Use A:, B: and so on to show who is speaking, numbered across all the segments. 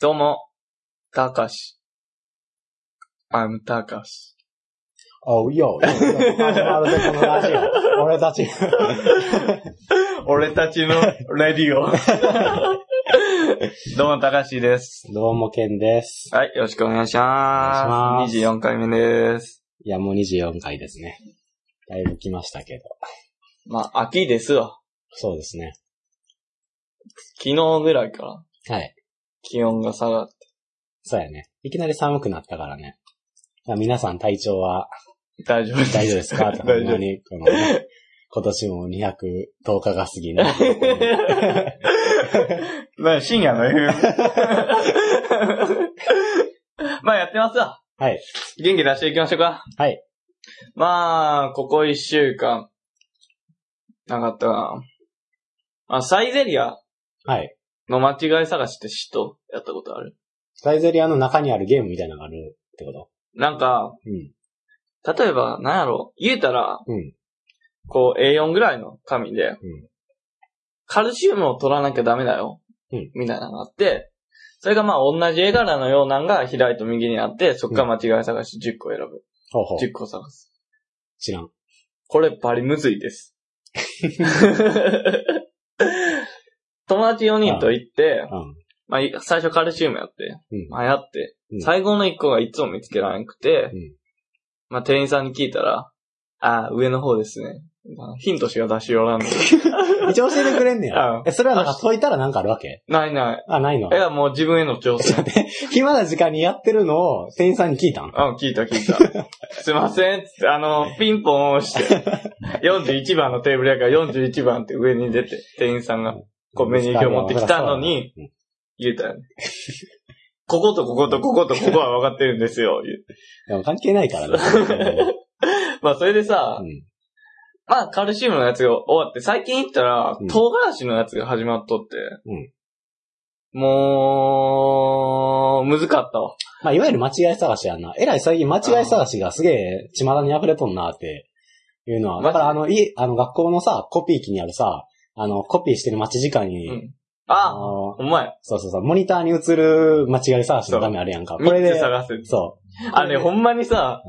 A: どうも、たかし。I'm たかし。
B: Oh, yo, yo, yo. 始まるぜ、このラジオ。俺たち。
A: 俺たちのレディ オ。どうも、たかしです。
B: どうも、ケンです。
A: はい、よろしくお願いしま
B: お願い
A: す。
B: し
A: 24回目です。
B: いや、もう24回ですね。だいぶ来ましたけど。
A: まあ、秋ですわ。
B: そうですね。
A: 昨日ぐらいから
B: はい。
A: 気温が下がって。
B: そうやね。いきなり寒くなったからね。まあ、皆さん体調は
A: 大丈夫です。
B: 大丈夫ですか
A: 大
B: ほん
A: 丈
B: ま
A: 夫。
B: に、このね、今年も210日が過ぎな。
A: まあ、深夜の FM。まあ、やってますわ。
B: はい。
A: 元気出していきましょうか。
B: はい。
A: まあ、ここ一週間、なかったな。あ、サイゼリア
B: はい。
A: の間違い探しって知っとやったことある
B: サイゼリアの中にあるゲームみたいなのがあるってこと
A: なんか、
B: うん。
A: 例えば、なんやろ、言うたら、
B: うん。
A: こう A4 ぐらいの紙で、
B: うん
A: カルシウムを取らなきゃダメだよ、
B: うん
A: みたいなのがあって、それがまあ同じ絵柄のようなのが左と右にあって、そっから間違い探し10個選ぶ。
B: ほうほう。
A: 10個探す。
B: 知らん。
A: これバリむずいです。 友達4人と行って、
B: うん。
A: まあい最初カルシウムやって、
B: うん。
A: 迷って
B: う、ん
A: 最後の1個がいつも見つけられなくて、
B: うん
A: まあ店員さんに聞いたら、ああ、上の方ですね。まあヒントしか出しようらんの。
B: 一応教えてくれんねや。
A: うん
B: え、それはなんか解いたらなんかあるわけ
A: ないない。
B: あ、ないの
A: いや、もう自分への挑戦。
B: 暇な時間にやってるのを店員さんに聞いたん
A: うん、聞いた聞いた。すいませんっつって、あの、ピンポン押 して、41番のテーブルやから41番って上に出て、店員さんが、こうメニュー表持ってきたのに、
B: うん。
A: 言うたよね。 こことこことこことここは分かってるんですよ、言う
B: でも関係ないからね。
A: まあ、それでさ、
B: うん
A: まあ、カルシウムのやつが終わって、最近行ったら
B: う、ん
A: 唐辛子のやつが始まっとって、もう、むずかったわ。
B: まあ、いわゆる間違い探しやんな。えらい最近間違い探しがすげえ、巷に溢れとんなっていうのは。
A: マジ
B: だからあの、い、あの、学校のさ、コピー機にあるさ、あの、コピーしてる待ち時間に、
A: うん
B: あ
A: あ、
B: の、
A: お前、
B: そうそうそう、モニターに映る間違い探しの画面あるやんか。これ
A: 3つ
B: で、
A: 探せ。
B: そう。
A: あれ、ほんまにさ
B: うん、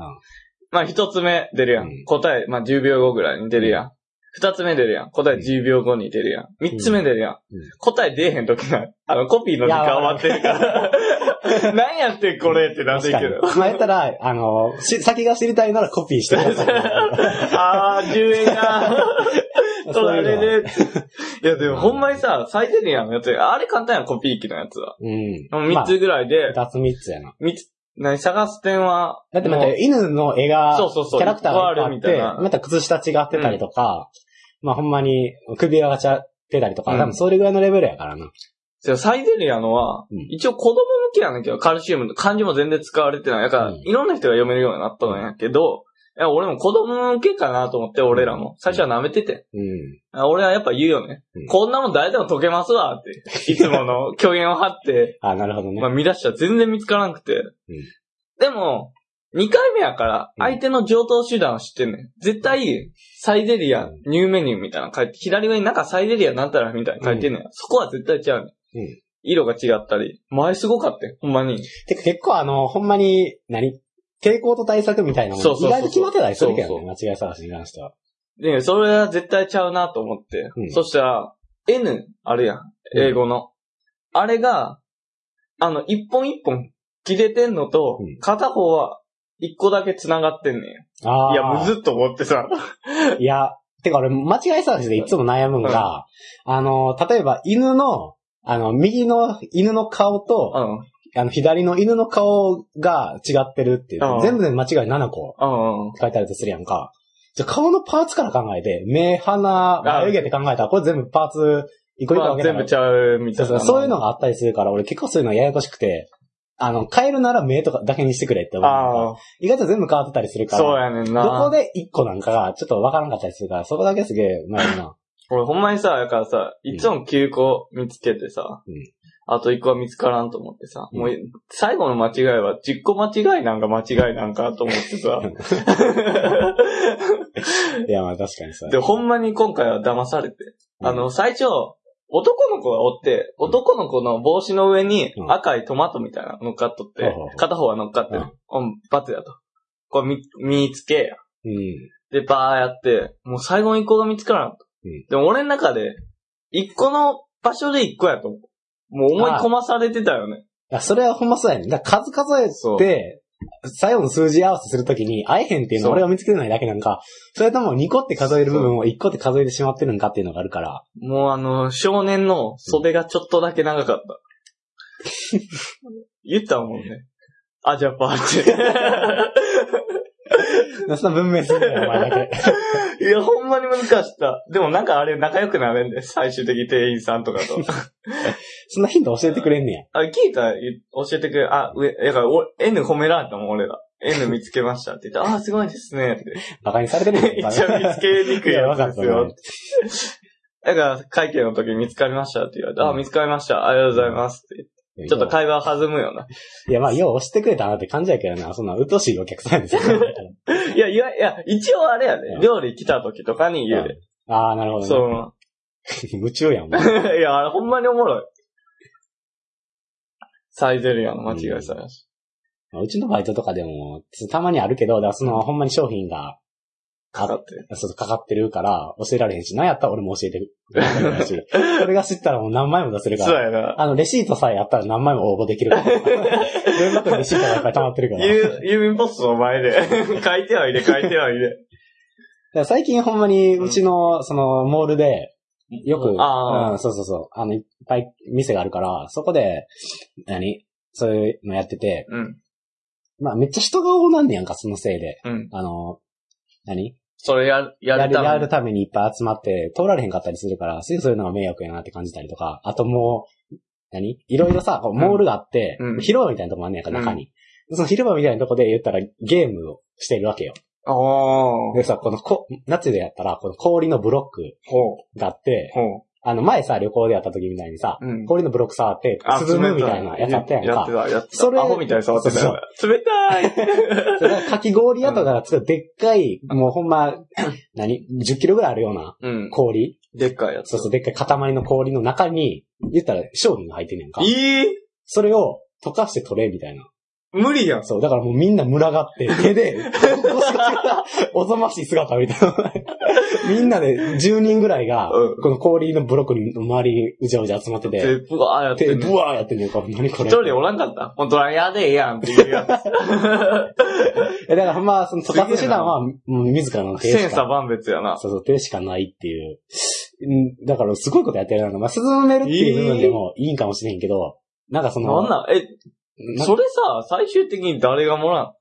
A: まあ、一つ目出るや。
B: うんん
A: 答え、まあ、10秒後ぐらいに出るやん。二つ目出るやん。答え
B: うん
A: 10秒後に出るやん。三つ目出るやん
B: うん。
A: 答え出えへんときない。あの、コピーの時間終わってるから。 何やってんこれってなって
B: 確
A: る
B: か
A: け
B: に
A: ど。。
B: まあ、やったら、あの、し先が知りたいならコピーし てください。
A: あー、10円が、取ら
B: そういう
A: れる。いや、でもほんまにさ、サイゼリアのやつ、あれ簡単やん、コピー機のやつは。
B: のはうん。
A: 3つぐらいで、
B: まあ。二つ三つやな。
A: 三つ、何探す点は、
B: だってまた
A: もう
B: 犬の絵が、
A: そうそうそう
B: キャラクターがい
A: い
B: っぱいあ
A: っ
B: っ
A: ぱいあるみ
B: て、
A: たいな
B: また靴下違ってたりとか、まあほんまに首輪がちゃってたりとか、
A: うん
B: 多分それぐらいのレベルやからな。
A: でもサイゼリアのは
B: うん、
A: 一応子供向けやねんけど、カルシウムの漢字も全然使われてない。だから、
B: うん
A: いろんな人が読めるようになったんやけど、いや俺も子供向けかなと思って、俺らも。最初は舐めてて。
B: うん。
A: あ俺はやっぱ言うよね。
B: うん
A: こんなもん誰でも解けますわって。いつもの 虚言を張って、
B: あ、なるほどね。
A: まあ見出したら全然見つからなくて。でも、2回目やから、
B: うん
A: 相手の上等手段を知ってんねん。絶対、サイゼリア、ニューメニューみたいなの書いて、左上になんかサイゼリアなんたらみたいなの書いてんねん。そこは絶対違うねん。
B: うん
A: 色が違ったり。前すごかったよ、ほんまに。
B: てか結構あの、ほんまに、何傾向と対策みたいなも
A: そ
B: の
A: うそうそうそう
B: 意外と決まってたりするけどね。
A: そうそ
B: 間違い探しに関しては。
A: で、それは絶対ちゃうなと思って。
B: うん
A: そしたら、N、あるやん。英語の。あれが、あの、一本一本切れてんのと、
B: うん
A: 片方は一個だけ繋がってんねん。
B: ああ。
A: いや、むずっと思ってさ。
B: い。や、てか俺、間違い探しでいつも悩むのが、あの、例えば犬の、あの、右の犬の顔と、
A: うん。
B: あの、左の犬の顔が違ってるっていう
A: うん。
B: 全部で間違い7個
A: うん。
B: 書いてあるとするやんか。じゃあ、顔のパーツから考えて、目、鼻、眉毛って考えたら、これ全部パーツ、一個一個
A: ま
B: 分
A: あ、
B: けた
A: 全
B: ら
A: 部ちゃうみた
B: そう
A: いな。
B: そうそういうのがあったりするから、俺結構そういうのややこしくて、あの、変えるなら目とかだけにしてくれって思うのが。
A: ああ、
B: 意外と全部変わってたりするから。
A: そうやねんな。
B: どこで1個なんかがちょっと分からんかったりするから、そこだけすげえ、まあ な。
A: 俺ほんまにさ、だからさ、いつも9個見つけてさ、
B: うん
A: あと1個は見つからんと思ってさ、
B: うん
A: もう最後の間違いは10個間違いなんか間違いなんかと思って さ。
B: いや、まあ確かにそうや。
A: で、ほんまに今回は騙されて。
B: うん
A: あの、最初、男の子がおって、
B: うん
A: 男の子の帽子の上に
B: うん
A: 赤いトマトみたいなの乗っかっとって
B: ほうほうほう、
A: 片方は乗っかって
B: うん
A: る。うん、バツやと。これ見、見つけや。
B: うん。
A: で、バーやって、もう最後の一個が見つからんと。
B: うん
A: でも俺の中で、一個の場所で一個やと思う。もう思い込まされてたよね。
B: いや、それはほんまそうやねん。だから数数え
A: そう。
B: て、最後の数字合わせするときに、会えへんっていうの
A: そう
B: を俺が見つけてないだけなんか、それとも2個って数える部分を1個って数えてしまってるんかっていうのがあるから、
A: もうあの、少年の袖がちょっとだけ長かった。 言ったもんね。あ、じゃあパー って。
B: そんな文明するんだよ、お前だ け。
A: いや、ほんまに難しかった。でもなんかあれ仲良くなれんで、最終的に店員さんとか と。
B: そんなヒント教えてくれんねや。
A: あ、聞いたらい教えてくれ。あ、上、だからお N 褒められたもん、俺ら。N 見つけましたって 言って、あー、すごいですね。って。
B: バカにされてるん
A: めっちゃ見つけにくいやつです
B: いやわ
A: よ
B: か。
A: だから、会見の時見つかりましたって言われて、
B: うん
A: あ、見つかりました。ありがとうございますって言って。
B: ち
A: ちょっと会話弾むような。
B: いや、まあ、よう押してくれたなって感じやけどな。そんな、うとしいお 客さんですよ。
A: いや、いや、いや、一応あれやで
B: うん。
A: 料理来た時とかに言うで。
B: ああ、なるほど、ね。
A: その、
B: 夢中やん、お 前。
A: いや、あれほんまにおもろい。サイゼリアの間違いさやし。
B: うちのバイトとかでも、たまにあるけど、だからその、ほんまに商品が、
A: かかってる。
B: そう、かかってるから、教えられへんし、なんやったら俺も教えてくれな いし、それが知ったらもう何枚も出せるか
A: そう
B: ら、
A: やな。
B: あの、レシートさえあったら何枚も応募できるから、 文学のレシートがいっぱい溜まってるから。
A: 郵郵便ポストの前で、 書いてはいで、書いてはいで。
B: だから最近ほんまに、うちの、その、モールで、よく、
A: あー
B: うん、そうそうそう、あの、いっぱい店があるから、そこで、何そういうのやってて、
A: うん。
B: まあめっちゃ人が多なんねやんか、そのせいで。
A: うん。
B: あの、何
A: それやる、や
B: や
A: る
B: る
A: ため
B: や
A: に
B: るためにいっぱい集まって、通られへんかったりするから、すぐそういうのが迷惑やなって感じたりとか、あともう、何いろいろさ、こうモールがあって、
A: うん
B: 広場みたいなとこもあんねやんか、中に。その広場みたいなとこで言ったらゲームをしてるわけよ。
A: ああ。ほう。
B: でさ、このこ、夏でやったら、この氷のブロックがあって、
A: ほ
B: あの、前さ、旅行でやった時みたいにさ、
A: う。うん。
B: 氷のブロック触って、涼むみたいなやつあったやん
A: やっ
B: か
A: て。た、やってた。
B: それ
A: アホみたいに触ってたよ。冷たい
B: それがかき氷屋とかが作るでっかい、もうほんま、何 ?10 キロぐらいあるような
A: うん。
B: 氷
A: でっかいやつ。
B: そうそう、でっかい塊の氷の中に、言ったら商品が入ってんねんか。
A: いい
B: それを溶かして取れ、みたいな。
A: 無理やん。
B: そう、だからもうみんな群がって、手で、 おぞましい姿みたいな。 みんなで10人ぐらいが
A: うん、
B: この氷のブロックの周りにうじゃうじゃ集まってて、
A: で、ブワーやって
B: 手、
A: んの
B: ブワーやってんねんか。何こ
A: 一
B: れ。
A: 人でおらんかった。ほんと、やでええやんっていう やつ。
B: え、だからほんま、その、
A: すげ
B: 渡
A: えな
B: 活手段は、もう自らの手
A: 千
B: し
A: 差
B: か、
A: 万別やな。
B: そうそう、手しかないっていう。うんだから、すごいことやってるな。まあ、進めるっていう部分でもいいんかもしれんけど、なんかその、
A: なんなん、え、
B: なん
A: それさ、最終的に誰がもらん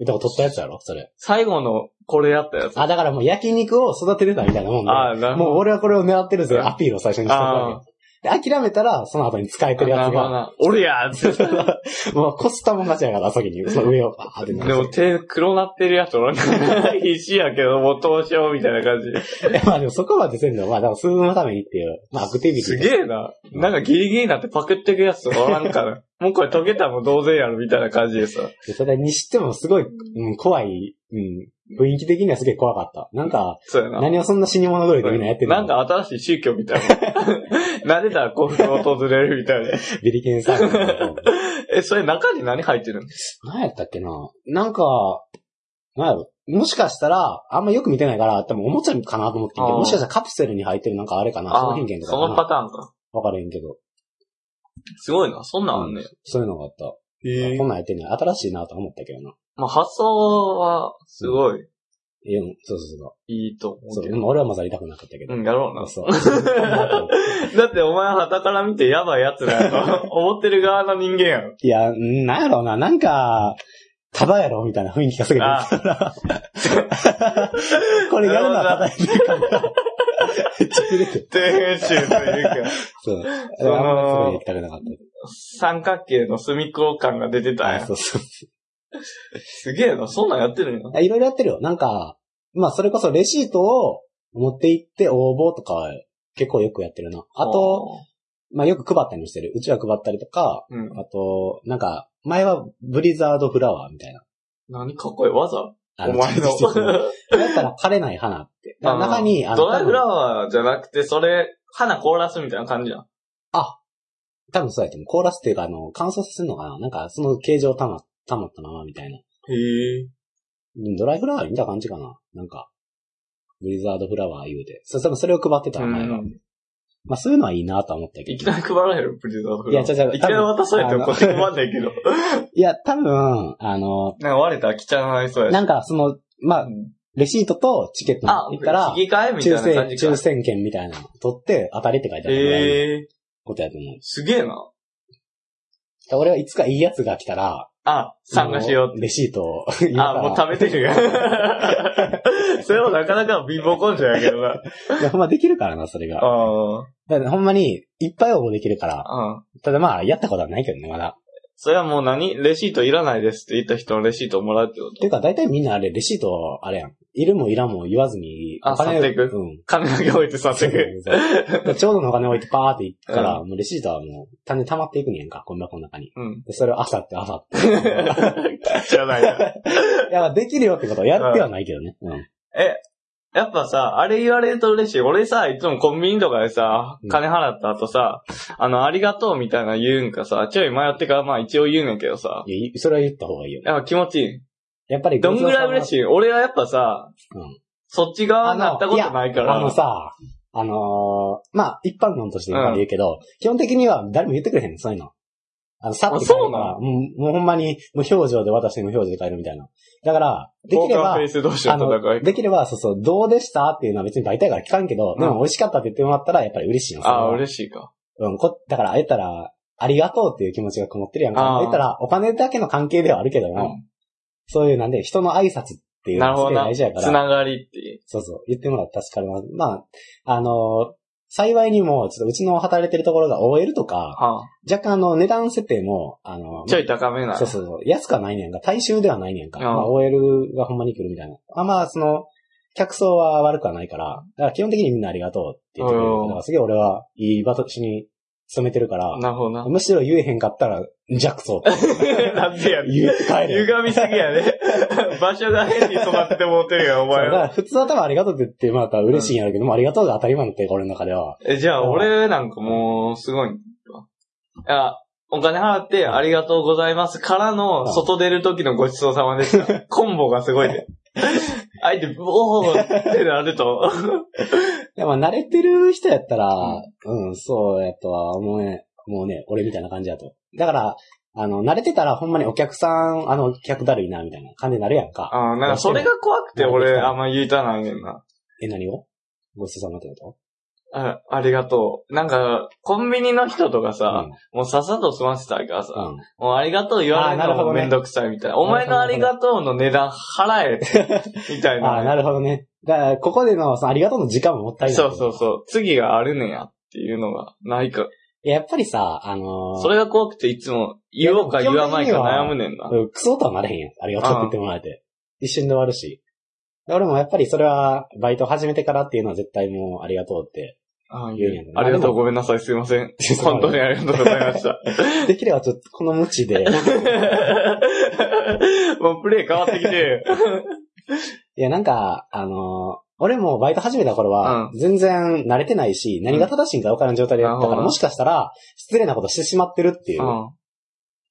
B: だから取ったやつやろそれ。
A: 最後の、これやったやつ。
B: あ、だからもう焼肉を育ててたみたいなもんで、
A: ああ、なるほ
B: もう俺はこれを狙ってるぜ、
A: うん
B: アピールを最初にしたわけ。で、諦めたら、その後に使えて
A: ど。
B: るやつ
A: なるほど
B: が、
A: な俺や ーって。
B: もうこすったもん勝ちやから、先に、そ の上を、あーってな
A: でも手黒なってるやつおらんか った。必死やけど、もう投票みたいな感じで。
B: え まあでもそこまでせんの、まあ、だから進むのためにっていう、まあアクティビ テ
A: す
B: ィ。
A: げえな。なんかギリギリになってパクってくやつおらん から。もうこれ溶けたらもう同然やろみたいな感じでさ。
B: でそれにしてもすごい、うん、怖い、うん、雰囲気的にはすげえ怖かった。なんか、
A: そうやな。
B: 何をそんな死に物狂いでみんなやってるの
A: なんか新しい宗教みたい な。慣れたら幸福を訪れるみたいな。
B: ビリケンサークルの。
A: え、それ中に何入ってるの
B: 何やったっけななんか、なんやろ。もしかしたら、あんまよく見てないから、多分おもちゃかなと思ってんけ
A: あー
B: ど、もしかしたらカプセルに入ってるなんかあれかな商品券とか
A: そ
B: か
A: のパ
B: な
A: ターンか。
B: わかれへんけど。
A: すごいな。そんなんあんね。
B: そういうのがあった。
A: へえ
B: こんなんやってんねん新しいなと思ったけどな。
A: まあ発想は、すごい、
B: いや、そうそうそう
A: いいと思
B: そうう。
A: け
B: で
A: ど。
B: も俺は混ざりたくなかったけど。
A: うん、やろうな。
B: そう。 い
A: だってお前は旗から見てやばい奴らや ろ。思ってる側の人間やろ。
B: や、なんやろうな。なんか、ただやろみたいな雰囲気がすごい出て
A: あ
B: きた。これやるのはた だやろみたいな。めっちゃ出てくる。
A: 天州というか、
B: そう。
A: その
B: あんまりすごいやりたくなかった。
A: 三角形の隅っこ感が出てたん
B: あ
A: や
B: そ。うそう。
A: すげえな、そんなんやってるんや。
B: あいろいろやってるよ。なんか、まあ、それこそレシートを持って行って応募とかは結構よくやってるな。あと、まあ、よく配ったりもしてる。うちは配ったりとか、
A: うん、
B: あと、なんか、前はブリザードフラワーみたいな。
A: 何かっこいい技
B: あ
A: お前の。
B: だったら枯れない花って。だから中に、あの、
A: ドライフラワーじゃなくて、それ、花凍らすみたいな感じじゃん。
B: 多分そうやと思う。凍らすっていうか、あの、乾燥させるのかななんか、その形状たま、たまったままみたいな。
A: へえ。
B: ドライフラワー見た感じかななんか、ブリザードフラワー言うて。そ、多分それを配ってた
A: う
B: 前は。
A: ん。
B: まあそういうのはいいなとは思ったけ
A: いき
B: ど。
A: なり配られるプレゼント。
B: いや、じゃじゃ
A: いきなり渡されてもこっち困んないけど。
B: いや、多分、あの、
A: なんか割れたら来ちゃわないそうやし。
B: なんかその、まあ、レシートとチケット
A: あ
B: 持ってったら、
A: 議会みたい
B: 抽
A: な
B: 選
A: 感、じか
B: 抽。選券みたいなの取って当たりって書いてあるぐらいの
A: へえ。
B: ことやと思う。
A: すげえな。
B: だから俺はいつかいいやつが来たら、
A: あ、参加しよう
B: もうレシートを言うから。
A: あ、もう食べて るよ。それもなかなか貧乏根性やけどな。
B: いや、ほんまできるからな、それ
A: あ
B: が。
A: あ、
B: だからほんまに、いっぱい応募できるから。
A: うん。
B: ただまあ、やったことはないけどね、まだ。
A: それはもう何レシートいらないですって言った人のレシートをもらうってこ
B: てい
A: と
B: うか、大体みんなあれ、レシート、あれやん。いるもいらんも言わずに、
A: あ
B: お金
A: 去っていく
B: うん。
A: 金だけ置いて去って
B: そう
A: く。
B: そうそうだからちょうどのお金置いてパーっていくから、もうレシートはもう、単に溜まっていくねんか、こんなこの中に。
A: うん。
B: で、それを朝って朝って。
A: 知らないな。
B: いや、まあできるよってことはやってはないけどね。うん。
A: やっぱさ、あれ言われると嬉しい。俺さ、いつもコンビニとかでさ
B: うん、
A: 金払った後さ、あの、ありがとうみたいな言うんかさ、ちょい迷ってからまあ一応言うねんけどさ、
B: いやい、それは言った方がいいよ。
A: やっぱ気持ちいい。
B: やっぱり、
A: どんぐらい嬉し
B: い
A: い俺はやっぱさ、
B: うん
A: そっち側になったことないから。
B: あのさ、あのーまあ、一般論として言うけど、基本的には誰も言ってくれへんの、そういうの。あの、さって帰るから、
A: あ
B: うんもうほんまに無表情で私無表情で帰るみたいな。だから、できれ
A: ポーカー
B: ば
A: フェイ、ス同士
B: あ
A: の戦
B: の、
A: い。
B: できれば、そうそう、どうでしたっていうのは別に大体から聞かんけど、
A: うん
B: でも美味しかったって言ってもらったらやっぱり嬉しいの。それは
A: ああー、嬉しいか。
B: うん、こ、だから、あえたら、ありがとうっていう気持ちがこもってるやん
A: あ
B: か。
A: ー
B: 言ったら、お金だけの関係ではあるけども、そういうなんで、人の挨拶っていう
A: なる
B: の
A: ほ
B: が
A: ど
B: すげえ
A: な。
B: 大事やから。
A: つながりっていう。
B: そうそう。言ってもらったら助かります。まあ、あのー幸いにも、ちょっとうちの働いてるところが OL とか、
A: は
B: 若干あの値段設定も、あ
A: あ、
B: のー
A: ちょい高めな。
B: そうそうそう。安くはないねんか。大衆ではないねんか。
A: うん
B: まあ、OL がほんまに来るみたいな。あまあ、その、客層は悪くはないから、だから基本的にみんなありがとうって言ってくれる
A: うん。
B: だからすげえ俺はいい場所に勤めてるから、
A: なるほどな。
B: むしろ言えへんかったら、弱 そうって
A: なんでやねん
B: 言って帰れ よ。
A: 歪みすぎやね。 場所が変に染まってもうてるよ、お
B: そう
A: 前
B: だか
A: は。
B: ら普通は多分ありがとうって言ってもらったら嬉しいんやろうけど、もうありがとうが当たり前になってる俺の中では。
A: え、じゃあ、俺なんかもう、すごい。あ、お金払って、ありがとうございますからの、
B: うん
A: 外出る時のごちそうさまで した。コンボがすごいね。あえて、おーってなると。
B: でも慣れてる人やったら、うん、そうやとは思うね、もうね、俺みたいな感じやと。だから、あの、慣れてたらほんまにお客さん、あの、客だるいな、みたいな感じになるやんか。
A: あなんか、それが怖くて、俺、あんま言いたないねんな。
B: え、何をごちそうさまってこ
A: あ、ありがとう。なんか、コンビニの人とか
B: と
A: さ、もうさっさと済ませたいからさ、
B: うん。うん。
A: もうありがとう言われ
B: あーな
A: る
B: るほ
A: の
B: ど
A: も
B: ね
A: めんどくさいみたいな。お前の
B: な
A: あ
B: る
A: り
B: ほど
A: がとうの値段払え って、みたい
B: あ
A: な
B: あ、
A: ね、
B: なるほどね。だから、ここでの、そのありがとうの時間ももったいない。。
A: そうそううそう。次があるねんやっていうのがないか。
B: ややっぱりさ、あのー
A: それが怖くていつも言おうか言わないか悩むねんな。
B: うんクソとはなれへんやん。ありがとうって言ってもらえて。一瞬で終わるし。俺もやっぱりそれは、バイト始めてからっていうのは絶対もうありがとうって。
A: ああ
B: 言うんやけど
A: ありがとうごめんなさいすいません。本当にありがとうございま した。
B: できればちょっとこの無知で、
A: もうプレイ変わってきて。
B: いや、なんか、あのー俺もバイト始めた頃は、全然慣れてないし、何が正しいんか分からん状態でやっ
A: な
B: たか
A: るほ
B: ら、
A: ど
B: もしかしたら、失礼なことしてしまってるっていうう、
A: ん。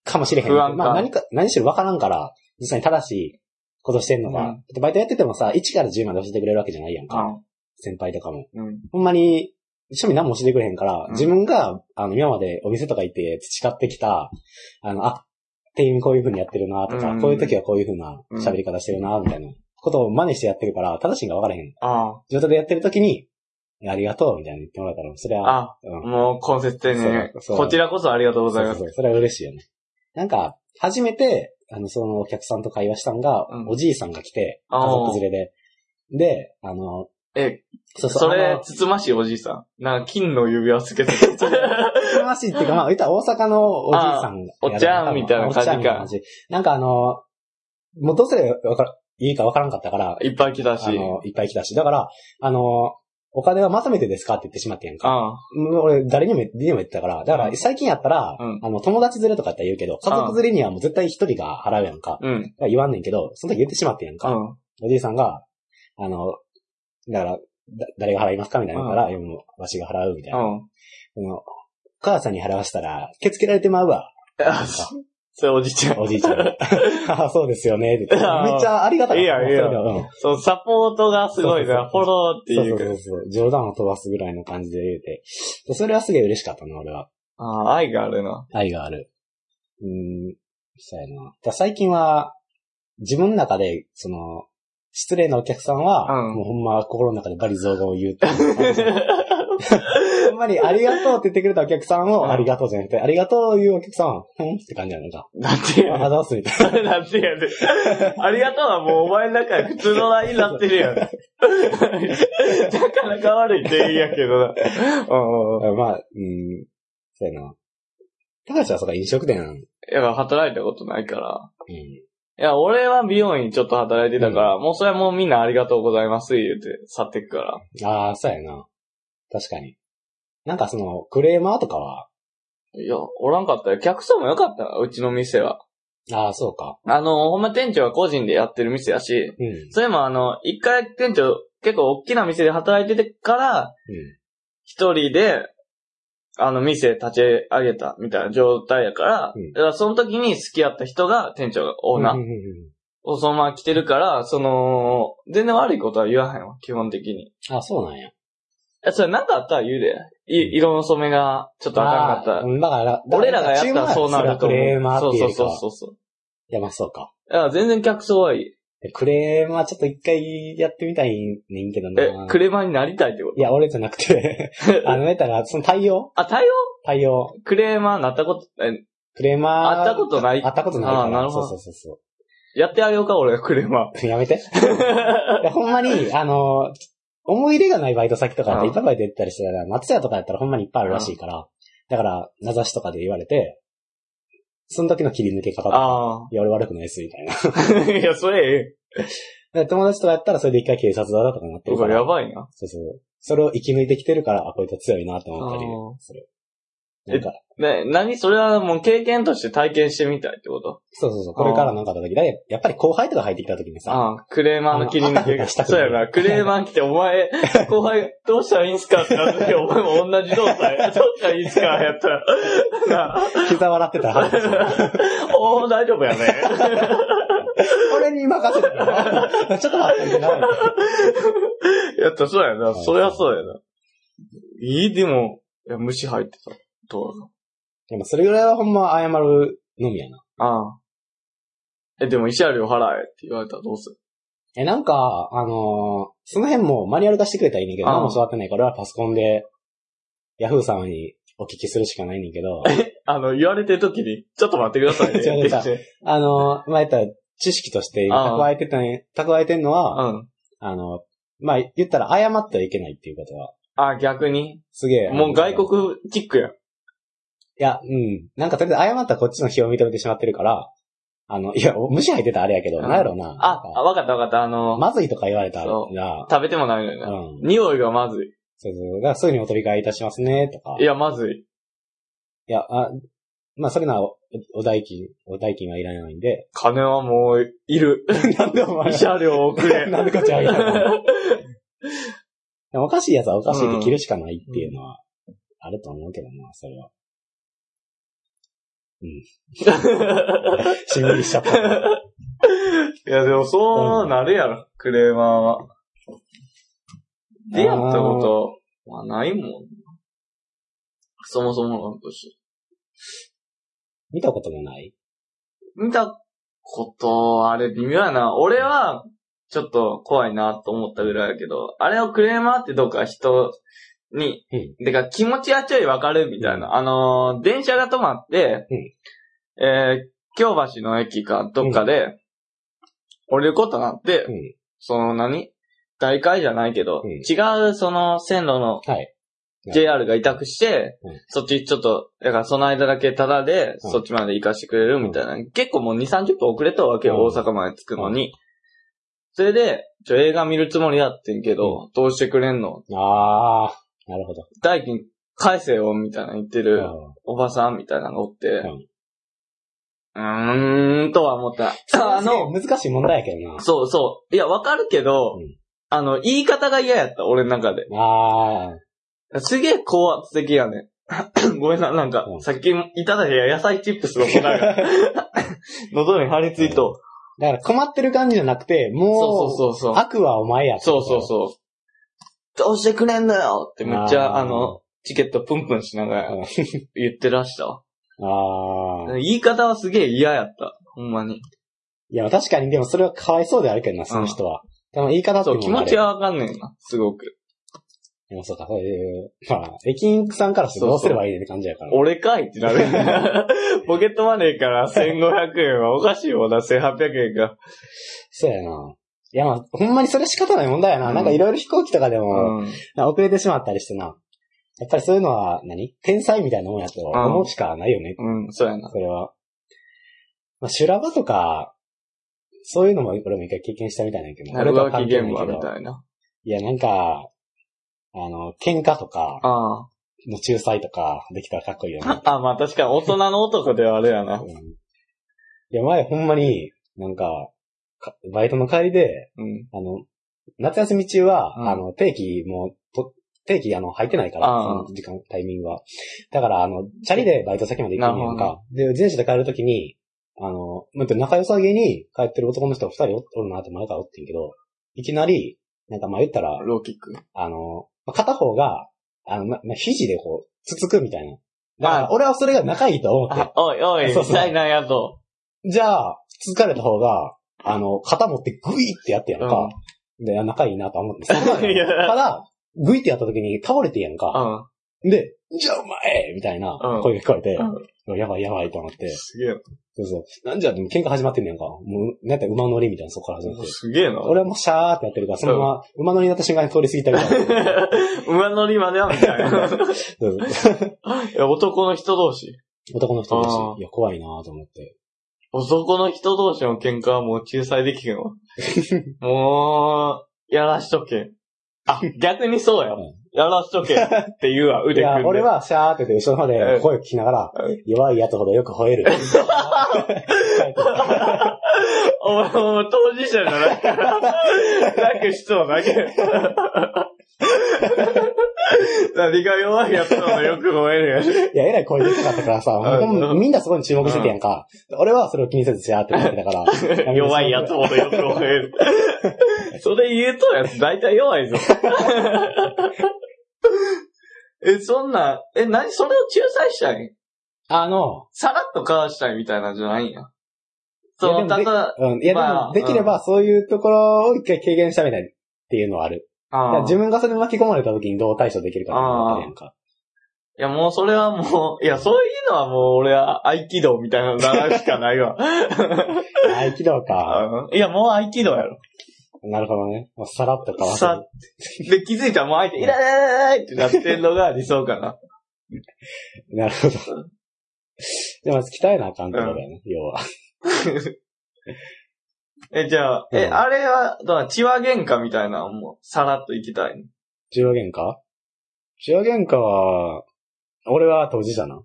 B: かもしれへん。
A: 不安感
B: まあ、何か、何しろ分からんから、実際に正しいことしてんのが、
A: うん
B: だってバイトやっててもさ、1から10まで教えてくれるわけじゃないやんか、先輩とかも。
A: うん。うん。
B: ほんまに、趣味何も教えてくれへんから、
A: うん
B: 自分が、あの、今までお店とか行って培ってきた、あの、あ、店員こういう風にやってるなとか、
A: うん
B: こういう時はこういう風な喋り方してるなみたいなことを真似してやってるから、正しいんが分からへん。
A: ああ。
B: 状態でやってる時に、いやありがとう、みたいな言ってもらったら、それは、
A: あ、
B: うん
A: もう、今節丁寧に。
B: そうだそうだ
A: こちらこそありがとうご
B: そ
A: ざ
B: う
A: い
B: そう
A: ます。
B: そう、それは嬉しいよね。なんか、初めて、あの、そのお客さんと会話したんが、
A: うん
B: おじいさんが来て、家
A: あー
B: 族連れで。で、あの、
A: え、
B: そうそ
A: そ
B: う、あ
A: れ
B: の、
A: つつましいおじいさん。なんか、金の指輪つけてる。
B: つつましいっていうか、まあ、言ったら大阪のおじいさんが。
A: あーおっちゃんみたいな感じか
B: おっちゃんみたいな感じなんかあの、もうどうすればわかるいいかわからんかったから、
A: いっぱい来たし
B: あ。の、いっぱい来たし。だから、あの、お金はまとめてですかって言ってしまってやんか。
A: あ
B: もう俺、誰にも、にも言ってたから、だか
A: う
B: ら、
A: ん
B: 最近やったら、
A: うん
B: あの、友達連れとかやって言うけど、家族連れにはもう絶対一人が払うやんか。
A: うん。うん。
B: 言わんねんけど、その時言ってしまってやんか。おじいさんが、あの、だから、だ誰が払いますかみたいなのから、いやもう、わしが払う、みたいな。
A: うん。
B: その、お母さんに払わせたら、受け付けられてま うわ。
A: あ、それおじいちゃん。
B: おじいちゃ んが。ああそうですよね。って言って
A: ああ
B: めっちゃありがたかった
A: いいやいいや
B: そううのうん
A: そのサポートがすごいな。フ
B: そ
A: ォローって
B: そう
A: い
B: そうう
A: か。
B: そうそう。冗談を飛ばすぐらいの感じで言うて。でそれはすげえ嬉しかったな、俺は。
A: ああ、愛があるな。
B: 愛がある。うーん、そうやな。だから最近は、自分の中で、その、失礼なお客さんは、
A: うん
B: もうほんま心の中でバリ増顔を言うっていう。 ほんまにありがとうって言ってくれたお客さん
A: うん
B: をありがとうじゃなくて、ありがとう言うお客さんは、ふんって感じやねんか。
A: なんて
B: あ、
A: や
B: あ
A: ね
B: ざすみたい
A: ん。なんてやねん。ありがとうはもうお前の中で普通のラインになってるやん。なかなか悪い店員やけどな。うんうんうん。
B: な。まあ、うん、そうやな。高橋はそうか、飲食店、うん。
A: やっぱ働いたことないから。いや、俺は美容院ちょっと働いてたから、もうそれはもうみんなありがとうございます言うて去ってくから。
B: ああ、そうやな。確かに。なんかその、クレーマーとかは、
A: いや、おらんかったよ。客層も良かったわうちの店は。
B: ああ、そうか。
A: あの、ほんま店長は個人でやってる店やし、
B: うん。う
A: それもあの、一回店長結構大きな店で働いててから、
B: ん。
A: 一人で、あの、店立ち上げたみたいな状態やから、
B: うん
A: だからその時に付き合った人が店長がオーナ
B: うん
A: ー
B: うんうんうん
A: をそのまま来てるから、その、全然悪いことは言わへんわ、基本的に。
B: ああ、そうなんや。
A: え、それなんかあったら言うで。い色の染めがちょっとあかんかった
B: あ
A: ら
B: ー。うんだから、
A: 俺らがやったらそうなると
B: ク
A: 思う。
B: レーマー
A: そ
B: って
A: う
B: い
A: そう
B: よ
A: う
B: りかは
A: そうそう。
B: いや、まあそうか。
A: いや、全然客層はいい。
B: でクレーマーちょっと一回やってみたいねんけどな。
A: え、クレーマーになりたいってこ
B: いや、俺じゃなく て、あの、やったら、その対応
A: とあ、対応
B: 対応。
A: クレーマーなったこと、え、
B: クレーマー。
A: 会ったことない
B: 会ったことないから。
A: あーなるほど
B: そうそうそう
A: やってあげようか、俺、クレーマ
B: そう。や めて。いやほんまに、あの、思い入れがないバイト先とかっていっぱいバイト行ったりしてたら、松屋とかやったらほんまにいっぱいあるらしいから、だから、名指しとかで言われて、その時の切り抜け方とか、
A: あ
B: いや、俺悪くないです、みたいな。
A: あ。 いや、それ、
B: で友達とかやったらそれで一回警察だなとかなって
A: ええ
B: るか
A: これ
B: ら
A: や、ばいな。
B: そうそう。それを生き抜いてきてるから、あ、こいつは強いなって思ったり
A: あー
B: する。なんか、
A: ね、何それはもう経験として体験してみたいってこと
B: そうそうそう、これからなんかあった時、だやっぱり後輩とか入ってきた時にさ、
A: ああ、クレーマーの切り抜け
B: あの
A: が。
B: したく
A: そ
B: な
A: う
B: い
A: やな、クレーマー来て、お 前、後輩、どうしたらいいんすかってなった時、お前も同じ動作 やどうしたらいいんすかやったら。な あ
B: 膝笑ってたら恥ずかしい、
A: おー、大丈夫やね。
B: 俺に任せてなちょっと待ってみたいな。
A: やった、そうやな。
B: はい
A: そりゃそうやな。いい、でも、いや、虫入ってた。どう
B: でもそれぐらいはほんま謝るのみやな。
A: ああ。え、でも、慰謝料払えって言われたらどうする
B: え、なんか、あのーその辺もマニュアル化してくれたらいいねんけど、
A: ああ
B: 何も教わってないから、俺はパソコンで、ヤフーさんにお聞きするしかないねんけど、
A: あの、言われてる時に、ちょっと待ってくだ さいね。
B: 違う違
A: っ
B: う
A: て言って
B: あのー、まあ、言ったら、知識として
A: ああ
B: 蓄えてたね、蓄えてんのは、
A: うん。
B: あの、まあ、言ったら謝ってはいけないっていうことは、
A: あ、逆に。
B: すげえ。
A: もう外
B: い
A: 国チックやん。
B: や、うん。なんかとりあえず謝ったらこっちの非を認めてしまってるから、あの、いや、虫入ってたらあれやけど、
A: うん
B: なんやろうな。
A: あ、あ
B: なんか
A: わかったわかった。あの、
B: まずいとか言われたら、
A: そ
B: な
A: 食べてもないのよな。
B: うん。
A: 匂いがまずい。
B: そうそう。だからそういうふうにお取り替えいたしますね、とか。
A: いや、まずい。
B: いや、あ、まあ、それならお、お代金、お代金はいらないんで。
A: 金はもう、いる。
B: なんでお
A: 慰謝料をく れ。
B: なんでこっちあげたのでもおかしいやつはおかしいで切るしかないっていうのは、あると思うけどな、それは。 しんみりしちゃった。
A: いや、でもそうなるやろ、クレーマーは。出会ったことはないもん。そもそもなんとし。
B: 見たこともない
A: 見たこと、あれ微妙やな。俺は、ちょっと怖いなと思ったぐらいやけど、あれをクレーマーってどうか人に、
B: う
A: でか気持ちはちょいわかるみたいな。あのー電車が止まって、
B: うん
A: えー京橋の駅かどっかで、降りることになって、
B: うん。
A: その何大会じゃないけど、
B: うん
A: 違うその線路の
B: はい。
A: JR が委託して、
B: うん
A: そっちちょっと、だからその間だけタダで、
B: うん
A: そっちまで行かしてくれるみたいな。結構もう2、30分遅れたわけよ、
B: うん
A: 大阪まで着くのに。それで、ちょ、映画見るつもりやってんけど、どうしてくれんの
B: ああ、なるほど。
A: 代金返せよ、みたいな言って
B: う
A: る、
B: ん
A: おばさんみたいなのおって、
B: う
A: う
B: ん
A: ーん、とは思った。あの、
B: 難しい問題やけどな。
A: そうそう。いや、わかるけど、
B: うん
A: あの、言い方が嫌やった、俺の中で。
B: あ
A: すげえ高圧的やね ん。ごめんな、なんか
B: う、ん
A: さっきいただいた野菜チップスの粉 が、喉に張り付いと。
B: だから困ってる感じじゃなくて、
A: そ
B: も
A: う
B: う、
A: そうそうそう。
B: 悪はお前やって
A: そうそう
B: う。
A: そう。どうしてくれんのよってめっちゃ、
B: あー
A: あの、チケットプンプンしながら
B: うん
A: 言ってらしたわ。
B: ああ。
A: 言い方はすげえ嫌やった。ほんまに。
B: いや、確かにでもそれはかわいそうではあるけどな、その人は。でも言い方って
A: そ
B: いう
A: う、
B: の
A: 気
B: もあ
A: 持
B: れ
A: ちはわかんねえな。すごく。
B: でもそうか、そういう、まあ、駅員さんからするとどうすればいいねって感じやから。
A: 俺かいってなる。ポケットマネーから1500円はおかしいもんな、1800円が。
B: そうやな。いや、まあ、ほんまにそれ仕方ない問題やな。
A: うん
B: なんかいろいろ飛行機とかでも、
A: うん。
B: なんか遅れてしまったりしてな。やっぱりそういうのは何、天才みたいなもんやと思うしかないよね。
A: うん、そうやな。
B: それは。まあ、修羅場とか、そういうのも俺も一回経験したみたいなんやけど。俺とは
A: 浮
B: 関
A: 気
B: 係
A: 現
B: ない
A: 場
B: け
A: み
B: ど。
A: たいな。
B: いや、なんか、あの、喧嘩とか、
A: あ
B: の仲裁とか、できたらかっこいいよね。
A: あ。あ、まあ確かに大人の男ではあれやな
B: う。んいや、前ほんまに、なんか、かバイトの帰りで、
A: うん。
B: あの、夏休み中は、
A: うん
B: あの、定期もう、と定期あの、入ってないから、
A: ああ
B: その時間、タイミングは。だから、あの、チャリでバイト先まで行ってみる
A: なる
B: か。で、自転車で帰るときに、あの、まあ、仲良さげに帰ってる男の人が二人おおるなって前からおってんけど、いきなり、なんかまあ言ったら、
A: ローキック。
B: あの、まあ、片方が、あの、ま、まあ、肘でこう、つつくみたいな。だか
A: あ
B: ら、俺はそれが仲いいと思って
A: あ、おいおい、
B: そう
A: み
B: そう
A: たいなんやと。
B: じゃあ、つつかれた方が、あの、肩持ってグイってやってやんか。で、あ仲いいなとは思って。
A: いや
B: ただ、グイってやった時に倒れてやん
A: う
B: か。
A: ん。
B: で、じゃあお前みたいな
A: うん
B: 声が聞こえて、
A: う
B: やばいやばいと思って。
A: すげえ
B: そうそう。なんじゃ、でも喧嘩始まってんねやんか。もう、なんやったら馬乗りみたいなそこから始まっ
A: な。
B: て。
A: すげえな。
B: 俺はもうシャーってやってるから、そのまま馬乗りになった瞬間に通り過ぎたみ たいな。
A: 馬乗りまではみたいな。
B: そうそう
A: いや男の人同士。
B: 男の人だし
A: あ、
B: いや、怖いなと思って。
A: 男の人同士の喧嘩はもう仲裁できへん わ。もう、やらしとけ。あ、逆にそうや
B: うん。
A: やらしとけって言うわ、
B: い
A: 腕組ん
B: や、
A: で。
B: 俺はシャーってやって後ろまで声を聞きながら
A: う、
B: 弱いやつほどよく吠える。
A: お前もう当事者じゃないから、なくしそうだけ。何が弱いやつなのよく吠えるやつ。
B: いや、えらい声でかかったからさ、
A: ん
B: ほんまみんなそこに注目しててやんか。俺はそれを気にせずシャーって言ってたから。
A: 弱いやつほどよく吠える。それ言うとやつ大体弱いぞ。え、そんな、え、何それを仲裁したいん
B: あの、
A: さらっと交わしたいみたいなんじゃないんや。そ
B: い
A: の、
B: や
A: た
B: でもで
A: だ、
B: うん。いや、で
A: まあ
B: も、できればそういうところを一回軽減したみたいっていうのはある。だか
A: あ
B: ら
A: ー
B: 自分がそれに巻き込まれた時にどう対処できるかっていうのがあるやんか。
A: いや、もうそれはもう、いや、そういうのはもう俺は合気道みたいなの習うしかないわ。
B: 合気道か。
A: うんいや、もう合気道やろ。
B: なるほどね。もうさらっとかわせ
A: さ
B: る。
A: で、気づいたらもう相手、いらないってなってんのが理想かな。
B: なるほど。でも、鍛えなあかんってことだよね、要は。
A: え、じゃあ、え、
B: うん
A: あれは、だから、血は喧嘩みたいなのも、さらっといきたいの。
B: 中央喧嘩中央喧嘩は、俺は当時じゃな。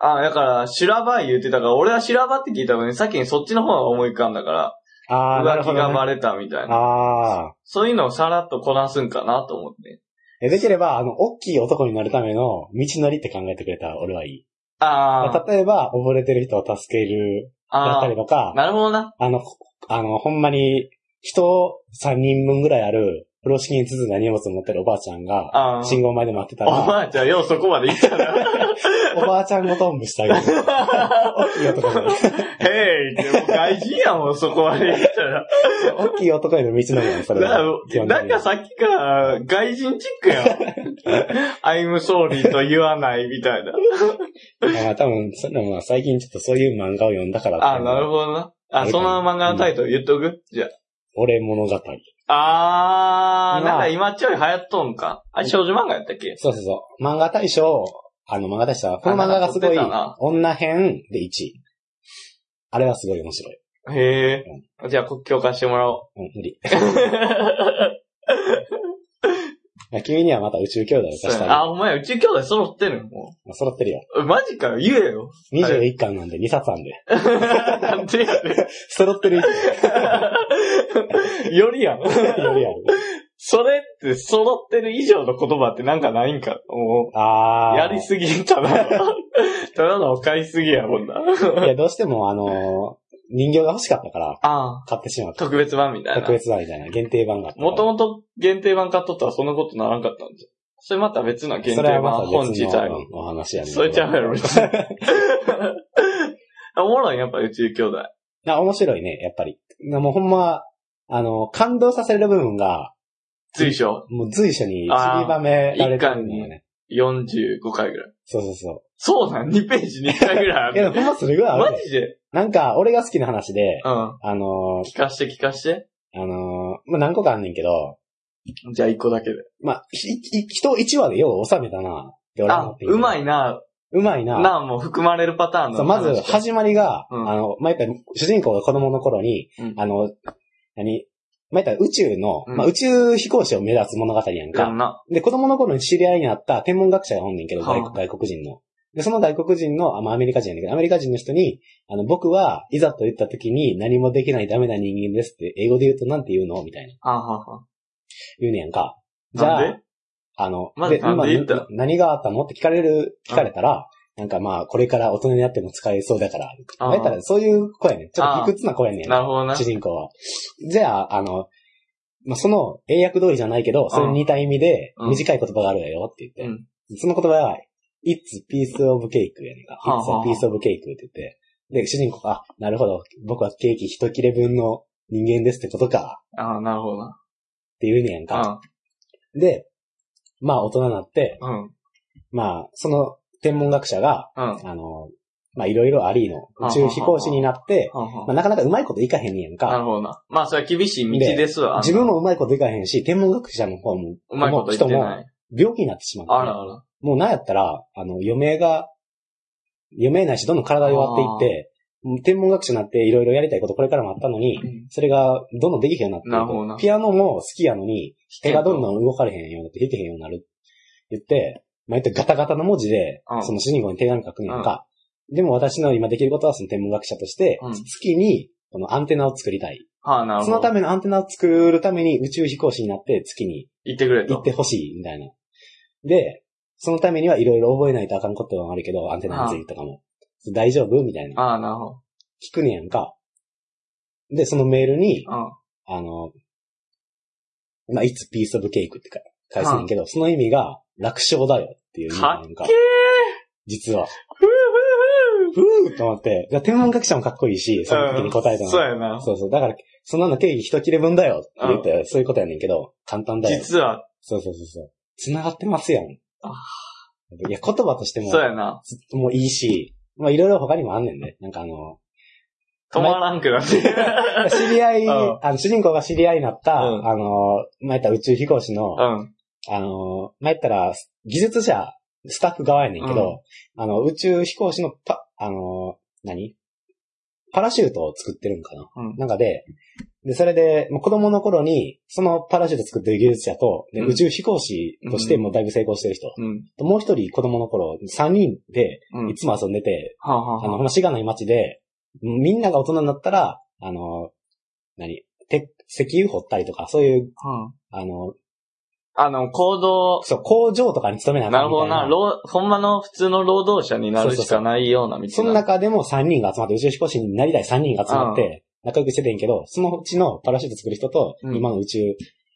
A: あ、だから、修羅場言ってたから、俺は修羅場って聞いたのに、先にそっちの方が思い浮かんだから、
B: あー、なる
A: 浮
B: ほ
A: 気が
B: ど、ね。
A: バレたみたいな。
B: あー。
A: そういうのをさらっとこなすんかなと思って。
B: えできれば、あの、大きい男になるための道のりって考えてくれたら俺はいい。
A: あー
B: 例えば、溺れてる人を助けるだっ
A: あ
B: たり
A: ー、
B: とか、
A: なるほどな。
B: あの、あの、ほんまに、人3人分ぐらいある、風呂敷に包んだ荷物を持ってるおばあちゃんが、
A: あー
B: 信号前で待ってた
A: お
B: ら、
A: ばあちゃん、ようそこまで行ったな。
B: おばあちゃんごとんぶしてあげる。大きい男に、
A: へいって、もう外人やもん、そこまで行ったら。
B: 大きい男への道のりなの、それ
A: な
B: は。基
A: ん
B: 本
A: か
B: 的
A: なん
B: に
A: かさっきから外人チックやん。I'm sorry と言わないみたいな。
B: ま あ、多分、それはまあ、最近ちょっとそういう漫画を読んだから
A: あ、なる
B: ほど。
A: ほどな。あ、その漫画のタイトル言っとくじゃ
B: 俺物語。
A: あ。あー、
B: ま
A: な
B: あ
A: んか今ちょい流行っとんか。あれ少女漫画やったっけ
B: そうそうそう。漫画大賞、あの、漫画大賞、この漫画がすごい
A: なんか撮ってたな、
B: 女編で1位。あれはすごい面白い。
A: へえ。じゃあ、こ共感してもらおう。
B: うん、無理。君にはまた宇宙兄弟を
A: そう
B: 貸し
A: やな
B: たり
A: あ、お前、宇宙兄弟揃ってるのも
B: 揃ってるよ。
A: う。マジか、言えよ。
B: 21巻なんで2冊あんで。
A: なんでやね
B: 揃ってるよ。
A: ん。よりやん。
B: よりあ る。
A: それって揃ってる以上の言葉ってなんかないんか。もう、
B: あー。
A: やりすぎた な。ただのお買いすぎや、こんな。
B: いや、どうしても、あのー人形が欲しかったから、
A: ああ、
B: 買ってしまった。
A: 特別版みたいな
B: 特。別版みたいな、限定版があったから。
A: もともと限定版買っとったらそんなことならんかったんじゃん。それまた別な限定
B: それは
A: 版、
B: また
A: 本
B: 別
A: 自
B: の
A: 体
B: うんお話やねんけど
A: それちゃうやろ、別に。 おもろい、やっぱ宇宙兄弟。
B: な面白いね、やっぱり。なもうほんま、あの、感動させる部分が、
A: 随所
B: もう随所に散りばめられてるのよね。
A: 45回ぐらい。
B: そうそうそ
A: そうなん ?2 ページ2回ぐらいあ
B: う。いや、
A: る。
B: ほんまそれぐらいある
A: マ
B: ね。
A: ジで
B: なんか、俺が好きな話で、
A: うん。
B: あのー
A: 聞かして聞かして。
B: あのーまあ、何個かあんねんけど、
A: じゃあ1個だけで。
B: まあ、ひ、ひ、人一話でよう収めたな、って俺は思
A: あ
B: っ、て
A: うま
B: い。
A: いな、
B: うまいな。
A: なも含まれるパターンの
B: そう、まず、
A: 話
B: 始まりが、
A: うん
B: あの、まあ、やっぱ、主人公が子供の頃に、
A: うん
B: あの、何まあ、やっぱ宇宙の、
A: うん
B: まあ、宇宙飛行士を目指す物語やん
A: や
B: か
A: ん。な。
B: で、子供の頃に知り合いになった天文学者がおんねんけど、
A: はあ
B: 外国外国人の。で、その外国人の、あまあ、アメリカ人やねんけど、アメリカ人の人に、あの、僕はいざと言った時に何もできないダメな人間ですって、英語で言うとなんて言うのみたいな。
A: あはは。
B: 言うねやんか。じ
A: な
B: ゃ
A: んで
B: あ、あの、
A: まずなんで言った
B: な何があったのって聞かれる、聞かれたら、なんかまあ、これから大人になっても使えそうだから、
A: あー
B: だったらそういう子やねん。ちょっと卑屈な子やねん。
A: なるほどな
B: 主。人公は。じゃあ、あの、まあ、その英訳通りじゃないけど、それに似た意味で、
A: うん
B: 短い言葉があるわよって言
A: う
B: っ
A: ん
B: て、その言葉は、It's piece of cake やねんか。
A: はあ
B: It's
A: は
B: a
A: あ
B: piece of cake って言って。で、主人公が、あなるほど、僕はケーキ一切れ分の人間ですってことか、
A: あなるほどな。
B: って言うねんやんか。で、まあ大人になって、
A: うん。うん。
B: まあその天文学者が、
A: うん。は
B: あの、まあいろいろありの宇宙飛行士になって、
A: あは
B: まあなかなかうまいこといかへんねやん
A: あな
B: か。
A: るほどな。まあ、それは厳しい道ですわ。あんな
B: 自分もうまいこといかへんし、天文学者の方も、
A: うまいこと言
B: 人
A: って
B: も
A: ない。
B: 病気になってしまって、
A: あらあら。
B: もうなんやったら、あの、余命が、余命ないし、どんどん体が弱っていって、もう天文学者になっていろいろやりたいことこれからもあったのに、
A: うん
B: それがどんどんできへんようにな
A: な
B: っ
A: る
B: て
A: ほど
B: い
A: な
B: く、ピアノも好きやのに、手がどん
A: ん。
B: どん動かれへんようになって、弾けへんようになる。言って、まあ、言ってガタガタの文字で
A: うん、
B: その主人公に手紙書くんやんか。でも私の今できることはその天文学者として
A: うん、
B: 月にこのアンテナを作りたい。
A: はあ、なるほ
B: そ
A: ど。
B: のためのアンテナを作るために宇宙飛行士になって月に
A: 言ってくれと。
B: 行ってほしいみたいな。で、そのためにはいろいろ覚えないとあかんこともあるけど、アンテナについてとかも。大丈夫みたいな。
A: ああ、なるほど。
B: 聞くねやんか。で、そのメールに、
A: うん。
B: あの、まあ、It's piece of cake ってか返すねんけど、その意味が楽勝だよっていう意味
A: か
B: な
A: っ
B: ん
A: け
B: か
A: ー、
B: 実は。
A: ふう
B: ふーと思って、だから天文学者もかっこいいし、その時に答え
A: ふ
B: た
A: う
B: の。
A: そうやな。
B: そうそう。だから、そんなの定義一切れ分だよって言ったら、そういうことやねんけど、簡単だよ。
A: 実は、
B: そうそうそうそう。繋がってますやん。い
A: あ
B: や、言葉としても
A: そう、やな。
B: もういいし、まあいろいろ他にもあんねんね。なんか あの、
A: 止まらんくなって。
B: 知り合い、
A: うん
B: あの、主人公が知り合いになった、
A: うん
B: あの、まあ、言ったら宇宙飛行士の、
A: うん。
B: あの、まあ、言ったら、技術者、スタッフ側やねんけど、あの、宇宙飛行士のパ、あの、何パラシュートを作ってるんかな、
A: うん
B: なんかで、で、それで、もう子供の頃に、そのパラシュート作ってる技術者と、で
A: うん
B: 宇宙飛行士としてもうだいぶ成功してる人、
A: うん。
B: ともう一人子供の頃、三人で、
A: うん
B: い。つも遊んでて、
A: はあ、は
B: あ
A: あ
B: の、
A: は
B: ほんましがない街で、みんなが大人になったら、あの、何鉄、石油掘ったりとか、そういう、
A: あ、うん。
B: あの、
A: あの、行動、
B: そう、工場とかに勤めなあ
A: な
B: か
A: る
B: んみ
A: ほど
B: たいな。
A: な。労ほんまの普通の労働者になる
B: そう
A: し
B: そうそ
A: か
B: う
A: ないような道
B: その中でも3人が集まって、宇宙飛行士になりたい3人が集まって、仲良くしててんけど、そのうちのパラシュート作る人と、
A: うん
B: 今の宇宙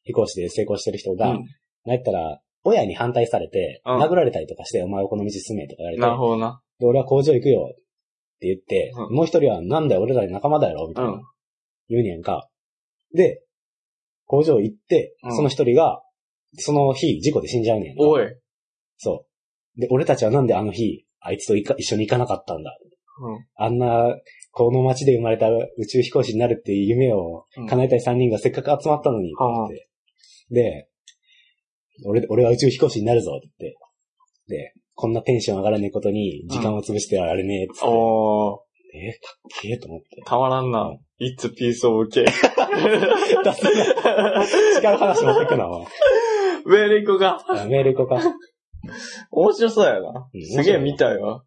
B: 飛行士で成功してる人
A: う
B: が、
A: ん
B: なったら、親に反対されて、
A: うん
B: 殴られたりとかして、お前はこの道進めとか言われて、
A: なるほどな。
B: で、俺は工場行くよって言って、
A: うん
B: もう一人は、なんだよ、俺らの仲間だよ、みた
A: う
B: いな、
A: ん。
B: 言うねやんか。で、工場行って
A: う、ん
B: その一人が、その日、事故で死んじゃうねんか。
A: おい。
B: そう。で、俺たちはなんであの日、あいつといか一緒に行かなかったんだ。
A: うん
B: あんな、この街で生まれた宇宙飛行士になるっていう夢を叶えたい3人がせっかく集まったのに、って言ってで、俺、俺は宇宙飛行士になるぞ、って言って。で、こんなテンション上がらねえことに、時間を潰してはあれねえ、つって。
A: おー、
B: えー、かっけえと思って。
A: たまらんな。It's piece of cake.
B: 違う話持ってくな、お前
A: メール行こうか。
B: あメール行こうか。
A: 面白そうやな
B: うん。
A: すげえ見たいわ。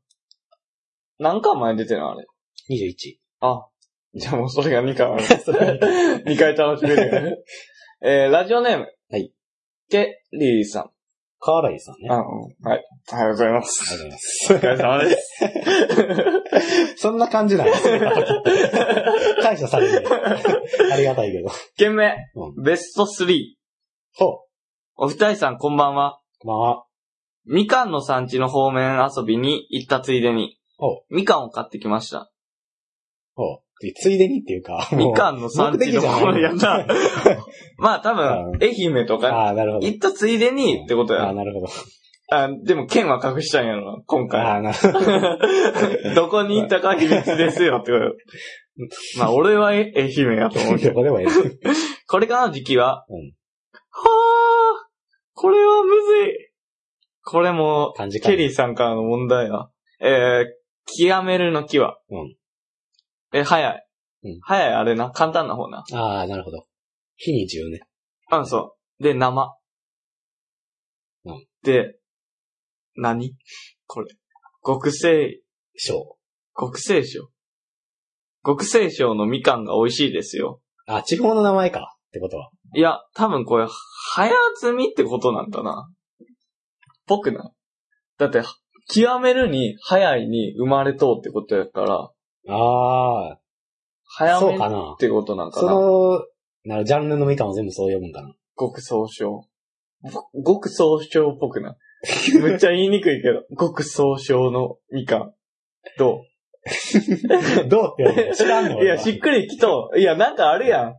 A: 何巻前出てるのあれ。
B: 21。
A: あ。じゃあもうそれが2巻あ る。2回楽しめるよね。えー、ラジオネーム。
B: はい。
A: ケリーさん。
B: カーライさんね。
A: あ、
B: あ
A: うんはい。おはようございます。
B: りがとうございます。
A: お疲れ様です。
B: そんな感じなんですね。感謝される。ありがたいけど。
A: 件名
B: う、
A: ベスト3。
B: ほう。
A: お二人さんこんばんは。
B: こんばんは。
A: みかんの産地の方面遊びに行ったついでに
B: ほ、
A: みかんを買ってきました。
B: ほう。でついでにっていうか、もう
A: みかんの産地の方面や った。まあ多
B: う
A: 分、
B: ん
A: 愛媛とか、
B: ああ、なるほど。
A: 行ったついでにってこと
B: ああ、
A: や。
B: なるほど。
A: あでも、県は隠したんやろな、今
B: あ
A: 回。
B: あ、なるほど。
A: どこに行ったか秘密ですよってこと。まあ、俺はえ愛媛やと 思うけ
B: ど
A: ど。
B: こでもいい。
A: これからの時期は、
B: うん
A: はあ、これはむずい。これも、
B: 感じか。
A: ケリーさんからの問題は、えー、極めるの木は、
B: うん
A: え、早い。
B: うん
A: 早い、あれな。簡単な方な。
B: ああ、なるほど。日に10ね。
A: うん、そう。で、生。
B: うん
A: で、何これ。極性、
B: 小。
A: 極性賞。極性賞のみかんが美味しいですよ。
B: あ、地方の名前か。ってことは。
A: いや、多分これ、早摘みってことなんだな。ぽくないだって、極めるに、早いに生まれとうってことやから、
B: ああ、
A: 早
B: そう
A: め
B: か
A: っ
B: な。
A: てことなんか
B: そ
A: な。
B: の、なるジャンルのみかんを全部そう読むんかな。
A: 極総称。ご極総称っぽくないむっちゃ言いにくいけ ど、極総称のみかん。ど
B: どうって読むの知らんの
A: ういや、しっくりきとう、いや、なんかあるやん。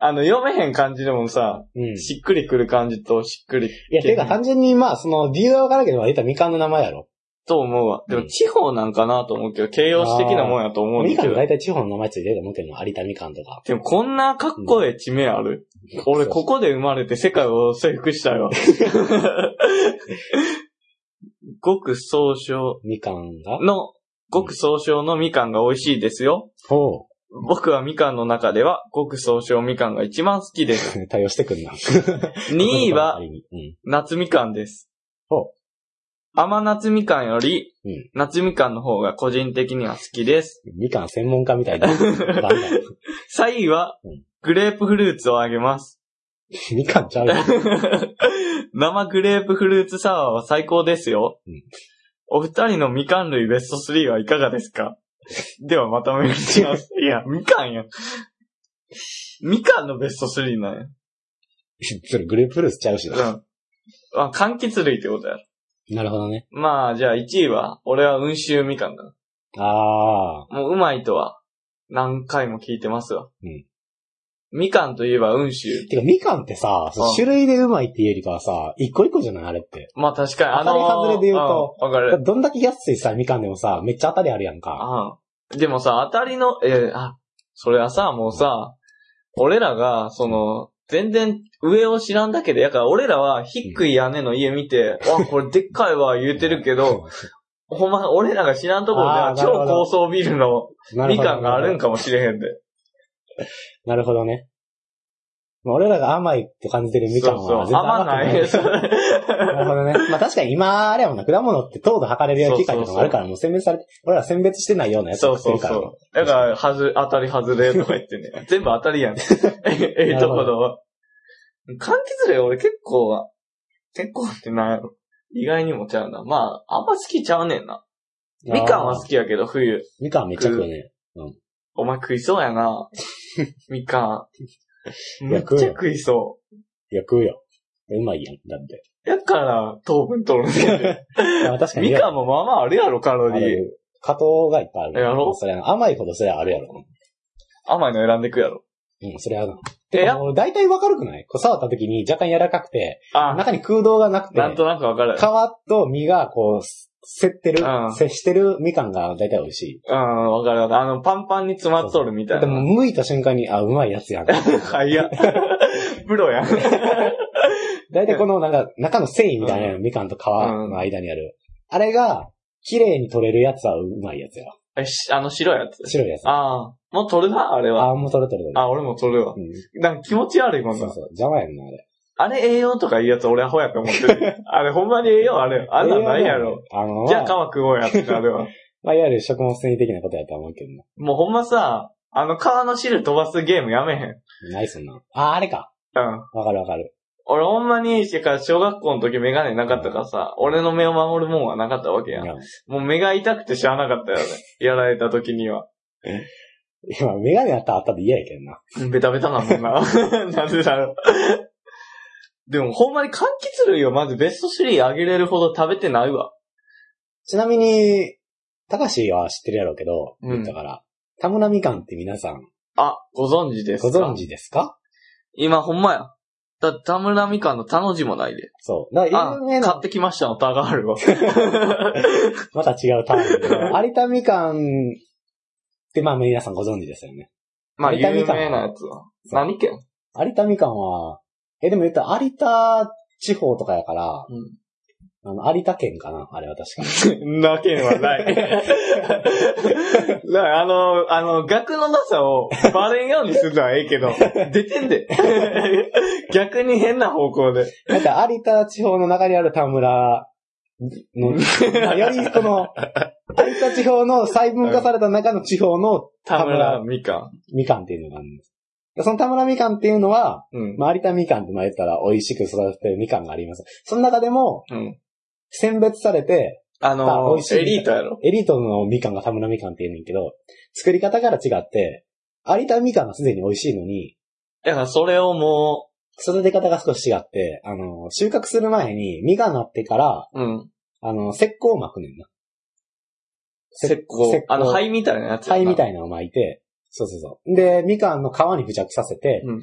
A: あの、読めへん感じでもさ、
B: うん。い
A: しっくりくる感じとしっくりき
B: や、てか単純に、まあ、その、理由がわからんけど、まあ言ったらみかんの名前やろ。
A: と思うわ。で
B: う
A: も
B: ん
A: 地方なんかなと思うけど、形容詞的なもんやと思うんだ
B: みか
A: け
B: ん
A: ど。
B: 大体地方の名前ついてると思うけどな、有田みかんとか。
A: でもこんなかっこええ地名ある、俺ここで生まれて世界を征服した よ。ごく総称
B: みかんが。
A: の、ごく総称のみかんが美味しいですよ。
B: ほ
A: 僕はみかんの中では、ごく総称みかんが一番好きです。
B: う。対応してくんな。
A: 2位は
B: う、ん。
A: 夏みかんです。
B: ほ
A: 甘夏みかんより
B: うん、
A: 夏みかんの方が個人的には好きです。
B: みかん専門家み たいな。だんだん
A: 3位は
B: うん、
A: グレープフルーツをあげます。
B: みかんちゃうよ。
A: 生グレープフルーツサワーは最高ですよ。
B: うん
A: お二人のみかん類ベスト3はいかがですか ではまたメール します。いや、みかんや。みかんのベスト3なんや。
B: それグレープフルーツちゃうし
A: う
B: な。
A: ん。あ、柑橘類ってことや。
B: なるほどね。
A: まあ、じゃあ1位は、俺は温州みかんだ。
B: ああ、
A: もううまいとは、何回も聞いてますわ。
B: うん
A: みかんといえば温州。
B: てか、みかんってさ、その
A: うん
B: 種類でうまいっていうよりかはさ、一個一個じゃないあれって。
A: まあ確かに、あのー、
B: 当たり外れで言うと
A: んわかる。
B: どんだけ安いさ、みかんでもさ、めっちゃ当たりあるやんか。
A: ああでもさ、当たりの、えーあ、それはさ、もうさ、俺らが、その、全然上を知らんだけで、やから俺らは低い屋根の家見て、わ、これでっかいわ、言うてるけど、ほんま、俺らが知らんところで
B: あ
A: は
B: ーなるほ
A: 超
B: ど
A: 高層ビルの
B: なる
A: み
B: ほど
A: かんがあるんかもしれへんで。
B: なるほどね。まあ俺らが甘いって感じてるみかん
A: そ
B: は
A: うそう。
B: 全然
A: 甘
B: 甘くな。
A: ないい。そう
B: なるほどね。まあ確かに今、あれやもんな、果物って糖度測れるような機械とかもあるから、もう選別されて、俺ら選別してないようなやつ
A: そ
B: を
A: う
B: 食って
A: そう
B: るから。
A: そう。だから、はず、当たり外れとか言ってね。 全部当たりやん。ええところ。柑橘類俺結構は、結構ってなんやろ。意外にもちゃうな。まあ、あんま好きちゃうねんな。みかんは好
B: あ
A: きやけど、冬。
B: ーみかんめっちゃ食うね。
A: お前食いそうや な。みかん。
B: い
A: め
B: や
A: っちゃ食いそ
B: いや、食うよ。うまいやん。だって。
A: う。やから、糖分取るんだよね
B: まあ確かに。
A: みかんもまあまああるやろ、カロ
B: あ
A: リー。
B: る。加糖がいっぱいある。
A: やろ
B: それ甘いほどそれはあるやろ。
A: 甘いの選んでくやろ。
B: うん、それはな。
A: え、
B: で
A: やっ
B: も、大体わかるくないこう触った時に若干柔らかくて、
A: あ、
B: 中に空洞がなくて、
A: なんとなくわかる
B: 皮。と実がこう、接ってる
A: うん、
B: 接してるみかんが大体美味しい。
A: うん、わかるわかる。あの、パンパンに詰まっとるみたい
B: で
A: な。
B: も、剥いた瞬間に、あ、うまい やつやん。
A: はいや。プロやん。
B: 大体この、なんか、中の繊維みたいなのみかんと皮の間にある。あれが、綺麗に取れるやつはうまいやつや。
A: え、しあの白いやつ。
B: 白いやつ。あ
A: ああ。もう取るな、あれは。
B: あ、もう取れ取れ取れ。
A: あ、俺も取るわ。
B: うん。
A: なんか気持ち悪いもん
B: そ
A: な
B: う。そう。邪魔やんな、あれ。
A: あれ栄養とかいうやつ俺アホやと思ってる。 あれほんまに栄養あれ。あんなんないやろ。。
B: あの、
A: じゃあ
B: まあ、
A: 皮食おうやってなるわ。
B: まあ、いわゆる食物繊維的なことやとは思うけどな。
A: もうほんまさ、あの皮の汁飛ばすゲームやめへん。
B: ないそんな。あ、あれか。
A: うん。
B: わかるわかる。
A: 俺ほんまに、てか小学校の時メガネなかったからさ、俺の目を守るもんはなかったわけや
B: い。や
A: もう目が痛くてしゃあなかったよね。やられた時には。
B: 今、メガネあったらあったで嫌やけどな。
A: ベタベタなもんな。 なんでだろう。でもほんまに柑橘類をまずベスト3あげれるほど食べてないわ。
B: ちなみに、高しは知ってるやろうけど、
A: うん
B: 言ったから、田村みかんって皆さん、
A: あ、ご存知です
B: ご
A: か
B: 存知ですか
A: 今ほんまや。だ、田村みかんの田の字もないで。
B: そう。だから
A: あ
B: 有名、
A: 買
B: な
A: っ、てきましたの田があ るわ。
B: また違う単 位だけど、有田みかんって、まあ皆さんご存知ですよね。
A: まあ、
B: 有田
A: 有
B: みかん
A: 名なやつは。
B: そう
A: 何県
B: 有田みかんは、え、でも言ったら有田地方とかやから、
A: うん
B: あの、有田県かなあれは確か。
A: なけんはない。 なあの、あの、額のなさをバレんようにするのはええけ ど、出てんで。逆に変な方向で。
B: だって有田地方の中にある田村 の、よりこの、有田地方の細分化された中の地方の
A: 田村みか
B: みかんっていうのがあるんです。その田村みかんっていうのは、
A: ん。うん。
B: まあ、有田みかんって言ったら美味しく育ててるみかんがあります。その中でも、
A: うん
B: 選別されて、
A: あ
B: あ
A: の
B: 美味しい
A: エリートやろ。
B: エリートのみかんが田村みかんって言うねんけど、作り方から違って、有田みかんがすでに美味しいのに、
A: だからそれをも
B: 育て方が少し違って、あの、収穫する前に、実がなってから、
A: う、うん。
B: あの、石膏を巻くねんな。
A: 石膏。あの、
B: 灰
A: 灰みたいなやつやな。
B: 灰みたいなのを巻いて、そうそうそう。で、みかんの皮に付着させて、
A: うん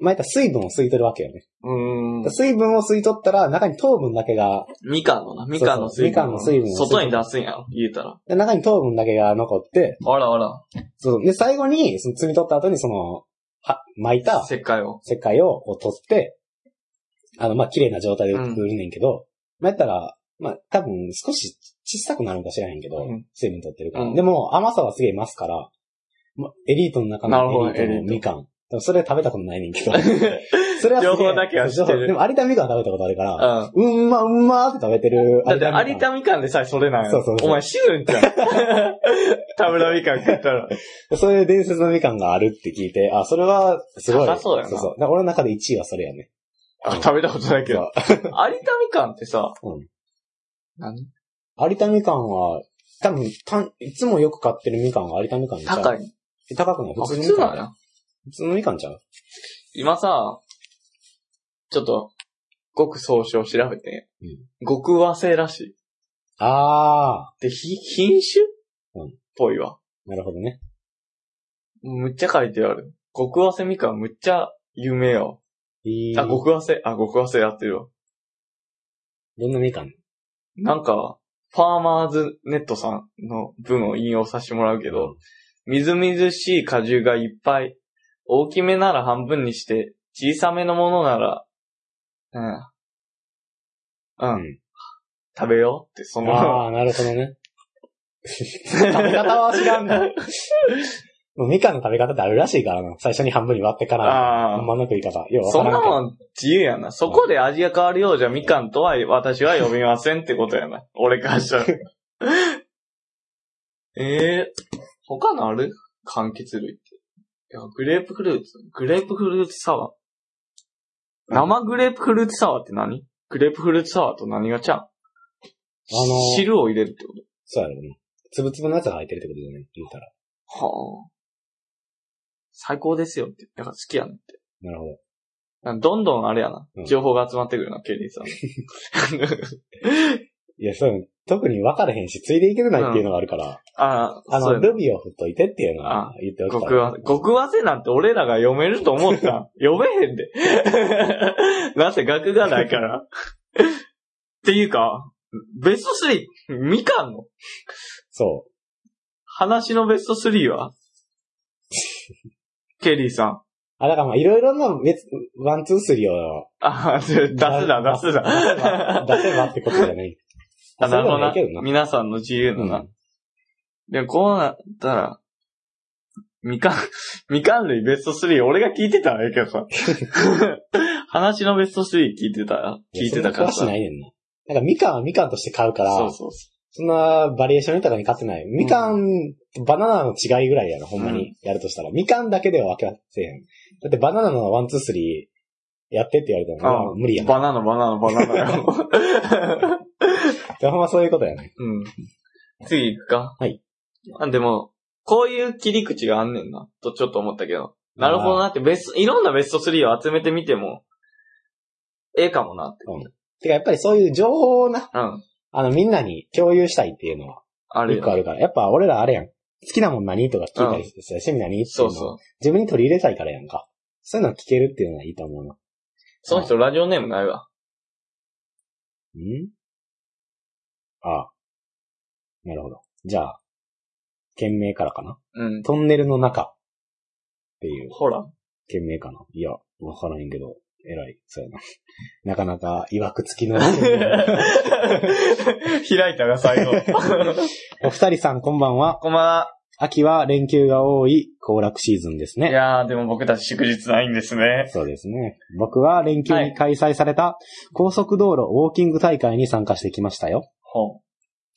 B: 巻いたら水分を吸い取るわけよね。
A: うーん。
B: 水分を吸い取ったら、中に糖分だけが、
A: みかんのな、みかんの水分。
B: みかんの水分を
A: 外に出すんやろ、言うたら。
B: で中に糖分だけが残って、
A: あらあら、
B: そう。で、最後に、その摘み取った後に、その、は、巻いた、
A: 石灰を。
B: 世界をこう取って、あの、まあ、綺麗な状態で売るねんけど、まあ、やったら、まあ、多分少し小さくなるんか知らへんけど、
A: うん
B: 水分取ってるから。
A: うん
B: でも、甘さはすげえ増すから、まあ、エリートの中
A: なるほど
B: のエリートのみかん。でもそれは食べたことないね んけど。それはすげえ
A: 情報だけは知ってる
B: でも、有田みかんは食べたことあるか
A: うん。
B: ら、うんま、うんまーって食べてる。
A: だって、有
B: みかん
A: 田みかんでさえそれなんや
B: そうそうそう
A: お前死ぬんち ゃう田村みかん食った ら。
B: そういう伝説のみかんがあるって聞いて、あ、それは、すごい。
A: 高そうやな
B: そうそう。だから俺の中で1位はそれやね。
A: あ食べたことないけど。有田みかんってさ、
B: うん
A: 何
B: 有田みかんは、多分、たん、いつもよく買ってるみかんは有田みかんちゃう
A: 高い。
B: 高くない
A: あ
B: 普
A: 普
B: 通のみ
A: 通
B: か
A: なんん
B: じゃん
A: や。
B: 普通のみかんちゃう
A: 今さ、ちょっと、極総称調べてんや
B: うん
A: 極和製らしい。
B: あ
A: で、ひ品種
B: うん
A: っぽいわ。
B: ー、なるほどね。
A: むっちゃ書いてある。極和製みかんむっちゃ有名よ。
B: いい
A: あ、極和製、あ、極和製やってるわ。
B: どんなみかん
A: なんか、ファーマーズネットさんの文を引用させてもらうけど、みずみずしい果汁がいっぱい。大きめなら半分にして、小さめのものなら、うん。うん。
B: うん
A: 食べようって、その、
B: あー、なるほどね。食べ方は知らんの。もうみかんの食べ方ってあるらしいからな。最初に半分に割ってから、
A: あ
B: ほん
A: あ。
B: まの食い方。ようわ
A: そ
B: か
A: ん
B: らん
A: な
B: けど。
A: もん自由やな。そこで味が変わるようじゃみかんとは私は読みませんってことやな。俺からしたら。 ええ他のある柑橘類って。いや、グレープフルーツ。グレープフルーツサワー。生グレープフルーツサワーって何グレープフルーツサワーと何がちゃうあ
B: のー
A: 汁を入れるってこ
B: そうやろね。つぶつぶのやつが入ってるってことじゃない言ったら。
A: とはあ。最高ですよって。だから好きやねんって。
B: なるほど。
A: なんかどんどんあれやな
B: うん。
A: 情報が集まってくるな、ケリーさん。
B: いや、そう、特に分からへんし、ついでいけてないっていうのがあるから、
A: ああ、
B: あ
A: そうや
B: の、
A: な
B: ルビーを振っといてっていうのは言っておく
A: 極
B: から
A: 和。、極和せなんて俺らが読めると思 った。読めへんで。だって学がないから。 っていうか、ベスト3、みかんの
B: そ
A: 話のベスト3は ケリーさん。
B: う。あ、だからまあ、いろいろな別、ワン、ツー、スリーを
A: あ、出すな、出すな。
B: 出せばってことじゃない。
A: あ、なるほどな
B: そうでもいいけどな。
A: 皆さんの自由のな。でもこうなったら、みかん、 みかん類ベスト3、俺が聞いてたわ、えきゃさん。 話のベスト3聞いてた、聞いてたから
B: そ
A: さ。
B: んな詳しないねんな。なんかみかんはみかんとして買うから、
A: そう
B: そ
A: そうそ
B: んなバリエーション豊かに買ってない。みかん、バナナの違いぐらいやろ、ほんまに。やるとしたら。みかんだけでは分けせえへん。だってバナナのワン、ツー、スリー、やってって言われたら
A: あ、
B: 無理や
A: う。
B: ん。
A: バナナ、バナナ、バナナ よ。
B: ほんまそういうことやね。
A: うん。次行くか。
B: はい。
A: あ、でも、こういう切り口があんねんな、とちょっと思ったけど。なるほどなって、ベスト、いろんなベスト3を集めてみても、ええかもなって。
B: てかやっぱりそういう情報をな、
A: うん。
B: あのみんなに共有したいっていうのは、
A: ある
B: 一個あ
A: よ。
B: るから。やっぱ俺らあれやん。好きなもん何とか聞いたりして、趣味何ってい
A: そうう
B: のを
A: そう。
B: 自分に取り入れたいからやんか。そういうのを聞けるっていうのはいいと思うな。
A: その人ラジオネームないわ。
B: んああ。なるほど。じゃあ、件名からかな。
A: うん。
B: トンネルの中っていう
A: ほら。
B: 件名かな。いや、わからへんけど、偉い。そうやな。なかなか曰く つきの。
A: 開いたが最後。
B: お二人さんこんばんは。
A: こんばんは。
B: 秋は連休が多い行楽シーズンで す
A: い
B: ね。
A: やー、でも僕たち祝日ないんですね。
B: そうですね。僕は連休に開催された高速道路ウォーキング大会に参加してきましたよ。
A: ほ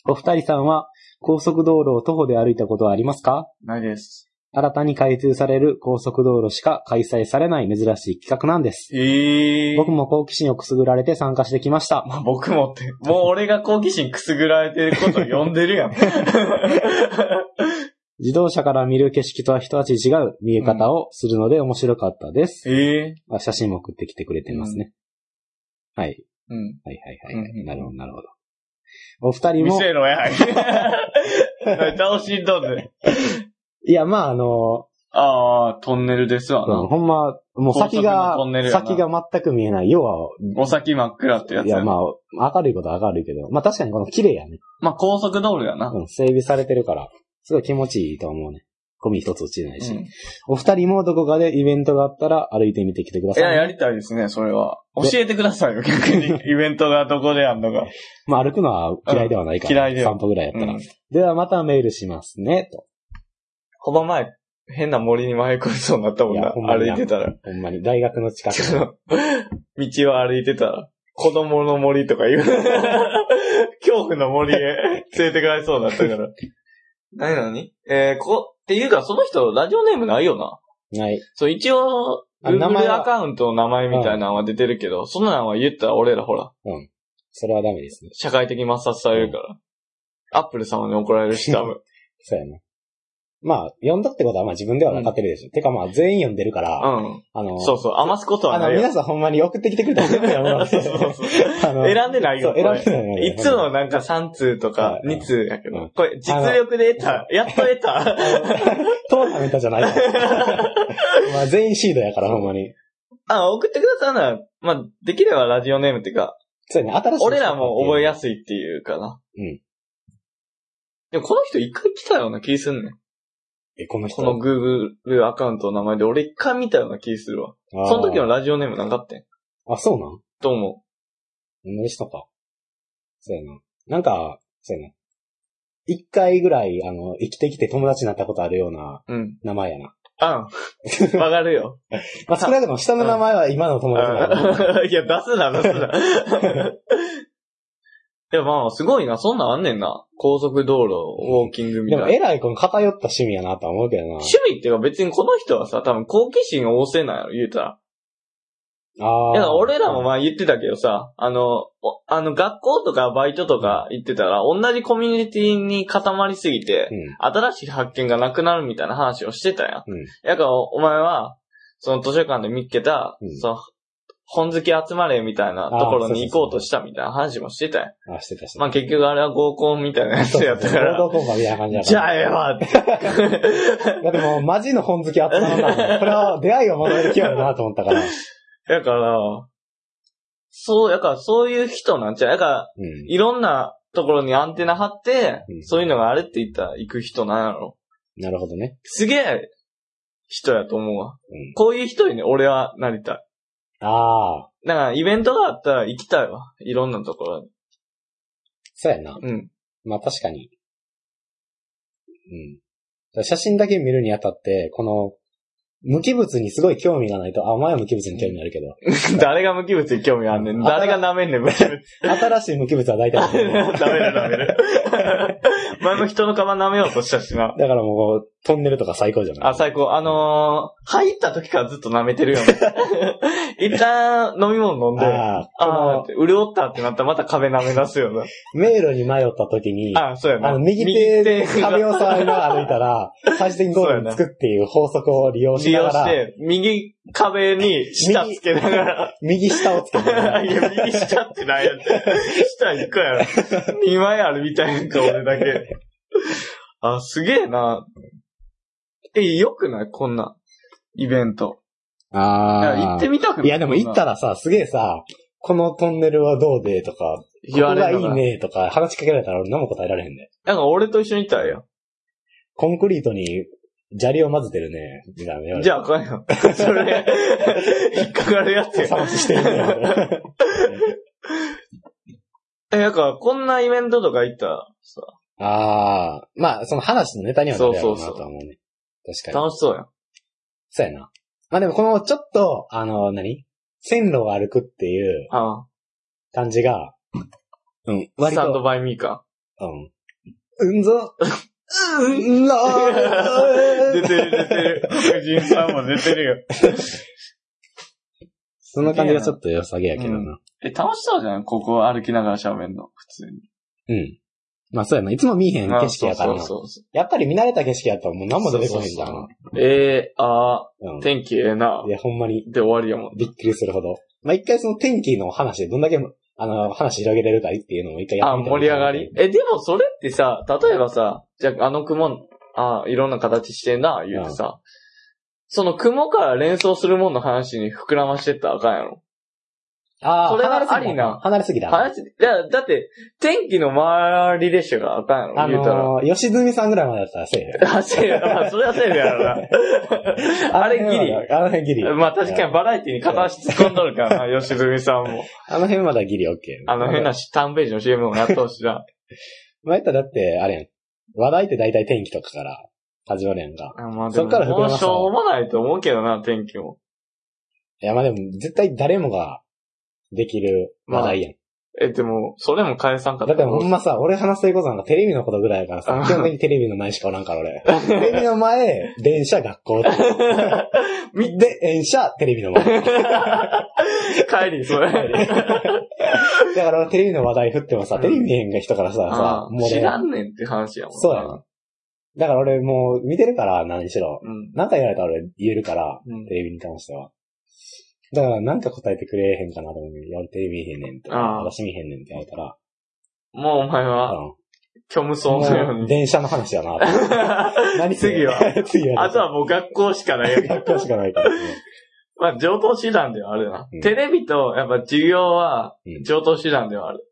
B: お二人さんは高速道路を徒歩で歩いたことはありますか
A: う。ないです。
B: 新たに開通される高速道路しか開催されない珍しい企画なんです。
A: ええ
B: 僕も好奇心をくすぐられて参加してきました。
A: まあ僕もって、もう俺が好奇心くすぐられてることを呼んでるや ん。
B: 自動車から見る景色とは一味違う見え方をするので面白かったです。
A: ええ
B: あ写真も送ってきてくれてますね。はい。
A: うん。
B: はいはいはいは
A: うんう
B: い。
A: ん
B: なるほど、なるほど。お二人
A: 見
B: も、
A: せろや。 倒しんどんね。
B: いや、まあ、あの、
A: あー、トンネルですわ
B: うん
A: な。
B: ほんま、もう先
A: 高速
B: が
A: のトンネル、やな
B: 先が全く見えない。要は、
A: お先真っ暗ってやつ
B: い
A: や
B: や、
A: な。
B: まあ、明るいことは明るいけど、まあ確かにこの綺麗やね。
A: まあ高速道路やな。
B: うん、整備されてるから、すごい気持ちいいと思うね。ゴミ一つ落ちないし。
A: うん
B: お二人もどこかでイベントがあったら歩いてみてきてくだ
A: い
B: さい、
A: や、やりたいですね、それは。教えてくださいよ、逆 に。イベントがどこでやんのか。
B: まあ歩くのは嫌いではないから。
A: うん嫌いでは
B: 散歩ぐらいやったら。
A: うん
B: ではまたメールしますね、と。
A: ほば前、変な森に迷い込みそうになったもん
B: いや
A: な、
B: ほんまに
A: 歩
B: ない
A: てたら。
B: ほんまに。大学の近く
A: そ
B: の。
A: の道を歩いてたら、子供の森とか 言う。恐怖の森へ連れてかれそうになったから。なになにえー、こ、っていうか、その人、ラジオネームないよな。
B: ない。
A: そう、一応、
B: あ名前
A: Google
B: は
A: アカウントの名前みたいなのは出てるけど、そんなのは言ったら俺らほら、
B: それはダメですね。
A: 社会的抹殺されるから。アップル様に怒られるし、多分。
B: そうやな。まあ、読んだってことはまあ自分では分かってるでしょ。てかまあ全員読んでるか ら、
A: うん。
B: あの、
A: そうそう、余すことは
B: あの、
A: ないよ。
B: 皆さんほんまに送ってきてくれたら全部読むの
A: そうそうそう
B: あの、
A: 選んでないよ。
B: そう選んでない
A: こ
B: よ
A: れいつもなんか3通とか
B: うん
A: 2通やけ
B: う
A: ど
B: ん、
A: これ実力で得た、やっと得た。
B: トーナメントじゃない から。まあ全員シードやからほんまに。
A: あ、送ってくださるなら、まあ、できればラジオネームっていうか、
B: そうやね、新しい。
A: 俺らも覚えや
B: す
A: すいっていうかな。
B: うん。
A: でもこの人一回来たような気すんねん。
B: い。え、この人。
A: この Google アカウントの名前で俺一回見たような気するわ。その時の
B: は。
A: ラジオネームなかったん
B: あ、そうなん
A: と思
B: 同じ人か。そうやな。なんか、そうやな。一回ぐらい、あの、生きてきて友達になったことあるような
A: う。うん。
B: 名前やな。
A: あん。わかるよ。
B: まあ、少なくとも下の名前は今の友達だから。
A: あ いや、出すな、出 すな。いや、まあ、すごいな。そんなんあんねんな。高速道路、ウォーキングみ
B: で
A: たいな
B: も、。えらいこの偏った趣味やなとは思うけどな。
A: 趣味っていうか別にこの人はさ、多分好奇心旺盛なんやろ、言うたら。
B: あ
A: い
B: あ。
A: や、俺らも前言ってたけどさ、あの、おあの、学校とかバイトとか行ってたら、同じコミュニティに固まりすぎて、
B: うん。
A: 新しい発見がなくなるみたいな話をしてたやん。
B: うん。
A: やから、お前は、その図書館で見っけた、
B: うん
A: その、本好き集まれみたいなところに行こうとしたみたいな話もしてたやん。
B: あ、してたして
A: まあ結局あれは合コンみたいなやつ
B: そう
A: やったから
B: 合。同効果みたいな感じだから。
A: じゃあええわって。
B: だってもう、マジの本好きあった な。これは出会いを求める気分だなと思ったから。う
A: だから、そう、やからそういう人なんちゃう。やから、
B: ん。
A: いろんなところにアンテナ張って
B: う、ん
A: そういうのがあれって言ったら行く人なんやろ。
B: なるほどね。
A: すげえ人やと思うわ
B: うん。
A: こういう人にね、俺はなりたい。
B: ああ、
A: だからイベントがあったら行きたいわ。いろんなところに。
B: そうやな。
A: うん。
B: まあ確かに。うん。から写真だけ見るにあたって、この、無機物にすごい興味がないと、あ、お前は無機物に興味あるけど、
A: 誰が無機物に興味あんねん。誰が舐めんねん、無機物。
B: 新しい無機物は大体
A: 舐
B: 無
A: め
B: 機物、
A: る舐める。 前も人の釜舐めようとしたしな。
B: だからもう、トンネルとか最高じゃない
A: あ、最高。あのー、入った時からずっと舐めてるよ ね。一旦飲み物飲んで、あ
B: あ
A: あ
B: あ
A: ーって、
B: こ
A: 潤ったってなったらまた壁舐め出すよな。
B: の、迷路に迷った時に、
A: あーそうやな。
B: あの、右手で
A: 右手が
B: 壁を触りながら歩いたら、最終的にゴールに着くっていう法則を利用し
A: 利
B: な
A: 用
B: が
A: し
B: ら、
A: て、右壁に舌つけながら。
B: 右下をつけて、
A: いや、右下ってなんやって。下一個やろ。二枚あるみたいなんか、俺だけ。あ、すげえな。え、よくないこんな、イベント。いや
B: あ
A: 行ってみたくない
B: いや、でも行った
A: ら
B: らさ、すげえさ、このトンネルはどうでとか、こ
A: 言
B: こ
A: わ
B: が
A: れ
B: い
A: るの
B: い
A: が。
B: ねとか、話しかけられたら俺何も答えられへんね。
A: なんか俺と一緒に行ったらええよ。
B: コンクリートに砂利を混ぜてるね、みたいな言われて。
A: じゃあ、あかんよ。 それ、引っかかるやつや。
B: 探ししてるね。
A: え、なんか、こんなイベントとか行ったらさ、
B: ああ、まあ、その話のネタにはなるやろうな
A: そうそうそう
B: とは思うね。確かに。
A: 楽しそうやん。
B: そうやな。まあでもこのちょっと、あの、何線路を歩くっていう
A: あ
B: 感じが、う
A: あ、
B: ん、
A: ス
B: 割
A: タンド
B: と、
A: バイミーか。
B: うん。うんぞ、うんぞ
A: 出てる出て る。藤井さんも出てるよ。
B: その感じがちょっと良さげやけどな。
A: え、楽しそうじゃんここ歩きながら喋んの。普通に。
B: うん。まあそうやな。いつも見えへん景色やから
A: あ
B: な。
A: そうそうそ
B: やっぱり見慣れた景色やったらもう何も出てこへんじゃん。
A: そうううえー、あ
B: ん
A: ー、天気ええな。
B: いや、ほんまに
A: で終わりやもん。
B: びっくりするほど。まあ一回その天気の話でどんだけ、あの、話広げれるかっていうのも一回や
A: あ、
B: ってみたいな
A: 盛り上がり。え、でもそれってさ、例えばさ、じゃあ、あの雲、あいろんな形してんな、言うてさ、その雲から連想するもんの話に膨らましてったらあかんやろ。
B: ああ、
A: それは
B: 離すぎた
A: ありな
B: 離れすぎだ。
A: 話、いや、だって、天気の周りでしょがあかんやろ、
B: あ
A: 言うた ら。
B: のー、吉住さんぐらいまでだったらセーフ
A: あ、セーフまあ、それはセーフや ろ
B: や。
A: な。あれギリ。
B: あの辺ギリ。
A: まあ確かにバラエティに片足突っ込んどるから な、吉住さんも。
B: あの辺まだギリオッケー。
A: あの変なし、ターンページの CM もやってほしいな。
B: まあやったらだって、あれやん。話題って大体天気とかから始まるやんか。
A: あまあで
B: そ
A: も、
B: っから膨らま
A: もう
B: し
A: した
B: わ
A: ょうもないと思うけどな、天気も。
B: いや、まあでも、絶対誰もができる話題やん。
A: え、でも、それも返さんかっ
B: だ
A: た
B: っ
A: ら。
B: てほんまさ、俺話してることなんかテレビのことぐらいやから
A: う
B: さ
A: ん、
B: 基本的にテレビの前しかおらんから俺。テレビの前、電車、学校。 み、で、電車、テレビの前。
A: 帰り、それ。
B: だからテレビの話題振ってもさ、
A: うん
B: テレビ見えへんが人からさ、
A: あ
B: さ
A: あ、
B: もう
A: 知
B: ね、
A: らんねんって話やもんな。
B: そうやな。だから俺もう見てるから、何しろ。
A: うん。
B: なんか言われたら俺言えるから、
A: うん
B: テレビに関しては。だからなんか答えてくれへんかなと思う。いや、俺テレビ見えへんねんって。
A: ああ
B: 私見えへんねんって言われたら。
A: もうお前は、
B: うん
A: 虚無そうのよう
B: もう
A: に。
B: 電車の話やなと思って。何それ
A: 次は
B: 次は。
A: あとはもう学校しかないやん
B: 学校しかないからね。
A: まあ、上等手段ではあるな
B: うん。
A: テレビと、やっぱ授業は
B: うん、
A: 上等手段ではある。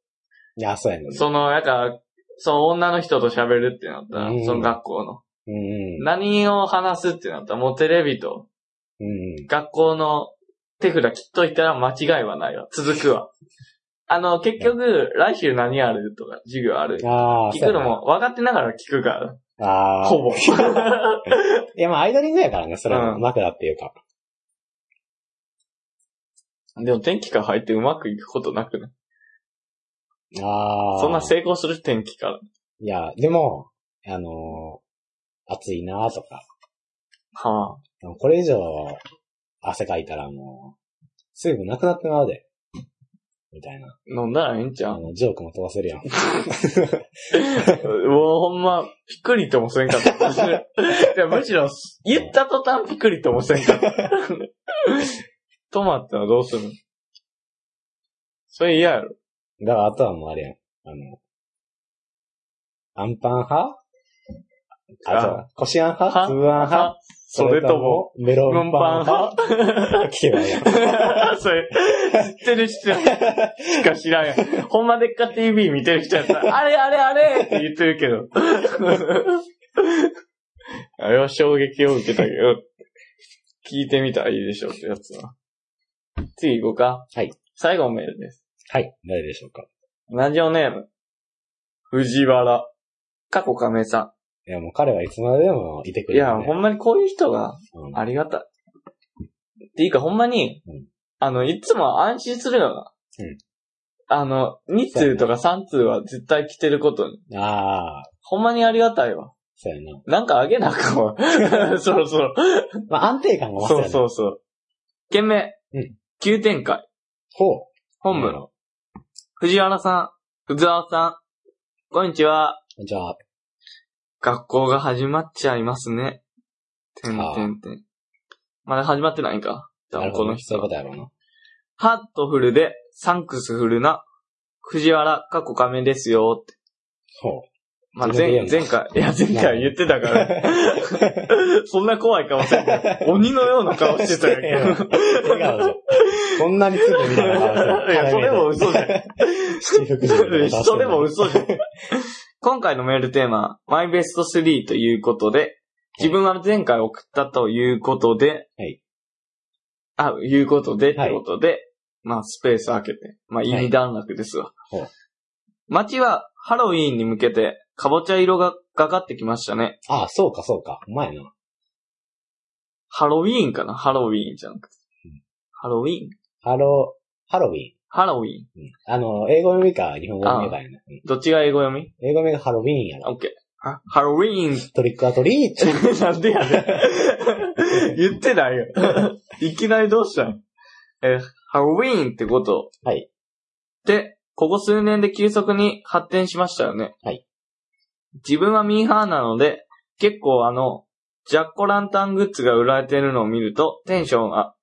B: いや、そうやねん。
A: その、なんか、その女の人と喋るってなったら、
B: うん
A: その学校の。
B: うんうん。
A: 何を話すってなったら、もうテレビと、
B: うんうん。
A: 学校の手札切っといたら間違いはないわ。続くわ。あの、結局、来週何あるとか、授業ある。
B: ああ、
A: 聞くのも分かってながら聞くから、
B: そうやな。ああ。
A: ほぼ。
B: いや、まあ、アイドリングやからね、それは
A: うん
B: 枕っていうか。
A: でも天気から入ってうまくいくことなくね。
B: ああ。
A: そんな成功する天気から。
B: いや、でも、あのー暑いなーとか。
A: はあ、
B: でもこれ以上、汗かいたらもう、水分なくなってまうで。みたいな。
A: 飲んだらええんちゃ
B: あ
A: う
B: の、ジョークも飛ばせるやん。
A: もうほんま、ピクリともせんかった。いやむしろ、言った途端ピクリともせんかった。止まったらどうするのそれ嫌やろ。
B: だから、あとはもうあれやん。あの、アンパン派あ、そう。こしあん派
A: は
B: つぶあん派
A: それとも、、
B: メロ
A: ロ
B: ン
A: ン
B: パン
A: パ
B: 派聞けばいいやん。
A: それ、知ってる人しか知らんやん。ほんまでっか TV 見てる人やったら、あれあれあれって言ってるけど。 あれは衝撃を受けたけど、聞いてみたらいいでしょうってやつは。次行こうか。
B: はい。
A: 最後のメールです。
B: はい。誰でしょうか。
A: ラジオネーム。藤原。過去亀さん。
B: いや、もう彼はいつまででもいてく
A: い
B: れる、ね。
A: や、ほんまにこういう人が
B: うん
A: ありがたい。っていうか、ほんまに、
B: うん
A: あの、いつも安心するのが、
B: うん
A: あの、2通とか3通は絶対来てることに、
B: ああ、
A: ほんまにありがたいわ。
B: そうやな。
A: なんかあげなあか んわ。 そろそろ。
B: まあ、安定感が増す
A: そ
B: よ
A: う
B: ね。
A: そうそう。件名、
B: うん
A: 急展開。
B: ほう。
A: 本部の、藤原さん、藤沢さん、こんにちは。
B: じゃあ、
A: 学校が始まっちゃいますね。てん
B: はあ
A: てんてん。まだ始まってないんか。多
B: な
A: 分
B: る
A: こ
B: ほど
A: の
B: ね
A: 人
B: そうい
A: は
B: うことやろうな。
A: ハットフルで、サンクスフルな、藤原過去仮面ですよって。
B: ほ
A: まあ、
B: 自分で
A: 前、
B: 言う
A: 前回、いや、前回言ってたから。 そんな怖い顔してた。鬼のような顔してた
B: いや
A: よ。
B: う。笑顔じゃん。こんなにすぐみたいな顔して
A: いや、 それも嘘じ ゃん。
B: 七福神みたいな顔してる
A: それも嘘じゃん。今回のメールテーマ、マイベスト3ということで、自分は前回送ったということで、
B: はい
A: あ、いうことで、
B: はい
A: ってことで、まあスペース開けて、まあ意味段落ですわ。
B: ほう
A: 街はハロウィーンに向けて、かぼちゃ色がかかってきましたね。
B: ああ、そうか、そうか。お前な。
A: ハロウィーンかなハロウィーンじゃなくて。ハロウィーン
B: ハロー、ハロウィン。
A: ハロウィーン。
B: うんあの、英語読みか、日本語読みかやな。うん
A: どっちが英語読み
B: 英語読みがハロウィンやろ。
A: オッケー。あハロウィーン
B: トリックアトリート。
A: なんでやねん。 言ってないよ。いきなりどうしたんえー、ハロウィーンってこと。
B: はい。
A: で、ここ数年で急速に発展しましたよね。
B: はい。
A: 自分はミーハーなので、結構あの、ジャッコランタングッズが売られているのを見ると、テンションが、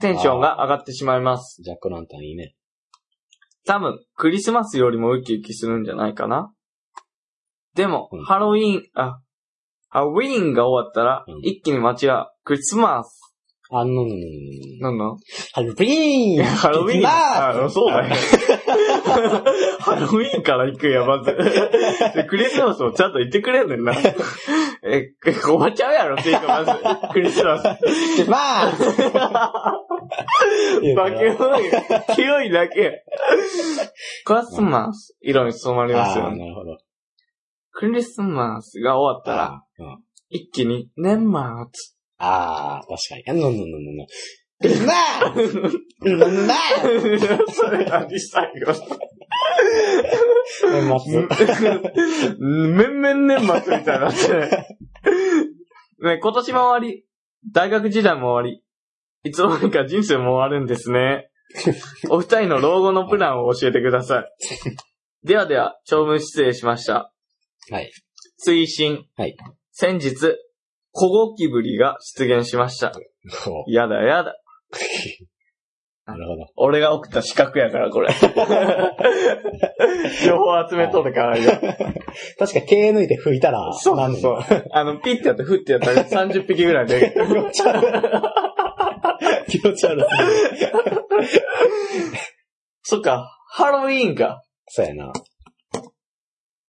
A: テンションが上がってしまいます。
B: ジャックランタンいいね。
A: 多分、クリスマスよりもウキウキするんじゃないかな。でも
B: うん、
A: ハロウィーン、あ、ハロウィーンが終わったら
B: うん、
A: 一気に街はクリスマス。
B: あの、
A: なんなん
B: ハロウィン
A: ハロウィーン。あ、そうだよ。 ハロウィーンから行くや、まず。でクリスマスもちゃんと言ってくれんねんな。え、困っちゃうやろ、っていうか、まず。クリスマス。
B: まあ
A: バケモン、強いだけ。クリスマス、色に染まりますよ
B: あー
A: ね。
B: なるほど。
A: クリスマスが終わったら、
B: うん
A: 一気に、年
B: ああ、確かに。のんのんのんのんのん。まあまあ
A: 末。それ何最後。
B: 年末。
A: 面々年末みたいになってる。ね、今年も終わり、大学時代も終わり、いつの間にか人生も終わるんですね。お二人の老後のプランを教えてください。ではでは、長文失礼しました。
B: はい。
A: 推進。
B: はい
A: 先日、小ゴキブリが出現しました。
B: こ
A: やだやだ。
B: うなるほど。
A: 俺が送った資格やから、これ。 情報集めとるから、今
B: 確か毛抜いて拭いたら、
A: そう
B: なんの
A: そう。あの、ピッてやって、フッてやったら30匹ぐらいで。
B: 気持ち悪い。 気持ち悪い。
A: そっか、ハロウィーンか。
B: そうやな。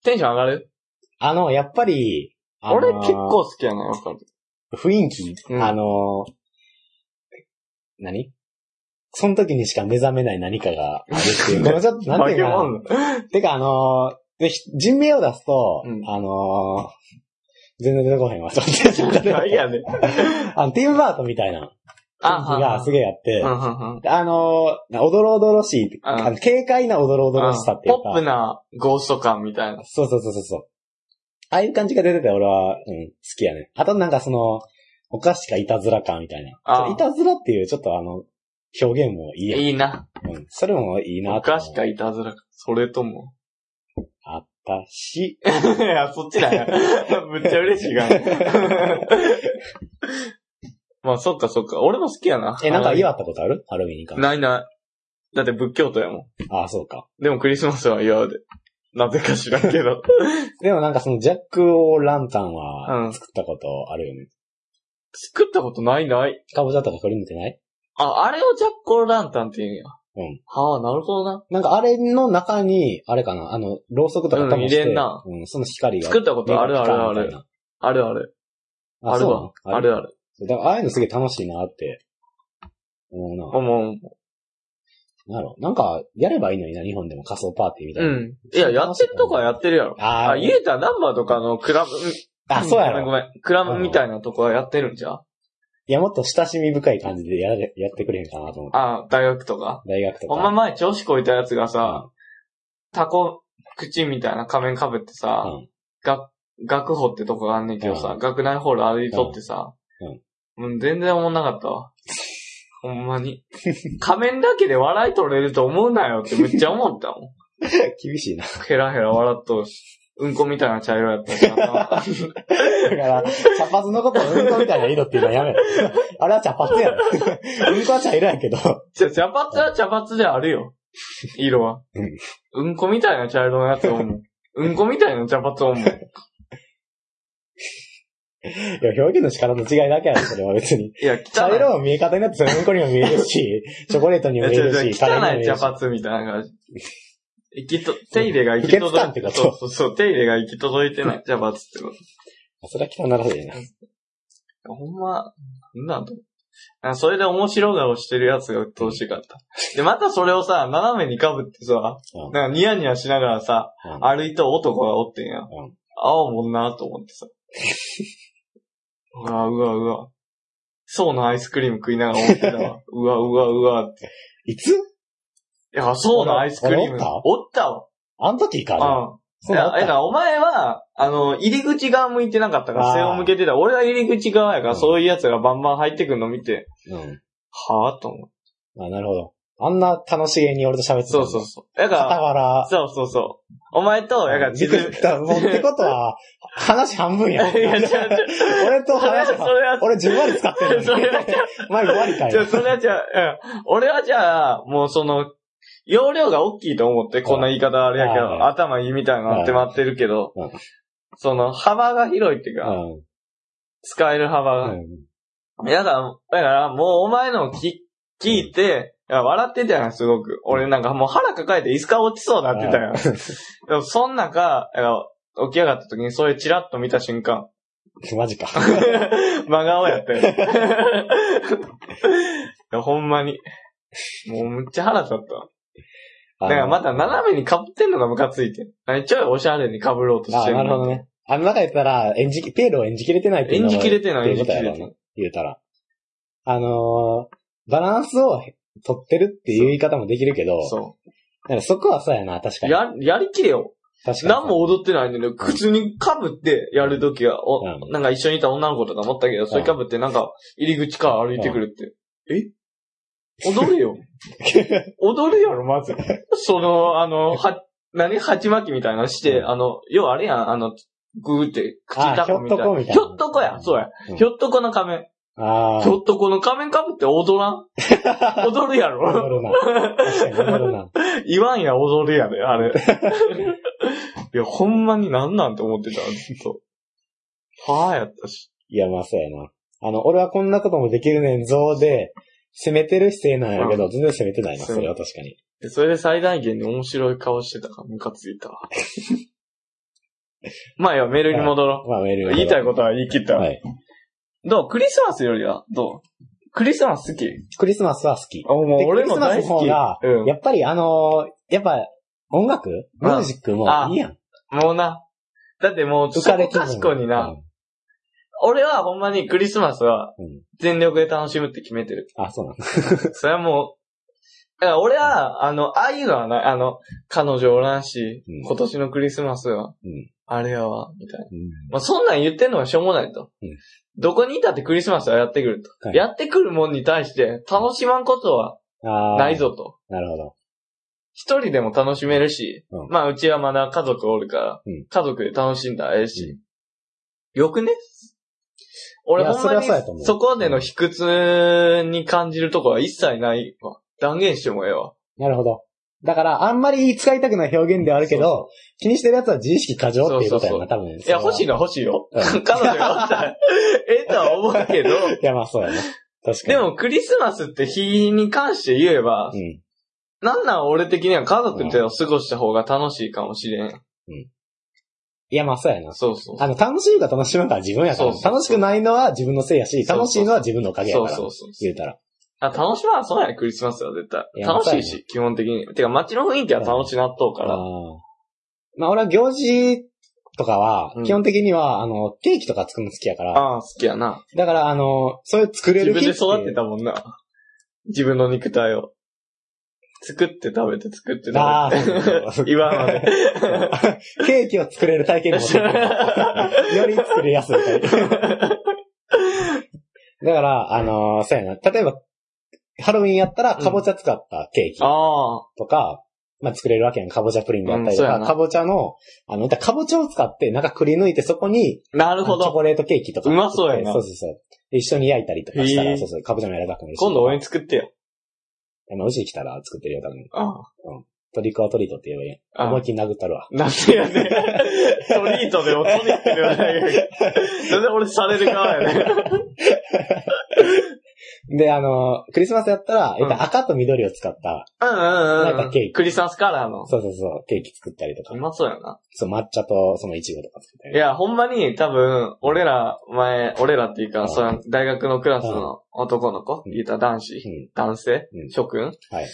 A: テンション上がる、
B: あの、やっぱり、あの
A: 俺結。構好きやな、わかる。
B: 雰囲気、
A: うん
B: あの、何その時にしか目覚めない何かがあるっていう。こ のちょっと、なんていうかな。
A: 化け物
B: てか、あのーでひ人名を出すと、
A: うん
B: あのー全然出てこへんわ。ちょっと 待って
A: 何やねん。
B: あの、ティームバートみたいな感じがすげえあって、
A: うんうんうん
B: あのー、おどろおどろしい、
A: あ
B: あの軽快なおどろおどろしさっていう
A: ポップ
B: か、
A: なゴースト感みたいな。
B: そうそうそうそうそう。ああいう感じが出てて俺は、うん、好きやね。あとなんかその、お菓子かいたずらかみたい
A: あ
B: な。ちょいたずらっていうちょっとあの、表現もいいやん。
A: いいな。
B: うん、それもいいな
A: お
B: と思
A: か
B: う
A: しかいたずらか。それとも。
B: あったし、
A: いや、そっちだよ。 むっちゃ嬉しいが。まあ、そっかそっか。俺も好きやな。
B: え、なんか
A: いや
B: 祝ったことあるハロウィンに関して
A: ないない。だって仏教徒やも
B: ああ、そうか。
A: ん。でもクリスマスは祝うで。なぜか知らんけど。
B: でもなんかそのジャック・オー・ランタン
A: う
B: は
A: ん
B: 作ったことあるよね。
A: 作ったことないない。
B: かぼちゃとかくり抜てない
A: あ、あれをジャックオーランタンって言うんや。
B: うん。
A: はあ、なるほどな。
B: なんかあれの中に、あれかな、あの、ろうそくとか
A: うん
B: 多分して、
A: 入れんな
B: うん、その光が。
A: 作ったことあるあるあ
B: 目が光
A: る。
B: み
A: あるある。
B: たいな。
A: あ
B: あ、
A: る
B: そう
A: わ。
B: なの
A: あ。るある。
B: そうだからああいうのすげえ楽しいなって。思うな。
A: もう、
B: なるほどなんか、やればいいのにな、日本でも仮想パーティーみたいうな。
A: ん。いや、やってるとこはやってるやろ。
B: あ
A: あ、
B: あ、
A: 言えたらナンバーとかのクラブ、
B: あ、そうやろ。
A: ごめんごめん。クラブみたいなとこはやってるんじゃう
B: いや、もっと親しみ深い感じでやれやってくれへんかなと思って。
A: あ大学とか。
B: 大学とか。
A: ほんま前調子こいたやつがさ、タコ口みたいな仮面被ってさ、
B: うん
A: が学保ってとこがあんねんけどさ、
B: う
A: 学内ホール歩いとってさ、
B: うん
A: もう全然思んなかったわ。ほんまに。仮面だけで笑い取れると思うなよってめっちゃ思ったも ん。
B: 厳しいな。
A: ヘラヘラ笑っとるし、うんこみたいな茶色やったし な。
B: だから、茶髪のことをうんこみたいな色っていうのはやめろ。あれは茶髪やろ。 うんこは茶色やけど。
A: じゃ、茶髪は茶髪であるよ。色は。うんこみたいな茶色のやつ思う。うんこみたいな茶髪思う。
B: いや、表現の仕方の違いだけやろ、それは別に。
A: いや、汚い。
B: 茶色の見え方になって、それうんこにも見えるし、チョコレートに
A: い
B: も
A: や、
B: 見
A: 違
B: え
A: う違
B: る
A: う、
B: し、カレーに
A: 汚
B: も
A: い
B: 見える
A: 茶
B: し。
A: 髪みたいな感じ。行きと、手入れが行き
B: 不潔感
A: 届
B: って
A: い
B: こと
A: そうそうそう、手入れが行き届いてない茶髪ってこ
B: それは汚らしいな。
A: と。ほんま、なんだろうあそれで面白顔してるやつが鬱陶しかった。で、またそれをさ、斜めに被ってさ、
B: うん
A: なんかニヤニヤしながらさ、
B: うん
A: 歩いと男がおってんや。
B: ん
A: 青もんなと思ってさ。うわ、うわ、うわ。そうのアイスクリーム食いながら思ってたわ。うわ、うわ、うわって。
B: いつ
A: いや、そうのアイスクリーム。
B: 俺おっ
A: おったわ。
B: あの時か。
A: うん。い
B: そうだ
A: や、え
B: っ
A: だからお前は、あの、入り口側向いてなかったから、
B: あー
A: 背を向けてた。俺は入り口側やから、
B: うん
A: そういう奴がバンバン入ってくるの見て、
B: た。うん。
A: はぁと思う。
B: あ、なるほど。あんな楽しげに俺と喋ってた
A: そ
B: の
A: う
B: に。
A: そうそう。だか
B: 傍ら
A: ら、、そうそうそう。お前と、だから、
B: びっくりした。もうってことは、話半 分
A: い
B: や
A: や、。違う違う。
B: 俺と話
A: それは
B: 半俺10割使ってる
A: そ
B: のに
A: れは違う。
B: お前5割か
A: じゃあ、
B: よ。
A: それはじゃあ、うん俺はじゃあ、もうその、容量が大きいと思って、こんな言い方あれやけ
B: はい
A: ど、
B: はい
A: 頭いいみたいになって待ってるけど
B: はいうん、
A: その、幅が広いっていう
B: う
A: か、
B: ん
A: 使える幅が。
B: う
A: だから、だから、もうお前のをき聞いて、いや笑ってたやん、すごく。俺なんかもう腹抱えて椅子が落ちそうになってた やん。でも、そん中、いや起き上がった時にそれチラッと見た瞬間、
B: ん。マジか。
A: 真顔や ったよ。いや、ほんまに。もうむっちゃ腹立ったわ。だからまた斜めに被ってんのがムカついてん。何ちょいオシャレに被ろうとし
B: あ
A: てる
B: の、あなるほどね。あの中やったら、演じき、ペールを演じきれてないっていう
A: 演
B: のが
A: じきれてない、演
B: って
A: じ
B: いうこ
A: き
B: とや
A: れ
B: ろう
A: て
B: な
A: ない。
B: 言うたら。あのー、バランスを取ってるっていう言い方もできるけど、
A: そ
B: なんかそこはそうやな、確
A: う。
B: かに。
A: や、やりきれよ。
B: 確かに。
A: 何も踊ってないんだよ。普通に被ってやるときは、お
B: うん
A: なんか一緒にいた女の子とか思ったけど、それ被ってなんか入り口から歩いてくるって。え踊 るよ。踊るやろ、まず。その、あの、は、何鉢巻きみたいなのして、
B: うん
A: あの、要はあれやん、あの、グーって、口タコみたい
B: あひょっとこ
A: な。
B: みたいな
A: ひょっとこや、そうや
B: う。ん
A: ひょっとこの仮面。
B: あ
A: ひょっとこの仮面被って踊 らん踊るや
B: あ、
A: ろ
B: 踊るな。確かに踊るな。
A: 言わんや踊るやで、あ れ。いや、ほんまになんなんて思ってた、ずっと。はぁやったし。
B: いや、まあそうやな。あの、俺はこんなこともできるねんぞで、攻めてる姿勢なんやけど、全然攻めてないな、
A: そう
B: それは確かに。
A: でそれで最大限に面白い顔してたから、ムカついたわ。 まあいいや、メールに戻ろ
B: まあメー
A: う。
B: ルは
A: 言いたいことは言い切ったわ。
B: はい。
A: どうクリスマスよりは、どうクリスマス好き
B: クリスマスは好き。
A: あ、もう
B: で
A: 俺も大好
B: ク
A: き。
B: リスマス
A: うん。
B: やっぱりあのーやっぱ、音楽ミュージックもいいやん。
A: もうな。だってもう、
B: 浮
A: そ
B: かれ
A: こ
B: てる
A: かしこにな。。俺はほんまにクリスマスは
B: うん、
A: 全力で楽しむって決めてる。
B: あ、そうなんだ。
A: それはもう、だから俺は、あの、ああいうのはない、あの、彼女おらんし、
B: うん
A: 今年のクリスマスは、
B: うん
A: あれやわ、みたいな。
B: うん
A: まあ、そんなん言ってんのはしょうもないと。
B: うん
A: どこにいたってクリスマスはやってくると。
B: はい
A: やってくるもんに対して、楽しまんことは
B: あー
A: ない。ぞと。
B: なるほど。
A: 一人でも楽しめるし、
B: うん
A: まあうちはまだ家族おるから、
B: うん
A: 家族で楽しんだらええ
B: う
A: し、よくね俺
B: いや
A: ほんま
B: それは
A: に
B: そうやと思う
A: そこでの卑屈に感じるとこは一切ないわ。断言してもええわ。
B: なるほど。だから、あんまり使いたくない表現ではあるけ
A: そう
B: ど、気にしてるやつは自意識過剰っていうことや
A: そうそうそう
B: な、多分。い
A: いや、欲しいの
B: の。
A: は欲しいよ。
B: うん
A: 彼女がおったら、ええとは思うけど、
B: いや、まあそうやな。確かに。
A: で、もクリスマスって日に関して言えば
B: う、ん。
A: なんなん俺的には家族と過ごした方が楽しいかもしれん。
B: いや、まあそうやな。
A: そうそう。
B: あの、楽しいか楽しむかは自分や
A: そ
B: から。
A: うそうそう
B: 楽しくないのは自分のせいやし、
A: そうそう
B: 楽しいのは自分のおかげや
A: そ
B: か
A: う
B: ら。
A: そうそう。
B: 言うたら。
A: あ、楽しまん、そうやね、クリスマスは絶対
B: い。や
A: 楽しい
B: そう
A: し、基本的に。てか、街の雰囲気は楽しなっとうから。
B: あーまあ俺は行事とかは
A: う、ん
B: 基本的には、あの、ケーキとか作るの好きやから、
A: ああ、好きやな。
B: だから、あの、それ作れ
A: 自
B: る
A: 分
B: 日
A: で
B: っ
A: 育て
B: て、
A: たもんな。自分の肉体を。作って食べて、作って食べて。
B: ああそうそ うそう
A: 今まで。
B: ケーキを作れる体験も 持ってるより作りやすいタイプ。だから、あのーそうやな。例えば、ハロウィンやったら、かぼちゃ使ったケーキ
A: ああ、
B: とか、まあ、作れるわけやん。かぼちゃプリンであったりと
A: うんそう
B: か、
A: やな
B: かぼちゃの、あの、かぼちゃを使って、中くり抜いて、そこに、
A: なるほ
B: あのチョ
A: ど。
B: コレートケーキとか。
A: うまそうやな
B: そうそうそう。で一緒に焼いたりとかした
A: へ
B: ら、
A: ー
B: そうそう、かぼちゃもやらなくなるし。
A: 今度俺に作ってよ。
B: 今、うちに来たら作ってるよ、多分。
A: あ
B: トリックアトリートって言えばいいやん。
A: あ。あ
B: 思い
A: あ
B: っきり殴ったるわ。
A: なんでやね ん。トリートでもトリックではないやんけ。なんで俺される側やねん。
B: で、あのークリスマスやったら、
A: うん
B: えっと、赤と緑を使った、
A: うんうん
B: な
A: うんん。
B: かケーキ
A: クリスマスカラーの。
B: そうそうそう、ケーキ作ったりとか
A: う、まそうやな。
B: そう、抹茶と、そのイチゴとか作ったり
A: いや、ほんまに多分、俺ら、前、俺らっていう
B: う
A: か、
B: ん
A: その大学のクラスの男の子、
B: うん
A: 言うたら男子、
B: うん
A: 男性、
B: うん
A: 諸君。
B: はい。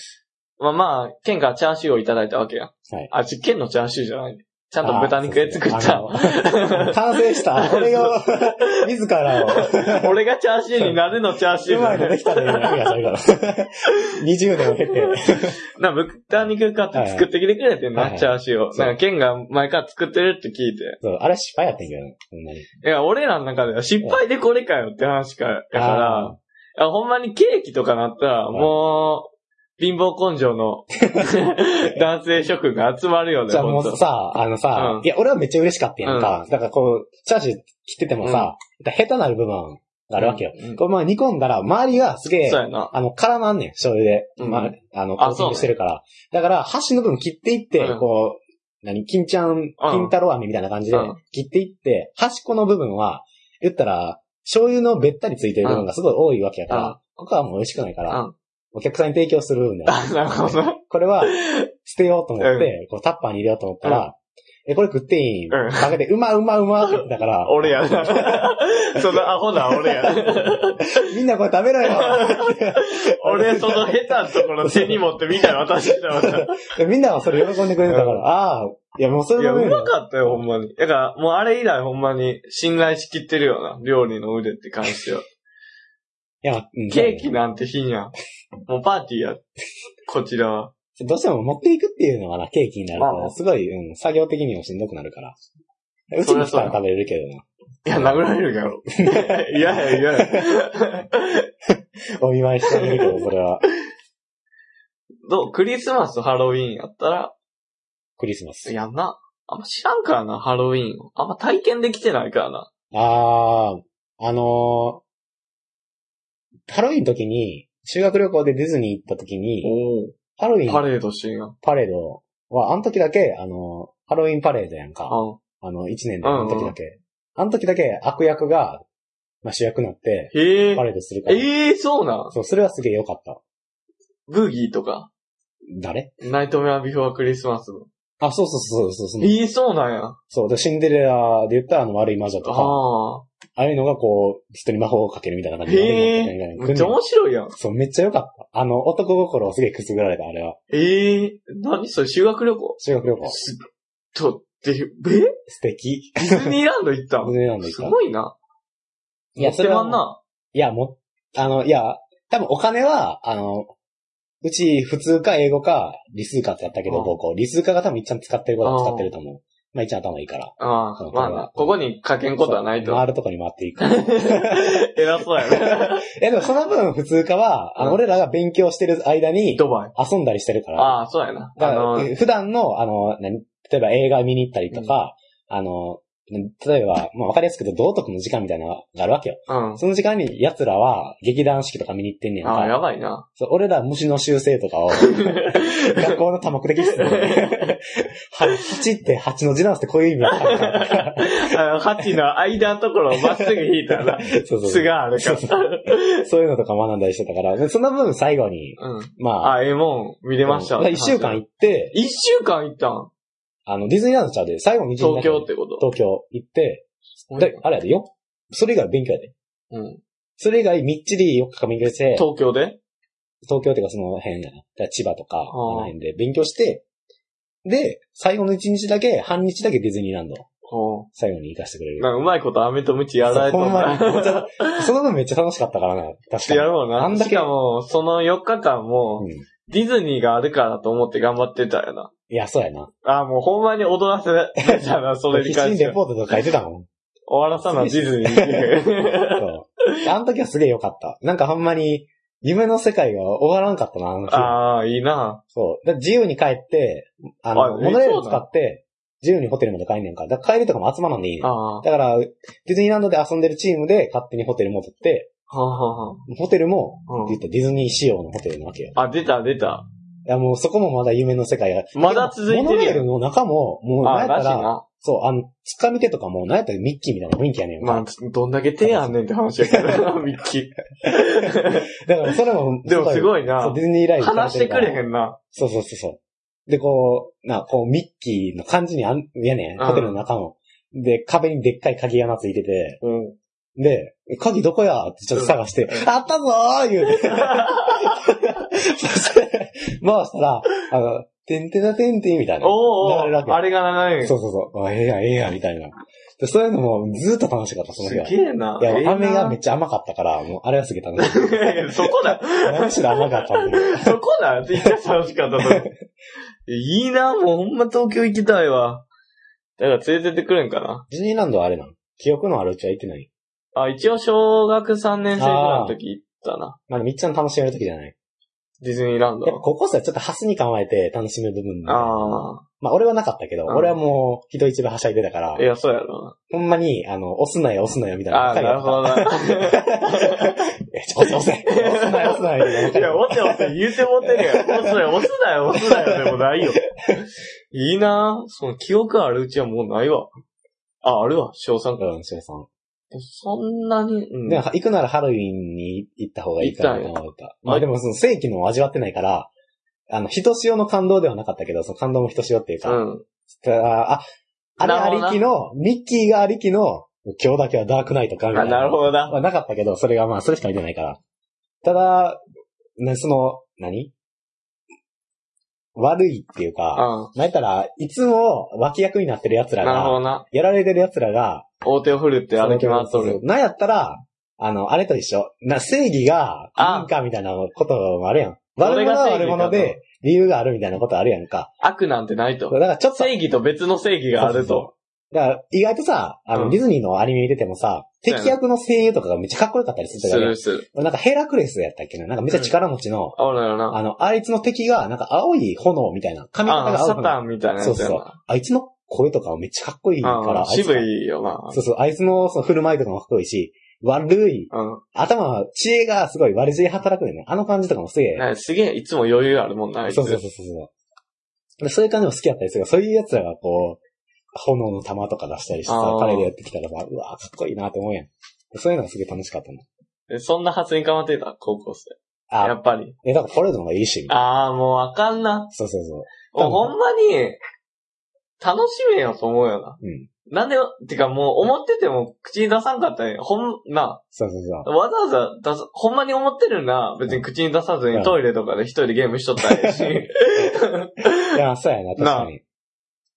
A: まあまあ、県からチャーシューをいただいたわけや。
B: はい
A: あ、ち、県のチャーシューじゃない。ちゃんと豚肉で作っ
B: あ
A: た。
B: ー。そうそうあの完成 した。俺が、自らを、
A: 俺がチャーシューになるのチャーシューじ
B: うま
A: ゃ
B: いの
A: な
B: で
A: い
B: き。たらいいな、いやそれ から。20年を経て。
A: な、豚肉買って作ってきてくれてん
B: はいは
A: な、
B: い
A: チャーシューを。
B: そう
A: なんか県が前から作ってるって聞いて。
B: そう、あれ失敗やってんけどね、ほんまに。
A: いや、俺らの中では失敗でこれかよって話か、やから。
B: あ
A: いや、ほんまにケーキとかなったら、
B: はい
A: もう、貧乏根性 の男性諸君が集まるよ
B: ー
A: ね、
B: じゃあも
A: ほん
B: う
A: と。
B: さ、あのさ
A: う、ん
B: いや、俺はめっちゃ嬉しかったやんか。だからこう、チャーシュー切っててもさ、下手なる部分があるわけよ
A: うんうん。
B: これまあ煮込んだら、周りがすげえ
A: そう、やな。
B: あの、絡まんねん、醤油で。
A: うん
B: まあ、あの、コ
A: あ
B: ーティングしてるから。だから、箸の分切っていって、
A: うん
B: こう、何、金ちゃん、金太郎飴みたいな感じで
A: うん、
B: 切っていって、端っこの部分は、言ったら、醤油のべったりついてる部分がすごい多いわけやか
A: うん
B: ら、他はもう美味しくないか
A: う
B: ら
A: ん、
B: お客さんに提供する部分だよ。
A: あ、なるほど。
B: これは、捨てようと思って、こうタッパーに入れようと思ったら、え、これ食っていい
A: うん
B: かけて、うまうまうまって言ったから、
A: 俺やな。そのアホな俺や。
B: みんなこれ食べろよ
A: 俺、その下手なところ手に持ってみたい渡して たわ。
B: でみんなはそれ喜んでくれてたか
A: う
B: ら、ああ、いやもうそれ
A: いや、
B: も
A: う
B: ね
A: まかったよ、ほんまに。だから、もうあれ以来ほんまに信頼しきってるよな、料理の腕って感じは。
B: いや、うん
A: ケーキなんて品や。 もうパーティーや。こちらは。
B: どうしても持っていくっていうのがな、ケーキになる
A: まあ
B: と、
A: ね
B: すごい、うん、作業的にもしんどくなるから。うち
A: そり
B: に
A: ゃ
B: 来
A: そう
B: た
A: や
B: ら食べれるけどな。
A: いや、殴られるやろ。 いやいやいや。
B: お見舞いしてあげるけど、それは。
A: どうクリスマスとハロウィーンやったら、
B: クリスマス。
A: やんな。あんま知らんからな、ハロウィーンを。あんま体験できてないからな。
B: あー、あのー、ハロウィンの時に、修学旅行でディズニー行った時に、
A: お
B: ハロウィ
A: パ
B: ン
A: レードしてんや。
B: パレードは、あの時だけ、あのー、ハロウィンパレードやんか。
A: あ
B: あの、一年で、あの時だけ。あの時だけ悪役が、まあ、主役になって、
A: へえ
B: パ。レードするから。
A: ええそうなん
B: そう、それはすげえ良かった。
A: ブギーとか。
B: 誰
A: ナイトメアビフォアクリスマスの。
B: あ、そうそうそうそうそう。
A: ええそうなんや。
B: そう、で、シンデレラで言ったらあの悪い魔女とか、あ
A: ああ。
B: あいうのがこう、人に魔法をかけるみたいな感じで。
A: へ
B: 悪
A: え。
B: い魔女み
A: め
B: たいなのが来
A: っ
B: ん
A: ちゃ
B: ねん
A: 面白いやん。
B: そう、めっちゃ良かった。あの、男心をすげえくすぐられた、あれは。
A: ええ何それ修学旅行
B: 修学旅行。
A: すっと、で、え
B: 素敵。
A: ディズニーランド行ったん
B: ディズニーランド行っ
A: す
B: た
A: ごいな。
B: いや、
A: 持
B: そ
A: って
B: れ
A: ま
B: は
A: ん
B: もう。
A: な。
B: いや、もう、あの、いや、多分お金は、あの、うち普通か英語か理数かってやったけ
A: う
B: ど、
A: ん
B: 高校。理数科が多分一ちゃん使ってることは使ってると思う。まあ一ちゃん頭いいから。
A: あ
B: そ
A: あ、まあ
B: うこれは
A: な。ここに書けんことはないと
B: そう
A: 思う。
B: 回るとこに回っていくから。
A: 偉そうやね。
B: え、でもその分普通科は、あ
A: う
B: の、
A: ん
B: 俺らが勉強してる間に、
A: ドバイ。
B: 遊んだりしてるから。
A: ああ、そうやな。
B: だ
A: あ
B: から
A: の、
B: え普段の、あの、何例えば映画見に行ったりとか、あの、例えば、まあ、わかりやすく言うと道徳の時間みたいなのがあるわけよ。
A: うん。
B: その時間に奴らは劇団式とか見に行ってんねやん
A: ああ、や
B: か。
A: ばいな。
B: そう俺ら虫の習性 とかを、学校の多目的室で、蜂って蜂の字なんすってこういう意味だ ったから
A: あの、ハチの間のところをまっすぐ引いたら、
B: そうそうそ
A: 巣
B: う。
A: があるか
B: そう
A: ら。
B: そういうのとか学んだりしてたから、でその分最後に、
A: うん。
B: まあ、
A: あ、ええもん、見れました。
B: うん一週間行って、
A: 一週間行ったん
B: あの、ディズニーランドちゃうで、最後に
A: 東京ってこと。
B: 東京行って、だあれやで、よ、それ以外勉強やで。
A: うん。
B: それ以外みっちり4日間勉強して、
A: 東京で
B: 東京っていうかその辺やな。だから千葉とか、あ
A: ー
B: の辺で勉強して、で、最後の1日だけ、半日だけディズニーランド。
A: こ
B: 最後に生かしてくれ
A: う。
B: る。
A: なんかうまいこと飴と鞭やられと
B: そうほんまにめっち
A: っ
B: ゃその分めっちゃ楽しかったからな。確
A: て
B: か
A: や
B: に。
A: ろうな。
B: あんだけ
A: しかも、その4日間も、
B: うん、い
A: ディズニーがあるからと思って頑張ってたよな。
B: や、そうやな。
A: あーもうほんまに踊らせ てたな、それ
B: 必
A: に
B: 死
A: 関
B: に
A: して
B: レ
A: は。
B: ポートとか書いてたもん。
A: 終わらさな、ディズニー って いう。
B: そう。あの時はすげえ良かった。なんかあんまり、夢の世界が終わらんかったな、あの日。
A: ああ、いいな。
B: そう。だから自由に帰って、あの、
A: あえ
B: モノレー
A: そうな
B: ル
A: ん
B: 使って、自由にホテルまで帰んねんから。だから帰りとかも集まらんでいいねん
A: ああ。
B: だから、ディズニーランドで遊んでるチームで勝手にホテル戻って、
A: はあはあは
B: ホテルも、
A: あうん
B: 言ったらディズニー仕様のホテルなわけよ。
A: あ、出た出た。
B: いや、もうそこもまだ夢の世界が。
A: まだ続いてるやん
B: モノレールの中も、もう
A: あ
B: なん
A: あ、
B: や
A: ら
B: っ
A: したい
B: ら、
A: な。
B: そう、あの、つかみ手とかも、なんやったらミッキーみたいな雰囲気やねんか。
A: まあ、どんだけ手やんねんって話やけ ど、ミッキー。
B: だからそれも、
A: でもす
B: い
A: ごい
B: そう、
A: な
B: ディ。ズニーライブ
A: 話してくれへ
B: ん。
A: んな。
B: そうそうそうそう。で、こう、な、こう、ミッキーの感じにあん、やねん。
A: うん
B: ホテルの中も。で、壁にでっかい鍵穴ついてて、
A: うん。
B: で、鍵どこやってちょっと探して、あったぞー言 うて。そして回したら、あの、てんてなてんてんみたいな。
A: おー
B: 流れる
A: お
B: わけ
A: ー、あれが流れる。
B: そうそうそう。あええやん、ええやん、みたいな。で、そういうのもずっと楽しかった、その
A: す
B: 日は。い
A: げえな。
B: や、
A: ええな
B: 飴がめっちゃ甘かったから、もう、あれはすげえ楽しかっ
A: そこだ。
B: た。むしろ甘かったんだけど
A: そこだ。って言っちゃ楽しかった と思う。いいな、もうほんま東京行きたいわ。だから連れてってくれんかな。
B: ディズニーランドはあれなの記憶のあるうちは行ってない。
A: あ、一応小学3年生ぐらいの時行ったな。
B: まあ、みっちゃん楽しめる時じゃない。
A: ディズニーランド
B: やっぱ。高校生はちょっとハスに構えて楽しむ部分
A: あ
B: まあ、俺はなかったけど、
A: うん
B: 俺はもう、人一倍はしゃいでたから
A: あ。い、や、そうやろ
B: ほんまに、あの、押すなよ、押すなよ、みたい
A: な。
B: な。
A: ああ、なるほどな。
B: え、ちょ、押せ、押せ。押すなよ、押すなよ、みたいな。
A: いや、押せ押せ、言うてもってるやん。押すなよ、押すなよ、押すなよでもないよ。 いいなぁ。その記憶あるうちはもうないわ。あ、あるわ、小3か。
B: うん、しゅうさん。
A: そんなに、うん。
B: でも、行くならハロウィンに行った方がいいかなと思った。ま
A: は
B: あ
A: い
B: でも、その正規の味わってないから、あの、人しおの感動ではなかったけど、その感動も人しおっていう
A: う
B: か、
A: ん。
B: だからあ、あれ
A: なる
B: あ
A: ほどな
B: りきの、ミッキーがありきの、今日だけはダークナイトか、みた
A: あ、
B: いな。
A: なるほどな。
B: まあ、なかったけど、それがまあ、それしか見てないから。ただ、ね、その、何悪いっていうか、
A: う
B: まあ、言ったら、いつも脇役になってる奴ら
A: ん。なるほ
B: が、
A: どな。
B: やられてる奴らが、
A: 大手を振るって歩き回っと
B: そうそ
A: る。
B: うなんやったら、あの、あれと一緒。な、正義が、
A: あ
B: いいんかみたいなこともあるやん。
A: そ
B: 悪
A: れ
B: 者
A: が
B: は
A: 正義
B: 悪者で、理由があるみたいなことあるやんか。
A: 悪なんてない
B: だ
A: と
B: か。らちょっと、
A: 正義と別の正義があると。
B: だから、意外とさ、あの、
A: うん
B: ディズニーのアニメ見ててもさ、敵役の声優とかがめっちゃかっこよかったりする
A: す
B: とかね
A: るする。
B: 俺なんかヘラクレスやったっけななんかめっちゃ力持ちの、
A: あ、なるな。
B: あの、あいつの敵が、なんか青い炎みたいな。髪型
A: あ、
B: が青い
A: サ
B: 炎
A: タンみたいなやつや
B: そう
A: な。
B: あいつの声とかめっちゃかっこいいから。
A: うん
B: あいつが
A: 渋。いよな。
B: そうそう、あいつのその振る舞いとかもかっこいいし、悪い、
A: うん。
B: 頭は、知恵がすごい悪知恵働くんだよね。あの感じとかもすげえ。
A: なんかすげえ、いつも余裕あるもんな、あいつ
B: そうそうそうそう。でそういう感じも好きだったりするから、そういう奴らがこう、炎の玉とか出したりしてさ
A: あー、
B: パレードやってきたらさ、うわーかっこいいなと思うやん。そういうのがすげえ楽しかったの。
A: えそんな発言かまってた、高校生。や
B: あ、
A: っぱり。
B: え、だからパレードの方がいいし、みたいな
A: ああ、もうあかんな。
B: そうそうそう。
A: もうほんまに、楽しめよと思うよな。
B: うん。
A: なんで、てかもう思ってても口に出さんかったんや。ほん、な、
B: そうそうそう。
A: わざわざ出す、ほんまに思ってるな、別に口に出さず
B: う
A: に
B: ん
A: トイレとかで一人でゲームしとったらええし。
B: いや、そうやな、確かに。
A: い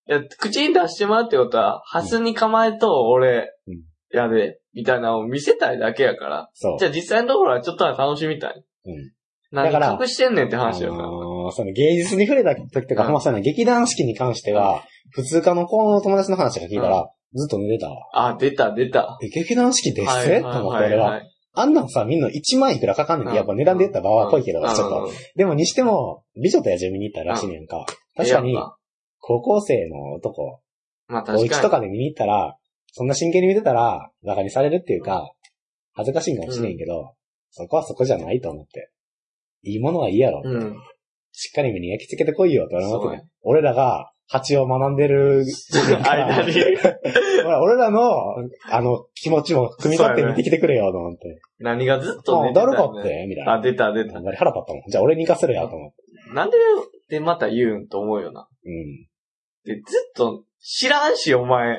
A: や、口に出してもらうってことは、ハスに構えと俺
B: うん、
A: やで、みたいなのを見せたいだけやから。
B: そう
A: じ。ゃあ実際のところはちょっとは楽しみたい。
B: うん。だから
A: 何隠してんねんって
B: あの
A: 話よな。
B: ーその芸術に触れた時と
A: う
B: か、
A: ん
B: まあその劇団四季に関しては、普通科の子の友達の話が聞いたら、ずっと寝てたわ。
A: あ、出た、出た。
B: え、劇団四季です
A: はい
B: ね
A: はい
B: と思っ
A: は
B: て
A: い
B: 俺
A: は
B: は。
A: い。
B: あんなんさ、みんな1万いくらかかんねん
A: う
B: て、
A: ん
B: やっぱ値段で言ったら場は濃いけど、ちょっ
A: うん
B: と。でもにしても、美女と野獣見に行ったらしいねんか。確かに
A: やっ、ぱ
B: 高校生の男、
A: まあ
B: お
A: 確
B: 家と
A: か
B: かで見に行ったら、そんな真剣に見てたら、馬鹿にされるっていうか、恥ずかしいんかもしれんけど、そこはそこじゃないと思って。いいものはいいやろ。
A: に。うん。
B: しっかり目に焼き付けてこいよって俺は思
A: そ
B: っ
A: う
B: て
A: や
B: た俺らが蜂を学んでる
A: 間に。
B: ほ ら俺らの、あの、気持ちも組み立って見てきてくれよ、と思って。
A: 何がずっと
B: あ
A: 寝てた
B: だ
A: ん
B: る
A: だ
B: か
A: よ
B: っ
A: ね
B: て、みたい
A: あ、
B: な。
A: 出た、出
B: あ
A: た
B: ん。まり腹立ったもん。じゃあ俺に行かせるや、と思って。
A: なんで、で、また言うんと思うよな。
B: うん。
A: で、ずっと、知らんし、お前。っ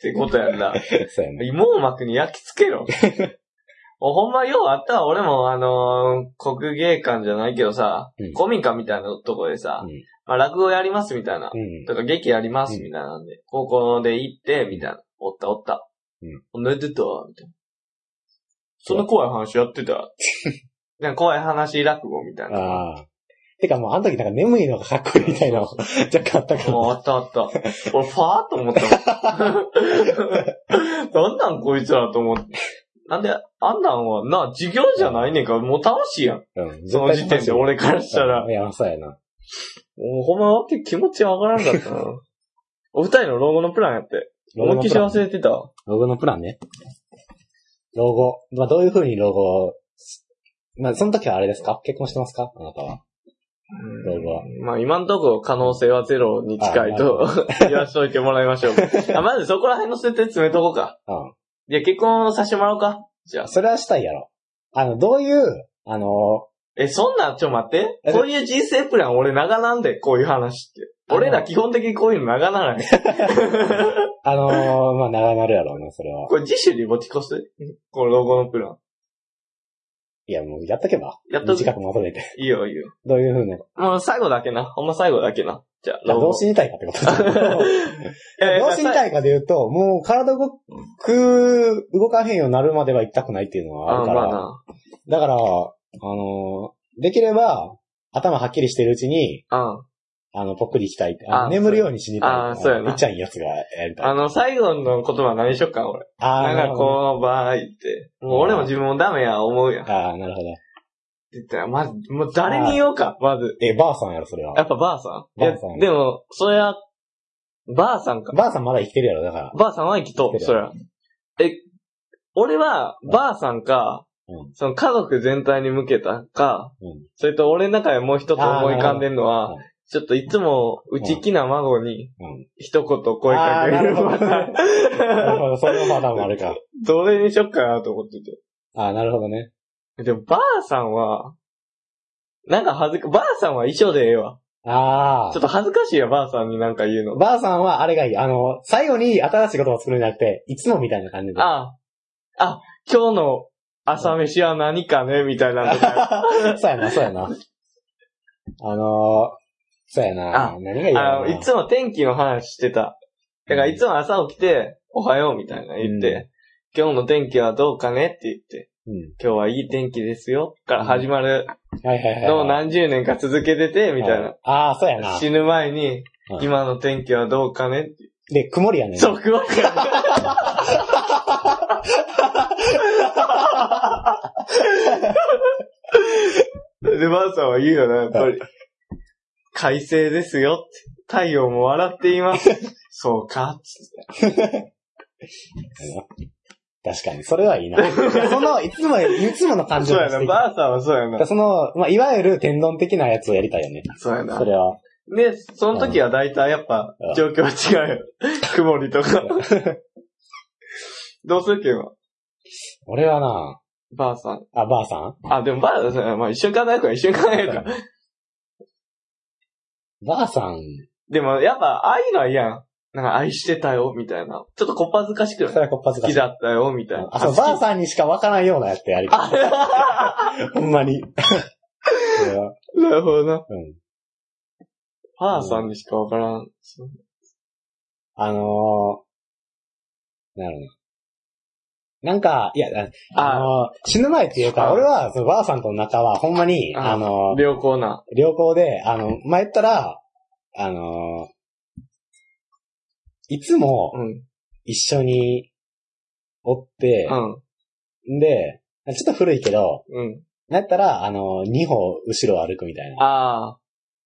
A: てことやんな。
B: そうやね。
A: 網膜に焼き付けろ。おほんまようあったわ俺も、あのー国芸館じゃないけどさ、
B: うん
A: 古民家みたいなとこでさ、
B: うん
A: まあ、落語やりますみたいな、
B: うん。
A: とか劇やります
B: う
A: み
B: ん
A: たいなんで、高校で行って、みたいな。おったおった。
B: うん。
A: おめでとう、みたいな。そんな怖い話やって たなんか怖い話落語みたいな。
B: ああ。てかもうあの時なんか眠いのがかっこいいみたいなの若干あったから。
A: もうあったあった。俺、ファーっと思 ったもん。なんなんこいつらと思って。なんで、あんなんは、な、授業じゃないねんから、もう楽しいやん。
B: うん。
A: その時点で俺からしたら。
B: いや、そうやな。
A: もうほんまわけ気持ちわからんかった な。お二人の老後のプランやって。思いっきり忘れてたわ。
B: 老後のプランね。老後。まあ、どういう風に老後をまあ、その時はあれですか結婚してますかあなたは。老後は。
A: まあ今のところ可能性はゼロに近いと 言わしといてもらいましょうか。あまずそこら辺の設定詰めとこうか。いや、結婚させてもらおうか。じゃあ
B: うん。。それはしたいやろ。あの、どういう、あの、
A: え、そんなん、ちょ待って。
B: え
A: こういう人生プラン俺長なんで、こういう話って。俺ら基本的にこういうの長な らない。
B: あの、まあ、長なるやろうな、それは。
A: これ次週に持ち越す。この老後のプラン。
B: いや、もう、やっとけば。
A: やっとく
B: 短くまとめて。
A: いいよ、いいよ。
B: どういう風な、
A: もう最後だけな。ほんま最後だけな。じゃあ、
B: あどう死にたいかってことだどう死に
A: い
B: たいかで言うと、もう体動く、動かへんようになるまでは痛くないっていうのは
A: あ
B: ある
A: ま
B: から。
A: あな。
B: だから、あの、できれば、頭はっきりしてるうちに、
A: うん。
B: あの、ぽっくり行きたいって。あの
A: あ
B: 眠るように死にたい。
A: あそうやな
B: めっちゃいいやつがやりたい。
A: あの、最後の言葉何しよっかな、俺。な
B: あ
A: んか
B: う。
A: この場合って。もう俺も自分もダメや、思うやん。って
B: ああ、なるほど。
A: 言ったら、まず、もう誰に言おうか、まず。
B: え、ばあさんやろ、それ
A: や
B: は。
A: っぱばあさん
B: ばあさん
A: いやでも、それは、ばあさんか。
B: ばあさんまだ生きてるやろ、だ から。
A: ばあさんは生きとう、
B: 生きて
A: そ
B: る
A: りゃ。え、俺は、ばあさんか
B: う、
A: その家族全体に向けたか、
B: うん。
A: それと俺の中でもう一つ思い浮かんでんの
B: あーな
A: は
B: るほど、
A: ちょっといつも内気な孫に
B: うん。
A: 一言声かける。
B: あーなるなるほど、そのパターンもあるか。
A: どれにしよっかなと思ってて。
B: ああ、なるほどね。
A: でも、ばあさんは、なんか恥ずか、ばあさんは衣装でええわ。
B: ああ。
A: ちょっと恥ずかしいや、ばあさんになんか言うの。
B: ばあさんはあれがいい。あの、最後に新しい言葉を作るんじゃなくて、いつもみたいな感じで。
A: ああ、あ、今日の朝飯は何かね、みたいなのとか。
B: そうやな、そうやな。あのー、そうやな。
A: あ
B: 何がいいや
A: あ
B: ろ
A: の、
B: ない
A: つも天気の話してた。だから、いつも朝起きて、おはようみたいな言って、今日の天気はどうかねって言って、
B: うん。
A: 今日はいい天気ですよ、から始まる
B: はいはいはい。
A: のを何十年か続けてて、みたいな。。
B: ああ、そうやな。
A: 死ぬ前に
B: う、ん
A: 今の天気はどうかねって。
B: で、曇りやねん。
A: そう、詳しい。で、ばあさんは言うよな、やっぱり。 快晴ですよって。太陽も笑ってい ます。そうか。
B: 確かに、それはいいな。その、いつも、いつもの感じ
A: そう
B: を
A: や
B: 出し
A: な、
B: ていく
A: ばあさんはそうやな。
B: その、まあ、いわゆる天丼的なやつをやりたいよね。
A: そうや
B: そ
A: な。
B: れは。
A: で、その時は大体やっぱ
B: うん、
A: 状況は 違うよ。曇りとか。どうするけど、
B: 俺はな、
A: ばあさん。
B: あ、ばあさん
A: あ、でもばあさん、まあ一瞬考えようか、一瞬考えようか。
B: ばあさん、
A: でも、やっぱ、ああいうのはいいやん。なんか、愛してたよ、みたいな。ちょっとこっぱずかしく
B: それ
A: ない
B: はこっぱず
A: 好
B: か
A: き
B: しい。
A: だったよ、みたいな。
B: あ、そう、ばあさんにしかわからんようなやつやりた
A: あ
B: い。ほんまに。 それは
A: なるほどな。
B: うん。
A: ばあさんにしかわからん。そう
B: あのー、なるほど。なんか、いや、ああのー死ぬ前っていうか、
A: あ
B: 俺は、そのばあさんとの仲は、ほんまに、
A: あ
B: あのー、
A: 良好な。
B: 良好で、あの、前言ったら、あのいつも
A: うん。うん。
B: 一緒におって、ん、で、ちょっと古いけど、
A: うん。
B: なんやったら、あの、二歩後ろを歩くみたいな
A: あ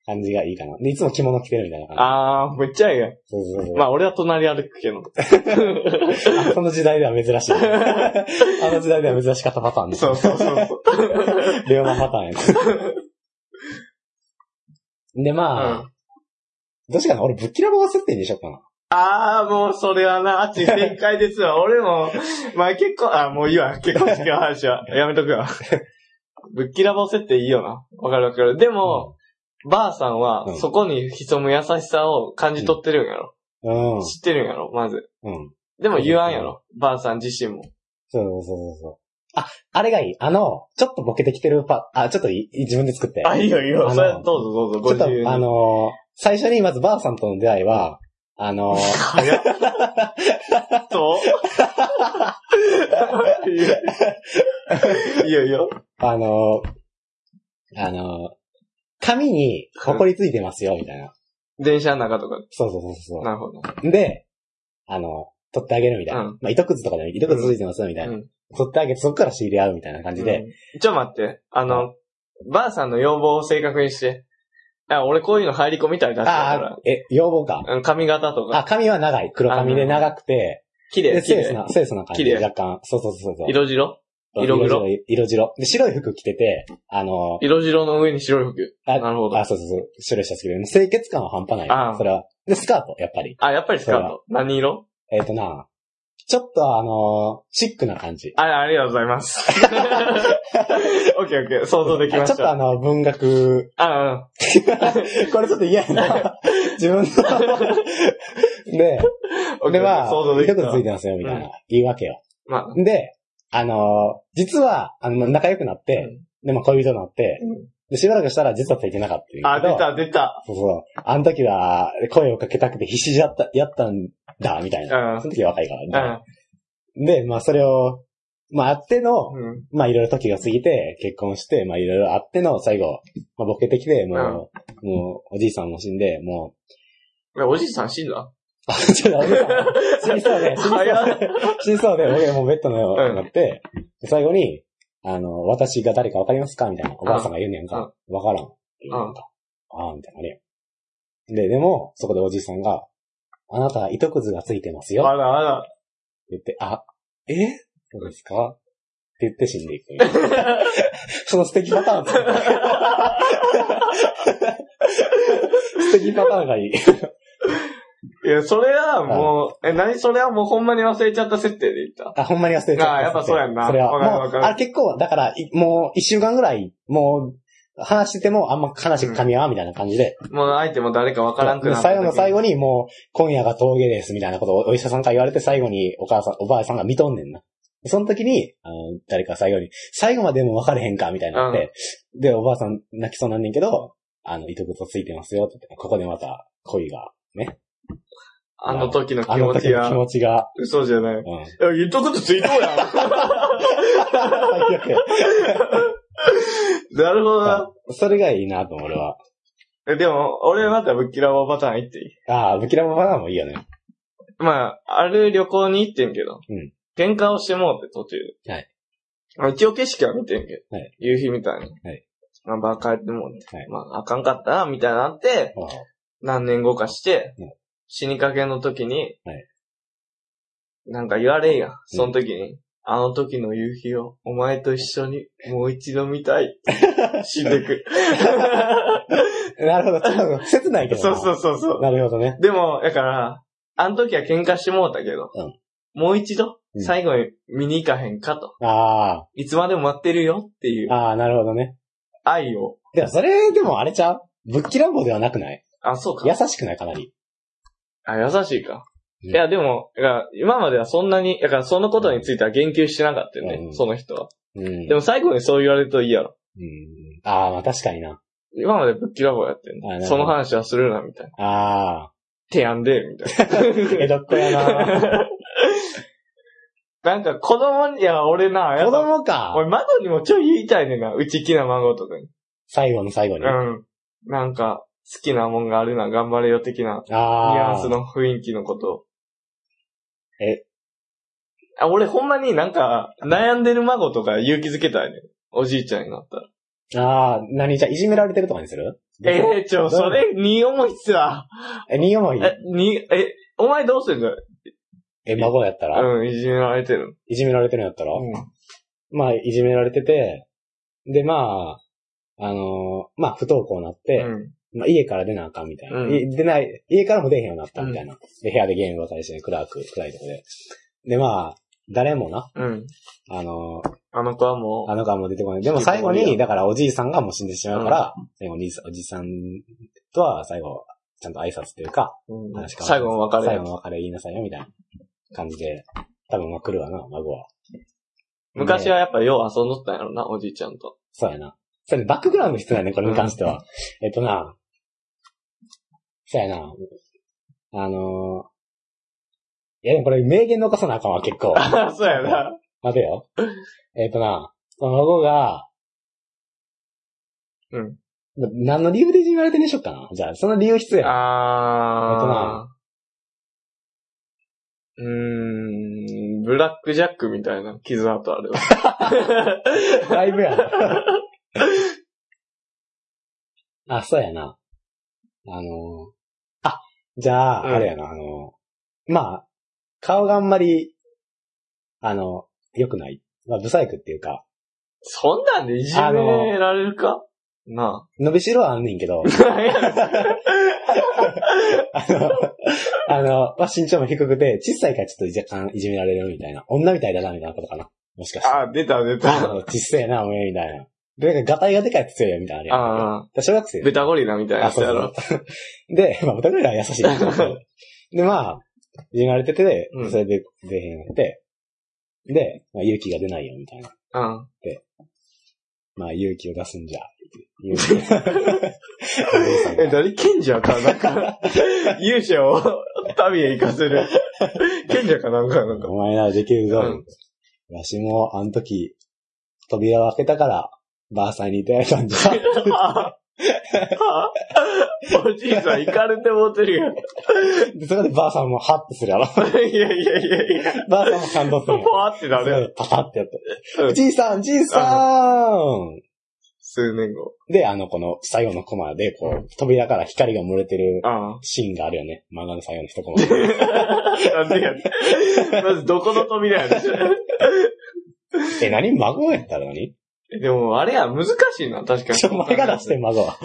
B: 感じがいいかな。で、いつも着物着てるみたいな
A: あ。
B: 感
A: ああ、めっちゃええや
B: じ。そうそうそ
A: ん。
B: う。
A: まあ、俺は隣歩くけど。
B: あ、その時代では珍 しい。あの時代では珍しかったパターンね。
A: そうそうそうそう。
B: 龍馬パターンや ね。で、
A: う
B: まあ、
A: ん。
B: どうしようかな。俺、ぶっきらぼう接点にしようかな。
A: ああ、もうそれはな、熱い展開ですわ。俺も、まあ結婚、あもういいわ。結婚式の話は。やめとく わ。ぶっきらぼうせっていいよな。わかるわかる。でも、ばあさん
B: う
A: は
B: ん、
A: そこに潜む優しさを感じ取ってるんやろ。
B: うん。うん。
A: 知ってるんやろ、まず。
B: そう
A: でも言わんやろ。ばあさん自身も。
B: そうそうそう。あれがいい。あの、ちょっとボケてきてるパ、あ、ちょっといい自分で作って。
A: あ、いいよいいよ。
B: あの
A: それどうぞどうぞ、
B: ち
A: ご
B: ょっと
A: 自由、に。
B: あのー最初にまずばあさんとの出会いは、あのー
A: 早っ。と いやいやいや。
B: あのーあのー紙に埃ついてますよ、みたいな。
A: 電車の中とか。
B: そうそうそうそう。
A: なるほど。
B: で、あの、取ってあげるみたいな。
A: うん
B: まあ、糸くずとかでも糸くずついてますよ、みたいな。
A: うん
B: 取ってあげて、そっから仕入れ合うみたいな感じで。
A: うんちょ、待って。あの、ばあさんの要望を正確にして。あ、俺こういうの入り込みたいだった
B: あ
A: か
B: あ、え、要望か。
A: ら。うん髪型と
B: あ、
A: か。
B: 髪は長い。黒髪で長くて、
A: 綺
B: で、
A: 麗、綺
B: 清楚な
A: 麗。、
B: 清楚な感じで
A: 綺麗
B: 若干。そうそうそうそう。
A: 色白色黒
B: 色色白。で、白い服着てて、あの、
A: 色白の上に白い服。
B: あ
A: なるほど
B: あ、。そうそうそう、白いシャツ着てる。清潔感は半端ない。
A: あー
B: それは。で、スカート、やっぱり。
A: あ、やっぱりスカート。何色
B: えっ、とな、ちょっとあのシックな感じ。
A: あ、ありがとうござい ます。オッケーオッケー。想像でき
B: あ
A: ま
B: ち
A: し
B: ょっと
A: た。
B: あの、文学
A: あ、
B: これちょっと嫌や な。自分の。
A: う
B: で、
A: ん。
B: 俺は
A: 想像、で
B: 糸
A: き
B: く
A: た
B: つい。てますよ、みたいな。
A: うん
B: 言い訳よ。
A: まあ、
B: で、あのー実は、あの、仲良くなって、で、まあ、恋人になって、
A: うん
B: で、しばらくしたら実はついてなかったっていうけど。
A: あ、出た、出た。
B: そうそう。あの時は、声をかけたくて必死だった、やったんだ、みたいな。
A: うん
B: その時は若いから、みたいな
A: う
B: で、まあ、それを、まあ、あっての、
A: ん。うん
B: まあいろいろ時が過ぎて、結婚して、まあいろいろあっての最後、まあボケてきて、もう、もうおじいさんも死んで、も
A: えおじいさん死んだ
B: う、あ、 ちょっとおじいさん死にそうで、死にそう
A: 早っ
B: で、死にそうで、僕がもうベッドの
A: う
B: 上
A: ん
B: になって、で最後に、あの、私が誰かわかりますかみたいな、おばあさんが言うねやんか。わからん。なんか、ああ、みたいなあれやん。で、でも、そこでおじいさんが、あなた、糸くずがついてます
A: あ
B: よ。
A: らあら。
B: って言って、あ、えそうですかって言って死んでいくみたいな。その素敵パターン作った。素敵パターンがいい。
A: いや、それはもう、え、何それはもうほんまに忘れちゃった設定で言った。
B: あ、ほんまに忘れちゃった。
A: あやっぱそうやんな
B: それは。
A: わかるわ
B: も
A: か
B: う、
A: る
B: あ、結構、だから、いもう、一週間ぐらい、もう、話してても、あんま話噛み合わんみたいな感じで。
A: もう相手も誰かわからんくなった時に。
B: 最後の最後に、もう、今夜が峠です、みたいなことをお医者さんから言われて、最後にお母さん、おばあさんが見とんねんな。その時に、あの、誰か最後に、最後までも分かれへんか、みたいになって、で、おばあさん泣きそうなんねんけど、あの、糸くとついてますよ、って言ってここでまた、恋が、
A: あの時の
B: あ
A: 気
B: の
A: 持
B: 時
A: ち
B: の気
A: が。
B: 持ちが、
A: 嘘じゃない。
B: うん。
A: いや、言っとくとついとうや
B: 最悪や
A: ん。なるほどな。
B: それがいいなと、俺は。
A: えでも、俺またぶっきらぼうパターン行っていい
B: ああ、ブキラボバナナもいいよね。
A: まあ、ある旅行に行ってんけど、
B: うん
A: 喧嘩をしてもうて途中で。
B: はい
A: まあ一応景色は見てんけど、
B: はい
A: 夕日みたいに。
B: はい
A: まあ、バカやってもうて、
B: はい
A: まあ、あかんかったな、みたいになって、
B: ああ
A: 何年後かして、
B: うん
A: 死にかけの時に、
B: はい
A: なんか言われんやん。その時に、あの時の夕日をお前と一緒にもう一度見た い。死んでく。
B: なるほど、ちょっと切ないけ ど
A: そ
B: な。
A: うそうそうそう。
B: なるほどね。
A: でも、だから、あの時は喧嘩してもうたけど、
B: うん
A: もう一度
B: うん
A: 最後に見に行かへんかと。
B: あ
A: いつまでも待ってるよってい
B: あ、
A: う
B: ああ、なるほどね。
A: 愛を。
B: でもそれ、でもあれちゃうぶっきらぼうではなくない
A: あ、そうか。
B: 優しくないかなり。
A: あ、優しいか。
B: うん
A: いや、でも、だから今まではそんなに、だからそのことについては言及してなかったよね、
B: うん
A: その人は。
B: うん。
A: でも最後にそう言われるといいやろ。
B: うん、ああ、まあ確かにな。
A: 今までぶっきらぼうやってん
B: あなる
A: の。
B: ほど
A: その話はするな、みたいな。
B: ああ、
A: 手やんで、みたい
B: 江戸っ子や な。
A: な。なんか子供に、いや、俺な、や
B: 子
A: っぱ
B: 供か。
A: 俺孫にもちょい言いたいねんな。内気な孫とかに。
B: 最後の最後に。
A: う
B: あ
A: ん。なんか、好きなもんがあるな、頑張れよ的な、ニュアン
B: あ
A: ス、の雰囲気のことを。
B: え
A: あ、俺ほんまになんか、悩んでる孫とか勇気づけたいね。おじいちゃんになったら。
B: ああ、何じゃ、いじめられてるとかにする
A: えー、ちょ、それ、に重いっすわ。
B: え、に思い、
A: え、に、え、お前どうするんだ
B: え、孫やったら、
A: うん、いじめられてる
B: いじめられてるんやったら、
A: の。うん。
B: まあ、いじめられてて、で、まあ、あのーまあ、不登校になって、
A: うん。
B: まあ、家から出なあかんみたいな。
A: うん
B: い出ない、家からも出へんようになったみたいな。で、部屋でゲームばかりしてね、暗く、暗いとこで。で、まあ、誰もな、
A: うん。
B: あの
A: あの子はも
B: ー、あの顔も出てこない。でも最後
A: いいよ
B: に、だからおじいさんがもう死んでしまうから、最後おじいさん、おじさんとは最後、ちゃんと挨拶というか、
A: う、うん
B: 話しか
A: 最後の別れ
B: 最後の別れ言いなさいよ、みたいな感じで、多分まあ来るわな、孫は。
A: 昔はやっぱよう遊んどったんやろな、おじいちゃんと。
B: そうやな。そうやね、バックグラウンド必要やね、これに関しては。えっとな、そうやな、あのー、いやでもこれ名言残さなあかん わ、結構。
A: あ そうやな。
B: 待てよ。えっとな、その孫が、
A: うん。
B: な何の理由でいじめられてんでしょうかなじゃあ、その理由必要や。
A: あー。うーん、ブラックジャックみたいな傷跡あるわ。
B: だいぶやな。 あ、そうやな。あのー、あ、じゃあ、
A: うん
B: あれやな、あのー、まあ、顔があんまり、あの、良くない。まあ、ブサイクっていうか、
A: そんなんでいじめられるかな
B: 伸びしろはあんねんけ ど、
A: あ。なんや ねん
B: あの、あの、まあ、身長も低くて、小さいからちょっと若干いじめられるみたいな。女みたいだな、みたいなことかな。もしかして。
A: あ、出た出
B: あ
A: た。
B: の、小さいな、お前みたいな。で、なんか、ガタイがでかいやつ強いよ、みたいなのあれやん。
A: あ
B: 小学生
A: ー、ベタゴリラみたいなや
B: あ、
A: つ
B: そう
A: や
B: や
A: ろ
B: ろ。。 で、まあ、豚ぐらいは優しいんだけ ど。で、まあ、いじめられてて
A: うん、
B: それで出へんくて、で、まあ、勇気が出ないよ、みたいな。
A: うん。
B: まあ、勇気を出すんじ ゃ、っていう。勇気
A: え、誰賢者かなん か、勇者を旅へ行かせる。賢者かなんか なんか。
B: お前ならできるぞ。
A: うん
B: わしも、あの時、扉を開けたから、ばあさんに出会えたん じゃ。
A: はあおじいさん、行かれてもうてる やん。
B: で、そこでばあさんもハッてするやろ。
A: いやいやいやいや。
B: ばあさんも感動す
A: パ
B: るや
A: ー
B: ろ。
A: ってなるやん。
B: パパってやって。
A: うん
B: じいさん、じいさん
A: 数年後。
B: で、あの、この最後のコマで、こう、扉から光が漏れてる
A: あ
B: シーンがあるよね。漫画の最後の一 コマ。
A: あ。なんでやねんまず、どこの扉やねん
B: え、何孫やったら何
A: でも、あれや、難しいな、確かに。
B: ちょ、前が出して孫は。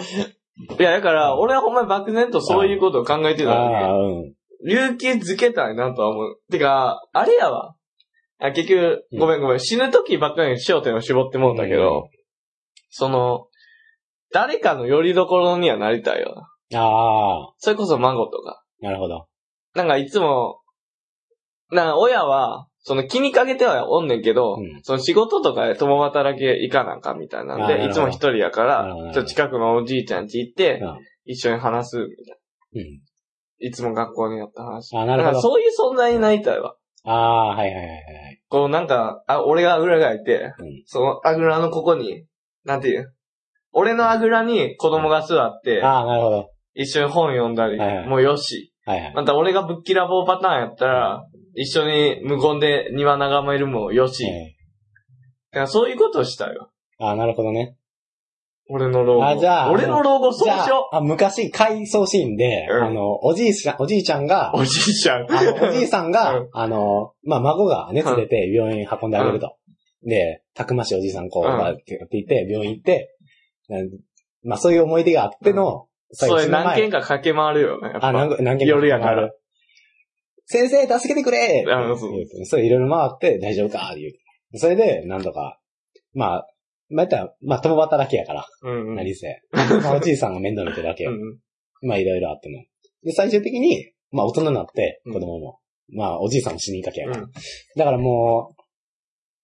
A: いや、だから、俺はほんまに漠然とそういうことを考えてたんだけど
B: ああ、うん。
A: 琉球づけたいなとは思う。てか、あれやわ。あ結局、
B: うん
A: ごめんごめん。死ぬ時ばっかりに焦点を絞ってもうんだけど、その、誰かの拠り所にはなりたいよな。
B: ああ、
A: それこそ孫とか。
B: なるほど。
A: なんかいつも、なんか親は、その気にかけてはおんねんけど、
B: うん
A: その仕事とかで共働き行かなあかんみたいなん
B: あーな
A: で、いつ
B: るほ
A: も
B: ど
A: 一人やか
B: なる
A: ら
B: ほどな、るほ
A: ちょ
B: ど
A: っと近くのおじいちゃん家行って
B: うん、
A: 一緒に話すみたいな。
B: うん。
A: いつも学校にやった話。
B: あ
A: だ
B: ーなる
A: か
B: ほ
A: ら
B: ど。
A: そういう存在になりたいわ。
B: ああー、はいはいはいはい。
A: こうなんか、あ、俺があぐらがいて、
B: うん
A: そのあぐらのここに、なんていう俺のあぐらに子供が座って、
B: ああ、なるほど。
A: 一緒に本読んだり、
B: はいはい
A: もうよし。
B: はいはい。
A: また俺がぶっきらぼうパターンやったら、一緒に無言で庭眺めるもよし。
B: え
A: だからそういうことをしたよ。
B: ーああ、なるほどね。
A: 俺の老後。
B: あじゃあ
A: 俺の老後、そう
B: じ
A: し
B: ゃ
A: よ
B: あ、あ昔、回想シーンで、
A: うん
B: あの、おじいさん、おじいちゃんが
A: う。、おじいちゃん。
B: あの、おじいさんが、
A: う
B: あの、まあ、孫が熱出て病院に運んであげると。で、たくましいおじいさんこう、
A: うん
B: バーってやっていて、病院行って、なんまあ、そういう思い出があっての、最
A: そ
B: 後
A: れ
B: 死ぬ前
A: 何件か駆け回るよね。やっぱ
B: あ、何何件か
A: 夜やから
B: ある先生、助けてくれ
A: あそう
B: 言てそれいろいろ回って、大丈夫かって言う。それで、なんとか、まあ、まあ、言ったら、まあ、共働きやから、
A: うんうん。
B: 何せ。まあ、おじいさんが面倒見てるわけよ。
A: うん
B: まあいろいろあっても。で、最終的に、まあ大人になって、
A: うん
B: 子供も。まあおじいさんも死にかけやから。
A: うん
B: だからも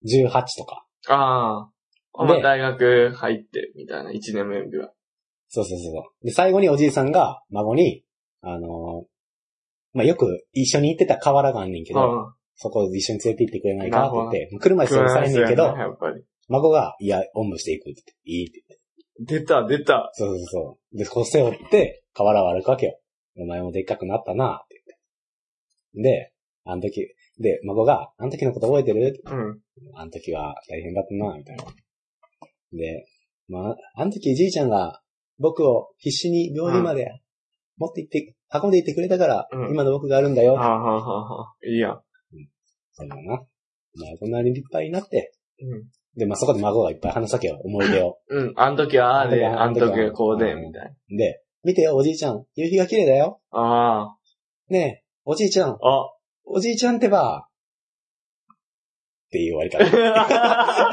B: う、18とか。
A: ああ。まあ
B: で
A: 大学入って、みたいな、一年目ぐらい。
B: そうそうそうそう。で、最後におじいさんが孫に、あのーまあよく一緒に行ってた河原があんねんけど、
A: うん
B: そこ一緒に連れて行ってくれないかって言っ
A: な
B: て、車椅子をされんねんけ
A: や
B: ど、
A: っぱり。
B: 孫が、いや、おんぶしていくって言って、いいっ
A: 出
B: て。
A: た、出た。
B: そうそうそう。で、こう背負って、河原を歩くわけよ。お前もでっかくなったなって言って。で、あの時、で、孫が、あの時のこと覚えてる
A: うん。
B: あの時は大変だったな、みたいな。で、まあ、あの時じいちゃんが僕を必死に病院まで持って行って、運んで行ってくれたから、
A: うん
B: 今の僕があるんだ
A: はあ、
B: よ。
A: はあはあはあ、いいやん。
B: そうだな。まあ、こんなに立派になって。
A: うん。
B: で、まあそこで孫がいっぱい話すわけよ、思い出を。
A: うん。あん時はああで、あ
B: あ
A: ん
B: ん
A: 時
B: 時は
A: はこうで、
B: うん
A: みたい
B: で、見てよ、おじいちゃん。夕日が綺麗だよ。
A: な。あ
B: ねえ、おじいちゃん。
A: あ。あ。
B: おじいちゃんってば、っていう終わ り方。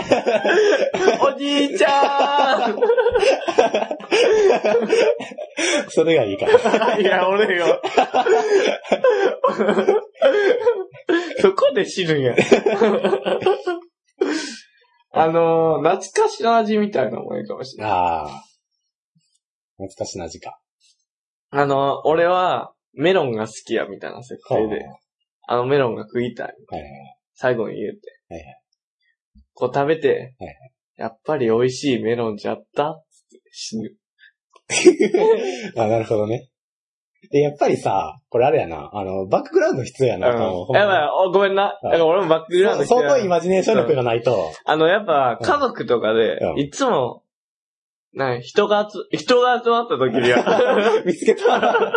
A: おじいちゃ
B: それがいいから。
A: ーんいや、俺よ。そこで死ぬんや。あのー、懐かしの味みたいなもんいいかもしれない。
B: ああ。懐かしな味か。
A: あのー、俺は、メロンが好きや、みたいな設
B: はい
A: 定で、あのメロンが食いたい。
B: はいはい
A: 最後に言うて。
B: はいは
A: こう食べて、
B: はいは
A: やっぱり美味しいメロンじゃったつって死ぬ。
B: あ、なるほどね。で、やっぱりさ、これあれやな、あの、バックグラウンド必要や
A: うん。
B: な、
A: や
B: と思うほん
A: ばい、おごめんな。
B: い
A: だから俺もバックグラウン
B: ま
A: ド
B: に
A: 来て
B: 相
A: ない
B: 当イマジネーション力がないと。
A: あの、やっぱ、家族とかで
B: う、ん
A: いつも、なんか人が集、人が集まった時に は、
B: 見つけた。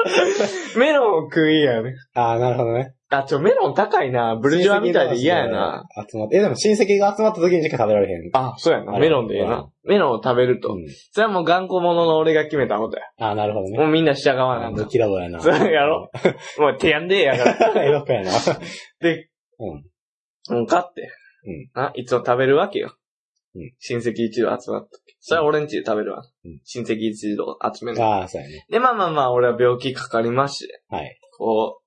A: メロンを食いやね。
B: ああ、なるほどね。
A: あ、ちょ、メロン高いな。ブルジョアみたいで嫌やな。。
B: 集まって、え、でも親戚が集まった時にしか食べられへん。
A: あ、そうやな。メロンでええ
B: う
A: な。メロンを食べると。
B: うん
A: それはもう頑固者の俺が決めたことや。
B: ああ、なるほどね。
A: もうみんな従わな
B: あ
A: いん
B: の、
A: だ。
B: キラボやな。
A: そうや ろもう手やんでええやから。
B: 江戸っ子やな。
A: で、
B: うん
A: もう買って。
B: うん
A: な、いつも食べるわけよ。
B: うん
A: 親戚一同集まった時。それは俺んちで食べるわ。
B: うん
A: 親戚一同集める。
B: ああ、そうやね。
A: で、まあまあまあ、俺は病気かかりまして、
B: はい。
A: こう、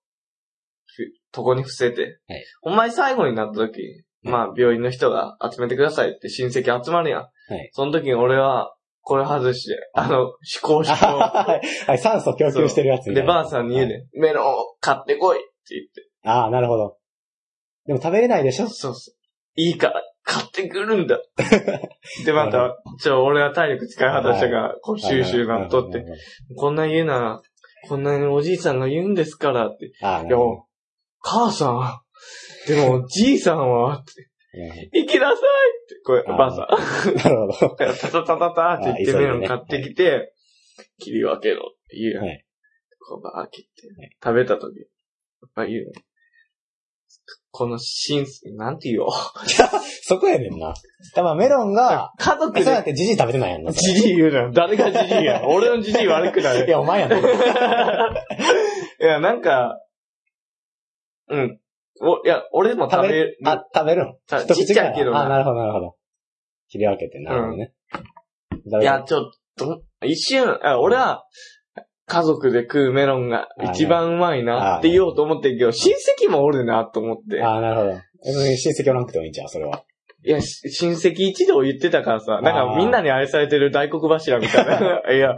A: ふとこに伏せて、
B: はい
A: お前最後になった時、まあ病院の人が集めてくださいって親戚集まるやん。
B: はい
A: その時に俺は、これ外して、あの、思考思
B: あはは
A: 考。
B: ははい、酸素供給してるやつみた
A: で、
B: いな
A: ばあさんに家で、メロンを買ってこいって言って。
B: ああ、なるほど。でも食べれないでしょ
A: そうそう。いいから、買ってくるん だ。で、また、ちょ、俺は体力使い果たしたから、こう、収集なっとって、。こんな言うなら、こんなにおじいさんが言うんですからって。
B: ああ、ないる
A: や
B: ほど、
A: 母さん、でも、じいさんは、行きなさいって、これ、
B: あー
A: ばあさん。
B: うんなるほど。
A: タタタタタって言って
B: あー急
A: メ
B: いでね
A: ロン買ってきて、切り分けろって言うやん。
B: はい
A: こう、ばー切って
B: は、
A: 食べた時、やっぱ言うね。このシンス、なんて言おう。
B: そこやねんな。だからメロンが、
A: 家族
B: えそうや
A: で、
B: ってじじい食べてないやんな。そ
A: じじい言うじゃん。誰がじじい やん。俺のじじい悪くな
B: れい
A: い。
B: や、お前やね
A: い
B: ん。
A: や、なんか、うん。お、いや、俺も食
B: 食
A: べ
B: べ
A: る
B: る。、あ、食べるん
A: た
B: 一口
A: ちっちゃいけど
B: ぐ
A: な
B: らあ、なるほど、なるほど。切り分けて、なるほどね。
A: いや、ちょっと、一瞬、あ俺は、家族で食うメロンが一番うまいなって言おうと思ってんけど、親戚もおるなと思って。
B: ああ、なるほど。え親戚おらんくてもいいんちゃうそれは。
A: いや、し親戚一同言ってたからさ、なんかみんなに愛されてる大黒柱みたい な。いや、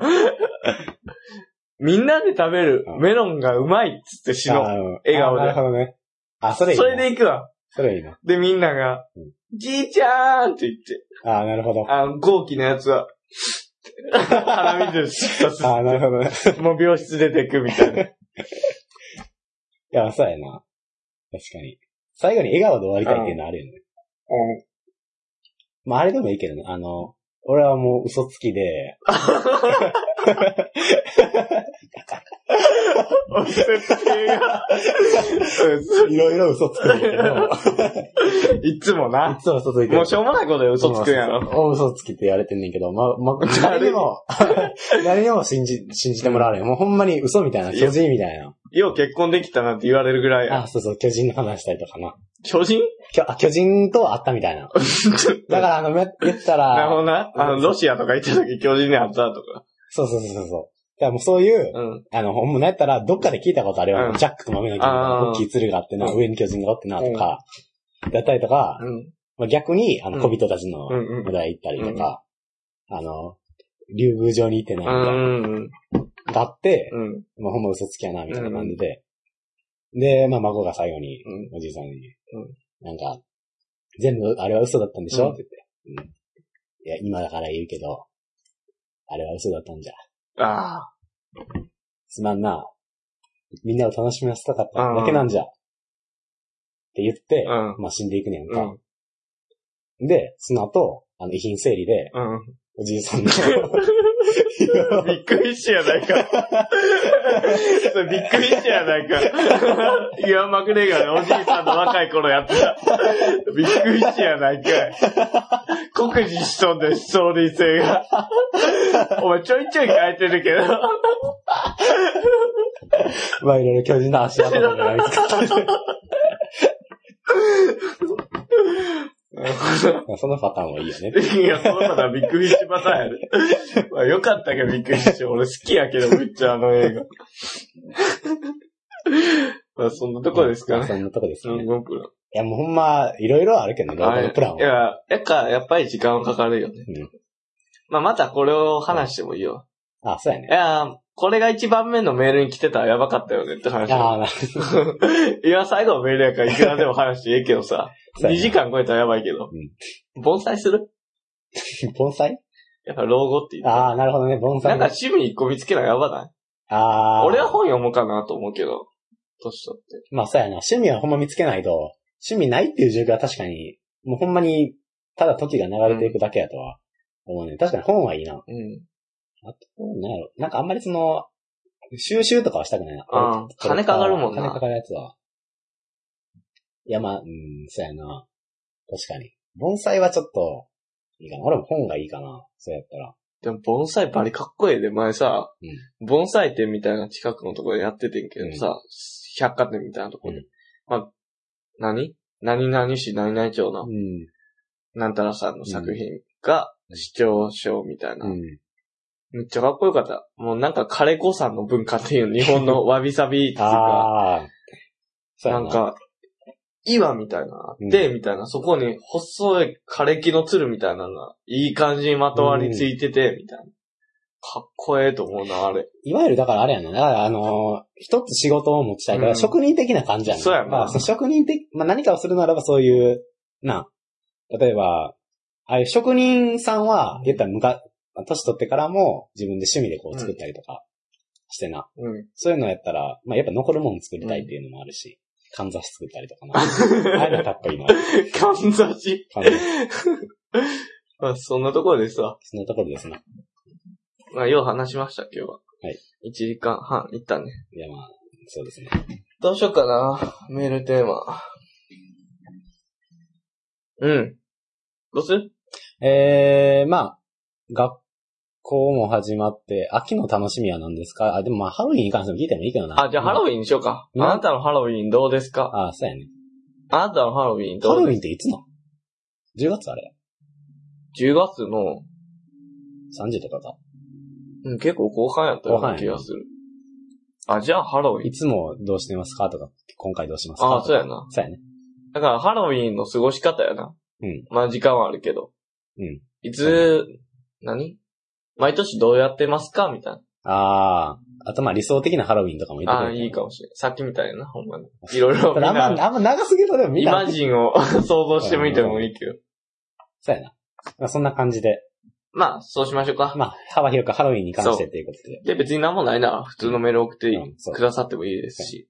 A: みんなで食べるメロンがうまいっつって死のう。
B: あうん
A: 笑顔で
B: あなるほどね。あ、それいい
A: そ
B: な。
A: れで行くわ。
B: それいいな。
A: で、みんなが
B: うん、
A: じいちゃーんって言って、
B: ああ、なるほど。あ
A: あの、豪気なやつ は、鼻水シュッとす
B: あ、なるほどね。
A: もう病室出てくみたい な。
B: いや、そうやな。確かに。最後に笑顔で終わりたいっていうのはあるよね。まあ、あれでもいいけどね。あの、俺はもう嘘つきで、
A: お設定が。
B: いろいろ嘘つくんだけ ど、
A: いつも
B: い
A: な。
B: つも嘘ついてる
A: もうしょうもないことで嘘つくんやろ。
B: ろ。嘘つきって言われてんねんけど、ま、ま、 誰にも、誰にも信じ、信じてもらわれん。もうほんまに嘘みたいな、巨人みたいな。
A: よう結婚できたなって言われるぐらいや。
B: あ、そうそう、巨人の話したりとかな。
A: 巨 人
B: きょあ巨人とは会ったみたいな。だから、あの、め言った ら、
A: なるほどな。あの、ロシアとか行った時巨人に会ったとか。
B: そうそうそうそうそう。だからもうそういう、
A: うん。
B: あの、ほんまなんやったら、どっかで聞いたことあるよ。
A: うん
B: ジャックと豆の木みたい
A: あー
B: な大きい鶴があってな、
A: うん
B: 上に巨人がおってな、とか、だったりとか、
A: うん。
B: まあ、逆に、あ
A: う
B: の、
A: ん
B: 小人たちの
A: うん
B: お題行ったりとか、あの、竜宮城に行ってな、み
A: う
B: たい
A: ん。うん。
B: ながあって、
A: うん。
B: まあ、ほんま嘘つきやな、みたいな感じで。で、まあ、孫が最後に、おじいさんに、なんか、全部、あれは嘘だったんでしょ、
A: うん
B: って言って、うん。いや、今だから言うけど、あれは嘘だったんじゃ。
A: あ
B: すまんな。みんなを楽しみませたかっただけなんじゃ。って言って、
A: う
B: まあ死んでいくねん
A: あ。う
B: か
A: ん。。
B: で、その後、あの、遺品整理で、
A: う
B: おじ いさんの、
A: ん。びっくりしてやないか。それびっくりしてやないか。岩幕レガのおじいさんの若い頃やってた。びっくりしてやないかい。酷似しとんで、ストーリー性が。お前ちょいちょい変えてるけど。
B: まあいろいろ巨人の足跡とかが見つかっててまあそのパターンもいいよね。
A: いや、そうだな、びっくりしパターンやで。まあ、よかったけどびっくりして、俺好きやけど、めっちゃあの映画。まあ、そんなとこですかね。
B: そんなとこです
A: う
B: ね。
A: ん、ご苦労
B: いや、もうほんま、いろいろあるけどね、老後のプラン
A: あ
B: は。
A: いや、やっぱ、やっぱり時間はかかるよね。
B: うん
A: まあ、またこれを話してもいいよ。
B: あ、そうや
A: い
B: ね。
A: やー、これが一番目のメールに来てたらやばかったよねって話。
B: ああ、な
A: いや、最後のメールやからいくらでも話してええけどさ。
B: そう
A: 2
B: や
A: 時間超えたらやばいけど。盆栽する
B: ね盆栽
A: やっぱ老後って言う。
B: ああ、なるほどね、盆
A: な
B: 栽
A: ん
B: ね。
A: か趣味一個見つけならやばない
B: ああ。
A: 俺は本読もうかなと思うけど。年取って。
B: まあそうやな。趣味はほんま見つけないと、趣味ないっていう状況は確かに、もうほんまに、ただ時が流れていくだけやとは思うね。確かに本はいいな。
A: うん。
B: あと、なんやろ。なんかあんまりその、収集とかはしたくないな。
A: うん
B: コレク
A: 金
B: ター
A: かかるもんな
B: 金かかるやつは。いや、まあ、うん、そうやな。確かに。盆栽はちょっと、いいかな。俺も本がいいかな。そうやったら。
A: でも盆栽バリかっこええで、前さ、盆栽店みたいな近くのところでやっててんけどさ、百貨店みたいなところで。
B: うん
A: まあ、何何々市何々町の、
B: うん。
A: なんたらさんの作品が、視聴賞みたいな、
B: うん。
A: めっちゃかっこよかった。もうなんかカレコさんの文化っていう日本のわびさびっていうか、
B: ああ。そうや
A: なんか、岩みたいな、
B: うん
A: で、みたいな、そこに細い枯れ木のつるみたいなのが、いい感じにまとわりついてて、みたいな。かっこええと思うな、あれ。
B: いわゆるだからあれやな。だからあのー一つ仕事を持ちたいか
A: うん
B: ら、職人的な感じやな。
A: そうやな
B: まあ、その職人的、まあ何かをするならばそういう、な、例えば、ああいう職人さんは、言ったらむか、年取ってからも自分で趣味でこう作ったりとかしてな。
A: うん。
B: そういうのやったら、まあやっぱ残るもの作りたいっていうのもあるし、かんざし作ったりと かな。ああいうのかっこいいな。
A: かんざし。
B: かんざし
A: まあ、そんなところでさ、
B: そのところですな。
A: まあ、よう話しました、今日は。
B: はい。
A: 1時間半、いったね。
B: いやまあ、そうですね。
A: どうしようかな。メールテーマ。うん。どうする
B: えー、まあ、学校も始まって、秋の楽しみは何ですかあ、でもまあ、ハロウィンに関しても聞いてもいいけどな。
A: あ、じゃあハロウィンにしようか。あ
B: うん
A: なたのハロウィンどうですか
B: あ、そうやね。
A: あなたのハロウィン
B: ハ
A: ど
B: ロ
A: う
B: ウ
A: で
B: ィンっていつの ?10 月あれ
A: 10月の、
B: ?30 とかか。
A: うん、結構後半やったよう
B: 後半
A: な
B: や
A: 気がする。あ、じゃあハロウィ
B: い
A: ン。
B: つもどうしてますかとか、今回どうしますか
A: あ
B: とか
A: そうやな。
B: そうやね。
A: だからハロウィンの過ごし方やな。
B: うん。
A: まあ時間はあるけど。
B: うん。
A: いつ、何毎年どうやってますかみたい
B: あー、あとまあ理想的なハロウィンとかも言
A: な。
B: ってく
A: あ
B: れ
A: あ、
B: る
A: いいかもしれん。さっきみたいな、ほんまに。いろいろ
B: あ。んま、
A: みんな
B: あんま長すぎるとでもみ
A: イ
B: んな
A: マ。ジンを 想像してみてもいいけど。
B: そうやな。まあそんな感じで。
A: まあ、そうしましょうか。
B: まあ、幅広くハロウィンに関してっていうことで。
A: で、別に何もないなら、普通のメール送っていい
B: うんそう
A: くださってもいいですし。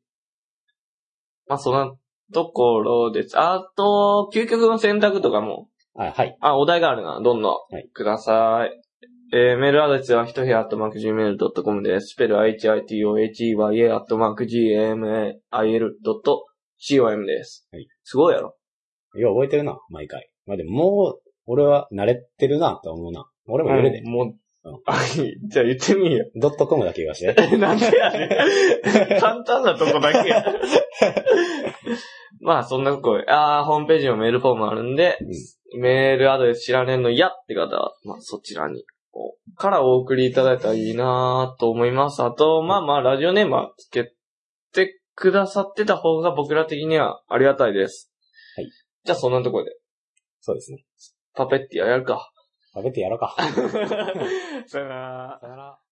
A: まあ、そんなところです。あと、究極の選択とかも、
B: あ、はい。
A: あ、お題があるな、どんどん
B: はい
A: ください。えー、メールアドレスは、ひとへアットマーク Gmail.com です。スペル hitohey アットマーク gmail.com です。
B: はい
A: すごいやろ。
B: よう覚えてるな、毎回。まあでももう、俺は慣れてるな、と思うな。俺も夜で
A: うん。もう
B: うん、
A: あ じゃあ言ってみよう
B: ドットコムだけ言わして。
A: えなんでやね ん。簡単なとこだけや。 まあ、そんなとこ、ああ、ホームページのメールフォームあるんで、メールアドレス知らねえのやって方は、まあ、そちらに、こうからお送りいただいたらいいなと思います。あと、まあまあ、ラジオネームはつけてくださってた方が僕ら的にはありがたいです。
B: はい。
A: じゃあ、そんなとこで、
B: そうですね。
A: パペッティアやるか。
B: 食べてやろうか。
A: さよなら。
B: さよなら。